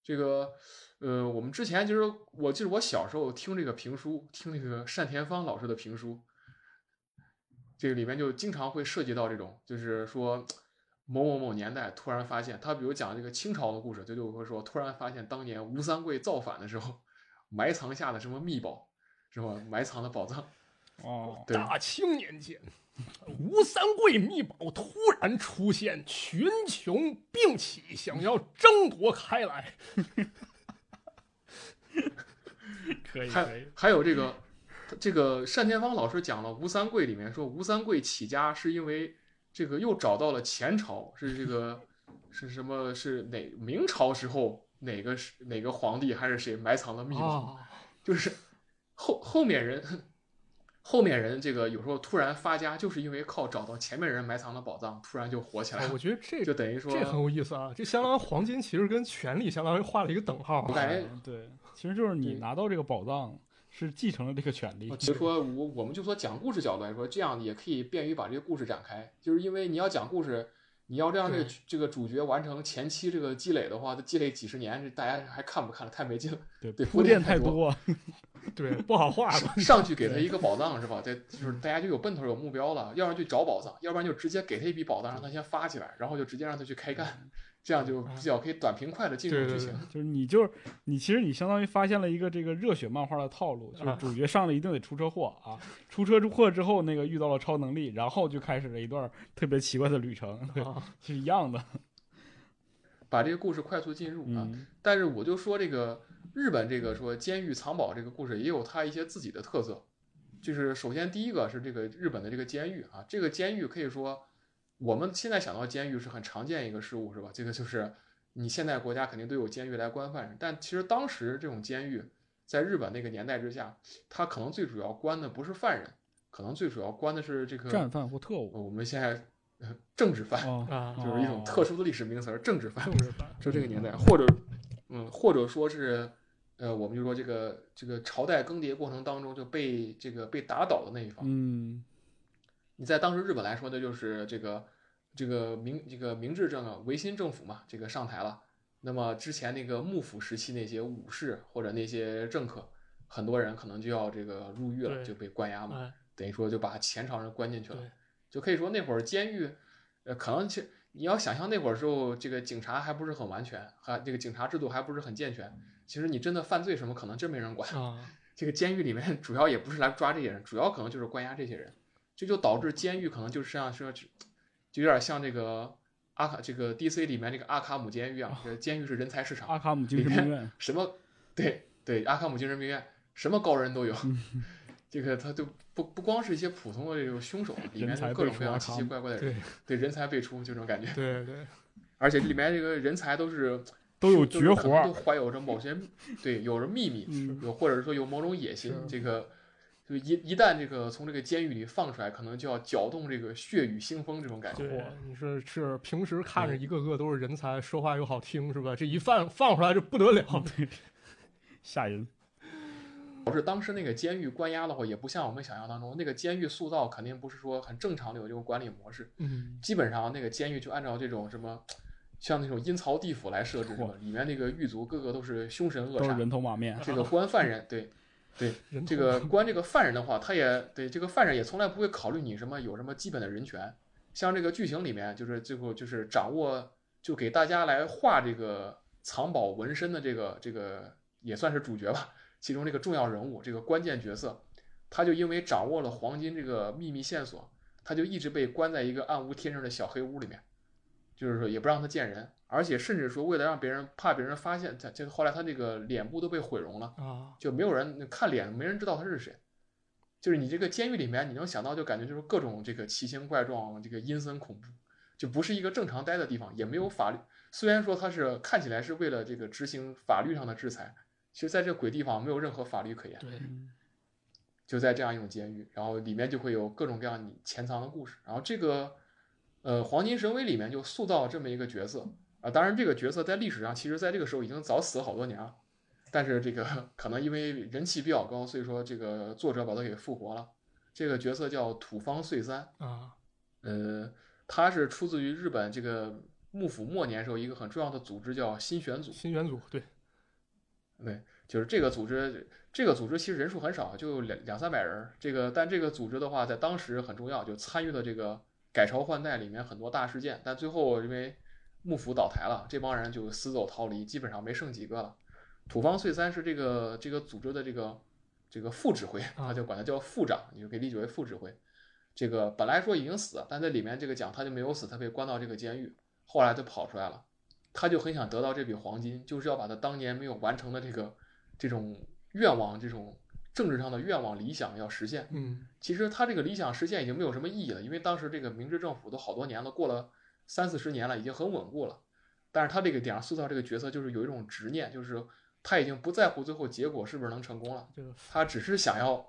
Speaker 3: 这个，呃，我们之前其实我记得我小时候听这个评书，听这个单田芳老师的评书，这个里面就经常会涉及到这种，就是说某某某年代突然发现，他比如讲这个清朝的故事，他就会说突然发现当年吴三桂造反的时候埋藏下的什么秘宝，什么埋藏的宝藏。
Speaker 2: 哦，
Speaker 3: 对
Speaker 1: 大清年间，吴三桂秘宝突然出现，群雄并起，想要争夺开来。
Speaker 2: 可以可
Speaker 3: 还
Speaker 2: 以，
Speaker 3: 还有这个，这个单田芳老师讲了吴三桂里面说，吴三桂起家是因为这个又找到了前朝，是这个是什么？是哪明朝时候哪个是哪个皇帝还是谁埋藏了秘宝？
Speaker 1: 啊，
Speaker 3: 就是后后面人。后面人这个有时候突然发家，就是因为靠找到前面人埋藏的宝藏，突然就火起来了
Speaker 1: 哦我，觉得这
Speaker 3: 就等于说
Speaker 1: 这很有意思啊！这相当于黄金其实跟权力相当于画了一个等号
Speaker 3: 我
Speaker 1: 啊。
Speaker 3: 感觉
Speaker 2: 嗯对，哦其实就是你
Speaker 3: 对
Speaker 2: 拿到这个宝藏是继承了这个权利，
Speaker 3: 就说我我们就说讲故事角度来说，这样也可以便于把这个故事展开，就是因为你要讲故事，你要让这个
Speaker 1: 对
Speaker 3: 这个主角完成前期这个积累的话，他积累几十年，这大家还看不看了？太没劲了。
Speaker 2: 对
Speaker 3: 对
Speaker 2: 铺
Speaker 3: 铺
Speaker 2: 垫
Speaker 3: 垫太
Speaker 2: 多，
Speaker 1: 对，不好画吧？
Speaker 3: 上去给他一个宝藏是吧？这就是大家就有奔头有目标了，要不然就找宝藏，要不然就直接给他一笔宝藏，让他先发起来，然后就直接让他去开干，这样就比较可以短平快的进入
Speaker 1: 嗯啊对
Speaker 3: 剧
Speaker 1: 对
Speaker 3: 情
Speaker 1: 对。
Speaker 2: 就是你就是你，其实你相当于发现了一个这个热血漫画的套路，就是
Speaker 1: 啊
Speaker 2: 主角上来一定得出车祸啊，出车祸之后那个遇到了超能力，然后就开始了一段特别奇怪的旅程，对，
Speaker 3: 哦
Speaker 1: 啊，
Speaker 2: 是一样的，
Speaker 3: 把这个故事快速进入啊。
Speaker 2: 嗯，
Speaker 3: 但是我就说这个日本这个说监狱藏宝这个故事也有它一些自己的特色，就是首先第一个是这个日本的这个监狱啊，这个监狱可以说我们现在想到监狱是很常见一个事物是吧？这个就是你现在国家肯定都有监狱来关犯人，但其实当时这种监狱在日本那个年代之下，它可能最主要关的不是犯人，可能最主要关的是这个
Speaker 2: 战犯或特务
Speaker 3: 呃我们现在呃政治犯，
Speaker 2: 啊，
Speaker 1: 啊
Speaker 3: 就是一种特殊的历史名词儿，政治犯。
Speaker 1: 政治版
Speaker 3: 就这个年代，或者，嗯，或者说是，呃，我们就说这个这个朝代更迭过程当中就被这个被打倒的那一方，
Speaker 2: 嗯，
Speaker 3: 你在当时日本来说呢，就是这个这个明这个明治政啊维新政府嘛，这个上台了。那么之前那个幕府时期那些武士或者那些政客，很多人可能就要这个入狱了，
Speaker 1: 对
Speaker 3: 就被关押嘛。
Speaker 1: 哎，
Speaker 3: 等于说就把前朝人关进去了
Speaker 1: 对。
Speaker 3: 就可以说那会儿监狱，呃，可能其你要想象那会儿时候，这个警察还不是很完全，还这个警察制度还不是很健全。其实你真的犯罪什么，可能真没人管。
Speaker 1: 啊，
Speaker 3: 这个监狱里面 主要也不是来抓这些人，主要可能就是关押这些人。这就导致监狱可能就是像说，就有点像这个阿卡这个 DC 里面这个阿卡姆监狱啊，这个监狱是人才市场。
Speaker 2: 阿卡姆精神病 院，
Speaker 3: 什么对对，阿卡姆精神病院什么高人都有，
Speaker 2: 嗯
Speaker 3: 这个他就不不光是一些普通的这种凶手，啊里面
Speaker 2: 人才
Speaker 3: 有各
Speaker 2: 辈
Speaker 3: 种
Speaker 2: 出
Speaker 3: 各样
Speaker 2: 阿
Speaker 3: 奇
Speaker 2: 卡
Speaker 3: 奇
Speaker 2: 姆
Speaker 3: 怪怪的人
Speaker 1: 对，
Speaker 3: 对人才辈出就这种感觉，
Speaker 1: 对对，
Speaker 3: 而且里面这个人才都是
Speaker 2: 都有
Speaker 3: 是
Speaker 2: 绝
Speaker 3: 可
Speaker 2: 活
Speaker 3: 能都
Speaker 2: 儿，
Speaker 3: 怀有着某些对有着秘密，
Speaker 2: 嗯，
Speaker 3: 有或者说有某种野心，
Speaker 1: 是
Speaker 3: 这个。就一一旦这个从这个监狱里放出来，可能就要搅动这个血雨腥风这种感觉。
Speaker 1: 对，你说是平时看着一个个都是人才，说话又好听，是吧？这一放放出来就不得了。
Speaker 2: 吓人，
Speaker 3: 导致当时那个监狱关押的话，也不像我们想象当中，那个监狱塑造肯定不是说很正常的有这种管理模式，
Speaker 1: 嗯，
Speaker 3: 基本上那个监狱就按照这种什么，像那种阴曹地府来设置，是吧里面那个狱卒个个都是凶神恶
Speaker 2: 都是
Speaker 3: 煞。
Speaker 2: 人头马面，
Speaker 3: 啊这个关犯人，对
Speaker 1: 人
Speaker 3: 这
Speaker 1: 头
Speaker 3: 个关这个犯人的话，他也对这个犯人也从来不会考虑你什么有什么基本的人权。像这个剧情里面，就是最后就是掌握，就给大家来画这个藏宝纹身的这个这个也算是主角吧，其中这个重要人物，这个关键角色，他就因为掌握了黄金这个秘密线索，他就一直被关在一个暗无天日的小黑屋里面，就是说也不让他见人，而且甚至说为了让别人怕别人发现，他这个后来他这个脸部都被毁容了，
Speaker 1: 啊，
Speaker 3: 就没有人看脸，没人知道他是谁。就是你这个监狱里面，你能想到就感觉就是各种这个奇形怪状，这个阴森恐怖，就不是一个正常待的地方，也没有法律。虽然说他是看起来是为了这个执行法律上的制裁，其实在这鬼地方没有任何法律可言。
Speaker 1: 对，
Speaker 2: 嗯
Speaker 3: 就在这样一种监狱，然后里面就会有各种各样你潜藏的故事。然后这个，呃，黄金神威里面就塑造了这么一个角色啊，当然这个角色在历史上其实在这个时候已经早死了好多年了，但是这个可能因为人气比较高，所以说这个作者把他给复活了。这个角色叫土方岁三，
Speaker 1: 啊，
Speaker 3: 呃，它是出自于日本这个幕府末年时候一个很重要的组织，叫新选组。
Speaker 1: 新选组对，
Speaker 3: 对，就是这个组织，这个组织其实人数很少，就两两三百人儿。这个，但这个组织的话，在当时很重要，就参与了这个改朝换代里面很多大事件。但最后因为幕府倒台了，这帮人就死走逃离，基本上没剩几个了。土方岁三是这个这个组织的这个这个副指挥，他就管他叫副长，你就可以理解为副指挥。这个本来说已经死了，但在里面这个讲他就没有死，他被关到这个监狱，后来就跑出来了。他就很想得到这笔黄金，就是要把他当年没有完成的这个这种愿望，这种政治上的愿望理想要实现。
Speaker 1: 嗯，
Speaker 3: 其实他这个理想实现已经没有什么意义了，因为当时这个明治政府都好多年了，过了三四十年了，已经很稳固了。但是他这个点儿塑造这个角色，就是有一种执念，就是他已经不在乎最后结果是不是能成功了，
Speaker 1: 这个
Speaker 3: 他只是想要，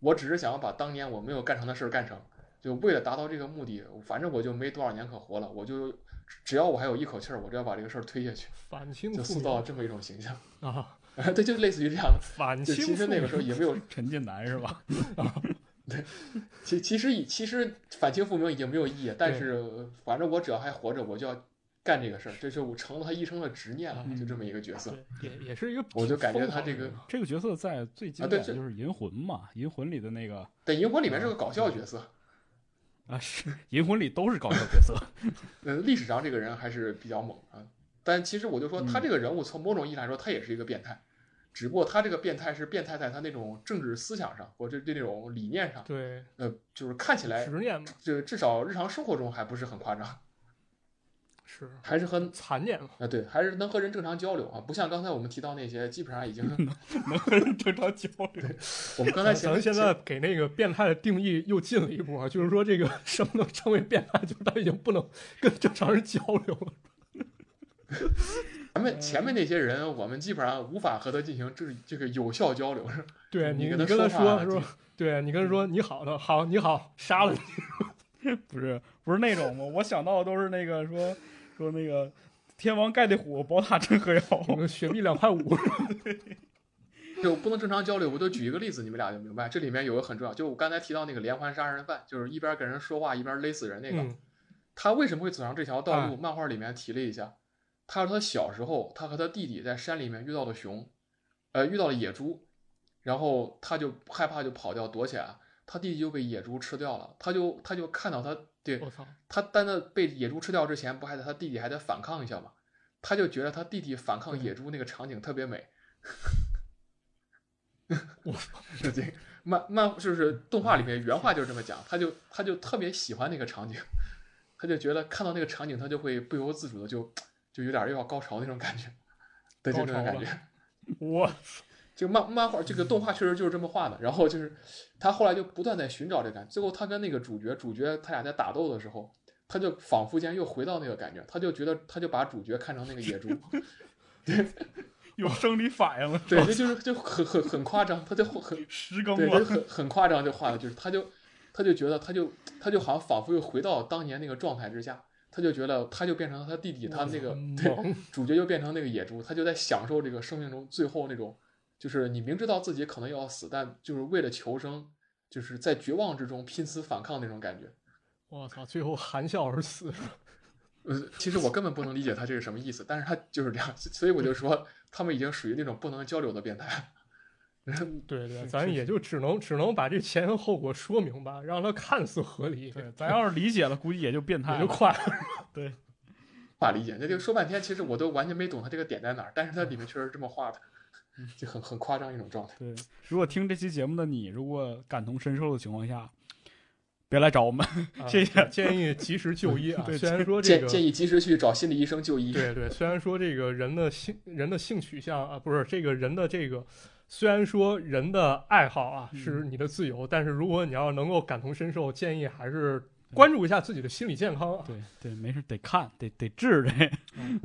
Speaker 3: 我只是想要把当年我没有干成的事儿干成，就为了达到这个目的，反正我就没多少年可活了，我就只只要我还有一口气儿，我就要把这个事儿推下去，
Speaker 1: 反清
Speaker 3: 就
Speaker 1: 复
Speaker 3: 塑造
Speaker 1: 明
Speaker 3: 这么一种形象。
Speaker 1: 啊，
Speaker 3: 对，就类似于这样的。
Speaker 1: 反
Speaker 3: 就
Speaker 1: 清
Speaker 3: 其实
Speaker 1: 复
Speaker 3: 那个
Speaker 1: 明
Speaker 3: 时候也没有，
Speaker 2: 陈近南是 吧？
Speaker 3: 其其实已其实反清复明已经没有意义，但
Speaker 1: 对
Speaker 3: 是呃反正我只要还活着，我就要干这个事儿，这是我成了他一生的执念了，就这么一个角色。
Speaker 1: 对，也也是一个
Speaker 3: 我
Speaker 1: 挺
Speaker 3: 就感觉
Speaker 1: 嗯疯
Speaker 3: 他
Speaker 1: 狂
Speaker 3: 这
Speaker 1: 的
Speaker 3: 个
Speaker 1: 人
Speaker 2: 这个角色在最经
Speaker 3: 啊
Speaker 2: 典
Speaker 3: 对
Speaker 2: 的
Speaker 3: 这
Speaker 2: 就是《银魂》嘛，《银魂》里的那个
Speaker 3: 但《银魂》里面是个
Speaker 1: 嗯
Speaker 3: 搞笑角色，
Speaker 2: 啊，是《银魂》里都是搞笑角色。
Speaker 3: 呃，历史上这个人还是比较猛啊。但其实我就说，
Speaker 1: 嗯
Speaker 3: 他这个人物从某种意义来说，他也是一个变态，只不过他这个变态是变态在他那种政治思想上，或者这种理念上，
Speaker 1: 对
Speaker 3: 呃，就是看起来
Speaker 1: 执念吧，
Speaker 3: 就至少日常生活中还不是很夸张，
Speaker 1: 是
Speaker 3: 还是很
Speaker 1: 残念嘛，
Speaker 3: 啊，对，还是能和人正常交流啊，不像刚才我们提到那些，基本上已经，
Speaker 2: 能和人正常交流。
Speaker 3: 我们刚
Speaker 1: 咱
Speaker 3: 才前
Speaker 1: 咱现在给那个变态的定义又进了一步啊，就是说这个 什么能称为变态，就是他已经不能 跟正常人交流了。
Speaker 3: 前面前面那些人，我们基本上无法和他进行这这个有效交流，
Speaker 1: 对
Speaker 3: 你
Speaker 1: 你，
Speaker 3: 跟
Speaker 1: 跟他
Speaker 3: 他说话
Speaker 1: 说说
Speaker 3: 就，
Speaker 1: 对你跟他说你好的好你好杀 了你，
Speaker 2: 不是不是那种吗？我想到的都是那个说说那个天王盖地虎，宝塔镇 河妖。
Speaker 1: 我们雪碧两块五，
Speaker 3: 就不能正常交流。我就举一个例子，你们俩就明白。这里面有个很重要，就我刚才提到那个连环杀人犯，就是一边跟人说话一边勒死人那个，
Speaker 1: 嗯
Speaker 3: 他为什么会走上这条道路？
Speaker 1: 哎
Speaker 3: 漫画里面提了一下，他说他小时候，他和他弟弟在山里面遇到了熊，呃，遇到了野猪，然后他就害怕就跑掉躲起来，他弟弟就被野猪吃掉了，他就他就看到他对
Speaker 1: 我操，
Speaker 3: 他单的被野猪吃掉之前，不还得他弟弟还得反抗一下吗？他就觉得他弟弟反抗野猪那个场景特别美。
Speaker 1: 我
Speaker 3: 是这个漫漫就是动画里面原话就是这么讲，他就他就特别喜欢那个场景，他就觉得看到那个场景，他就会不由自主的就就有点儿又要高潮那种感觉的这
Speaker 1: 高
Speaker 3: 种
Speaker 1: 潮
Speaker 3: 感
Speaker 1: 了
Speaker 3: 觉。
Speaker 2: 我
Speaker 3: 这个漫漫画这个动画确实就是这么画的。然后就是他后来就不断在寻找这感觉，最后他跟那个主角，主角他俩在打斗的时候，他就仿佛间又回到那个感觉，他就觉得他就把主角看成那个野猪，
Speaker 2: 有生理反应了，
Speaker 3: 对，这就是就很很很夸张，他就很
Speaker 2: 十 更
Speaker 3: 对，这
Speaker 2: 了。
Speaker 3: 很很夸张，这画的就是他就他就觉得他就他就好像仿佛又回到当年那个状态之下。他就觉得，他就变成了他弟弟，他那个对
Speaker 1: 萌
Speaker 3: 主角就变成那个野猪，他就在享受这个生命中最后那种，就是你明知道自己可能要死，但就是为了求生，就是在绝望之中拼死反抗那种感觉。
Speaker 1: 我操，最后含笑而死，
Speaker 3: 呃，其实我根本不能理解他这是什么意思，但是他就是这样，所以我就说他们已经属于那种不能交流的变态。
Speaker 1: 对对，咱也就只能只能把这前因后果说明白，让他看似合理，
Speaker 2: 对，咱要是理解了，估计也就变态
Speaker 1: 也就
Speaker 2: 了。
Speaker 1: 快
Speaker 3: 无法理解，那就说半天，其实我都完全没懂他这个点在哪儿，但是它里
Speaker 1: 嗯
Speaker 3: 面确实这么画的，就很很夸张一种状态。
Speaker 2: 对，如果听这期节目的你，如果感同身受的情况下，别来找我们。
Speaker 1: 啊
Speaker 2: 谢谢
Speaker 1: 建议及时就医啊
Speaker 2: 对。
Speaker 1: 虽然说这
Speaker 3: 建
Speaker 1: 个，
Speaker 3: 建议及时去找心理医生就医。
Speaker 1: 对对，虽然说这个人的性人的性取向啊，不是这个人的这个，虽然说人的爱好啊
Speaker 2: 嗯
Speaker 1: 是你的自由，但是如果你要能够感同身受，建议还是关注一下自己的心理健康啊。
Speaker 2: 对对，没事，得看，得得治这。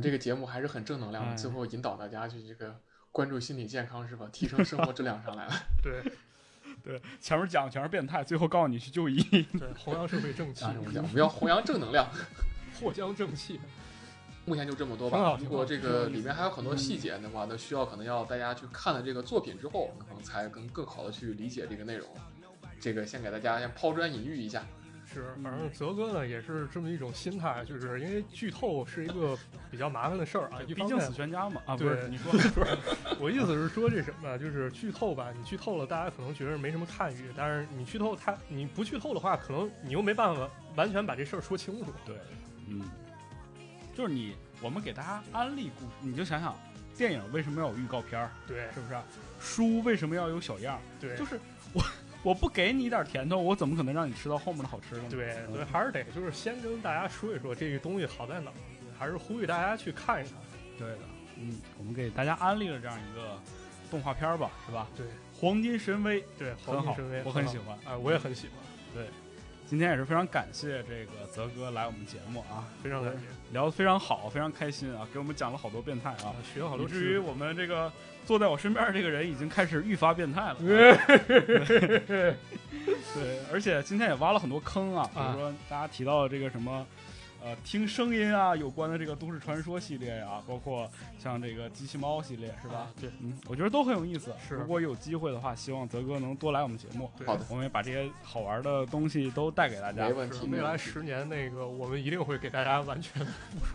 Speaker 3: 这个节目还是很正能量的，
Speaker 2: 哎
Speaker 3: 最
Speaker 1: 嗯
Speaker 3: 后引导大家去这个关注心理健康是吧？提升生活质量上来了。
Speaker 1: 对
Speaker 2: 对，前面讲全是变态，最后告诉你去就医。
Speaker 1: 对，啊弘扬社会正气
Speaker 3: 当，然我们 讲，我们要弘扬正能量。
Speaker 1: 藿香正气。啊
Speaker 3: 目前就这么多
Speaker 1: 挺
Speaker 3: 吧
Speaker 1: 好。嗯
Speaker 3: 如果这个里面还有很多细节的话，那需要可能要大家去看了这个作品之后，可能才更更好的去理解这个内容。这个先给大家先抛砖引玉一下，
Speaker 1: 是，
Speaker 2: 嗯
Speaker 1: 反正泽哥呢也是这么一种心态，就是因为剧透是一个比较麻烦的事儿啊。一
Speaker 2: 毕
Speaker 1: 方
Speaker 2: 竟
Speaker 1: 面
Speaker 2: 死全家嘛啊，不是
Speaker 1: 对
Speaker 2: 你说不是
Speaker 1: 我意思是说这什么呢？就是剧透吧，你剧透了，大家可能觉得没什么看语，但是你剧透它，你不剧透的话，可能你又没办法完全把这事儿说清楚。
Speaker 2: 对，嗯，就是你我们给大家安利故事，你就想想电影为什么要有预告片儿，
Speaker 1: 对
Speaker 2: 是不是啊？书为什么要有小样儿？
Speaker 1: 对
Speaker 2: 就是我我不给你一点甜头，我怎么可能让你吃到后面的好吃的呢？
Speaker 1: 对
Speaker 2: 嗯
Speaker 1: 对，还是得就是先跟大家说一说这个东西好在哪儿，还是呼吁大家去看一看。
Speaker 2: 对的，嗯，我们给大家安利了这样一个动画片儿吧，是吧？
Speaker 1: 对
Speaker 2: 《黄金神威》
Speaker 1: 对，
Speaker 2: 很
Speaker 1: 黄
Speaker 2: 好
Speaker 1: 金神威，
Speaker 2: 我很
Speaker 1: 好
Speaker 2: 喜欢。
Speaker 1: 啊，我也很喜欢，
Speaker 2: 今天也是非常感谢这个泽哥来我们节目啊，
Speaker 1: 非常感谢。
Speaker 2: 聊得非常好，非常开心啊，给我们讲了好多变态啊
Speaker 1: 啊，，学了好
Speaker 2: 以
Speaker 1: 多
Speaker 2: 至于
Speaker 1: 知
Speaker 2: 我们这个坐在我身边儿这个人已经开始愈发 变态了。对，而且今天也挖了很多坑啊，比如
Speaker 1: 啊
Speaker 2: 说大家提到的这个什么，呃，听声音啊有关的这个都市传说系列啊，包括像这个机器猫系列是
Speaker 1: 识
Speaker 2: 吧？
Speaker 3: 啊
Speaker 1: 吧？对
Speaker 2: 嗯，我觉得都很有意思。
Speaker 1: 是
Speaker 2: 如果有机会的话，希望泽哥能多来我们节目，
Speaker 1: 对
Speaker 3: 好的
Speaker 2: 我们也把这些好玩的东西都带给大家
Speaker 3: 没。问
Speaker 1: 是啊
Speaker 3: 题。
Speaker 1: 未
Speaker 3: 嗯没
Speaker 1: 来
Speaker 3: 问题
Speaker 1: 十年那个，我们一定会给大家完全不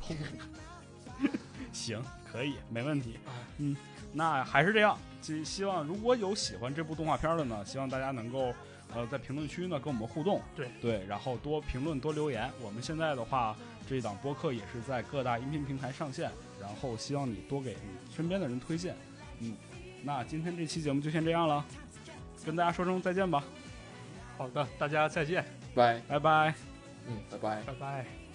Speaker 1: 重复。
Speaker 2: 行，可以，没问题
Speaker 1: 哎。
Speaker 2: 嗯，那还是这样，希希望如果有喜欢这部动画片的呢，希望大家能够呃在评论区呢跟我们互动，
Speaker 1: 对
Speaker 2: 对，然后多评论多留言。我们现在的话，这档播客也是在各大音频平台上线，然后希望你多给你身边的人推荐。嗯，那今天这期节目就先这样了，跟大家说声再见吧，
Speaker 1: 好的，大家再见，
Speaker 3: 拜，
Speaker 2: 拜拜。
Speaker 3: 嗯，拜拜。
Speaker 1: 拜拜。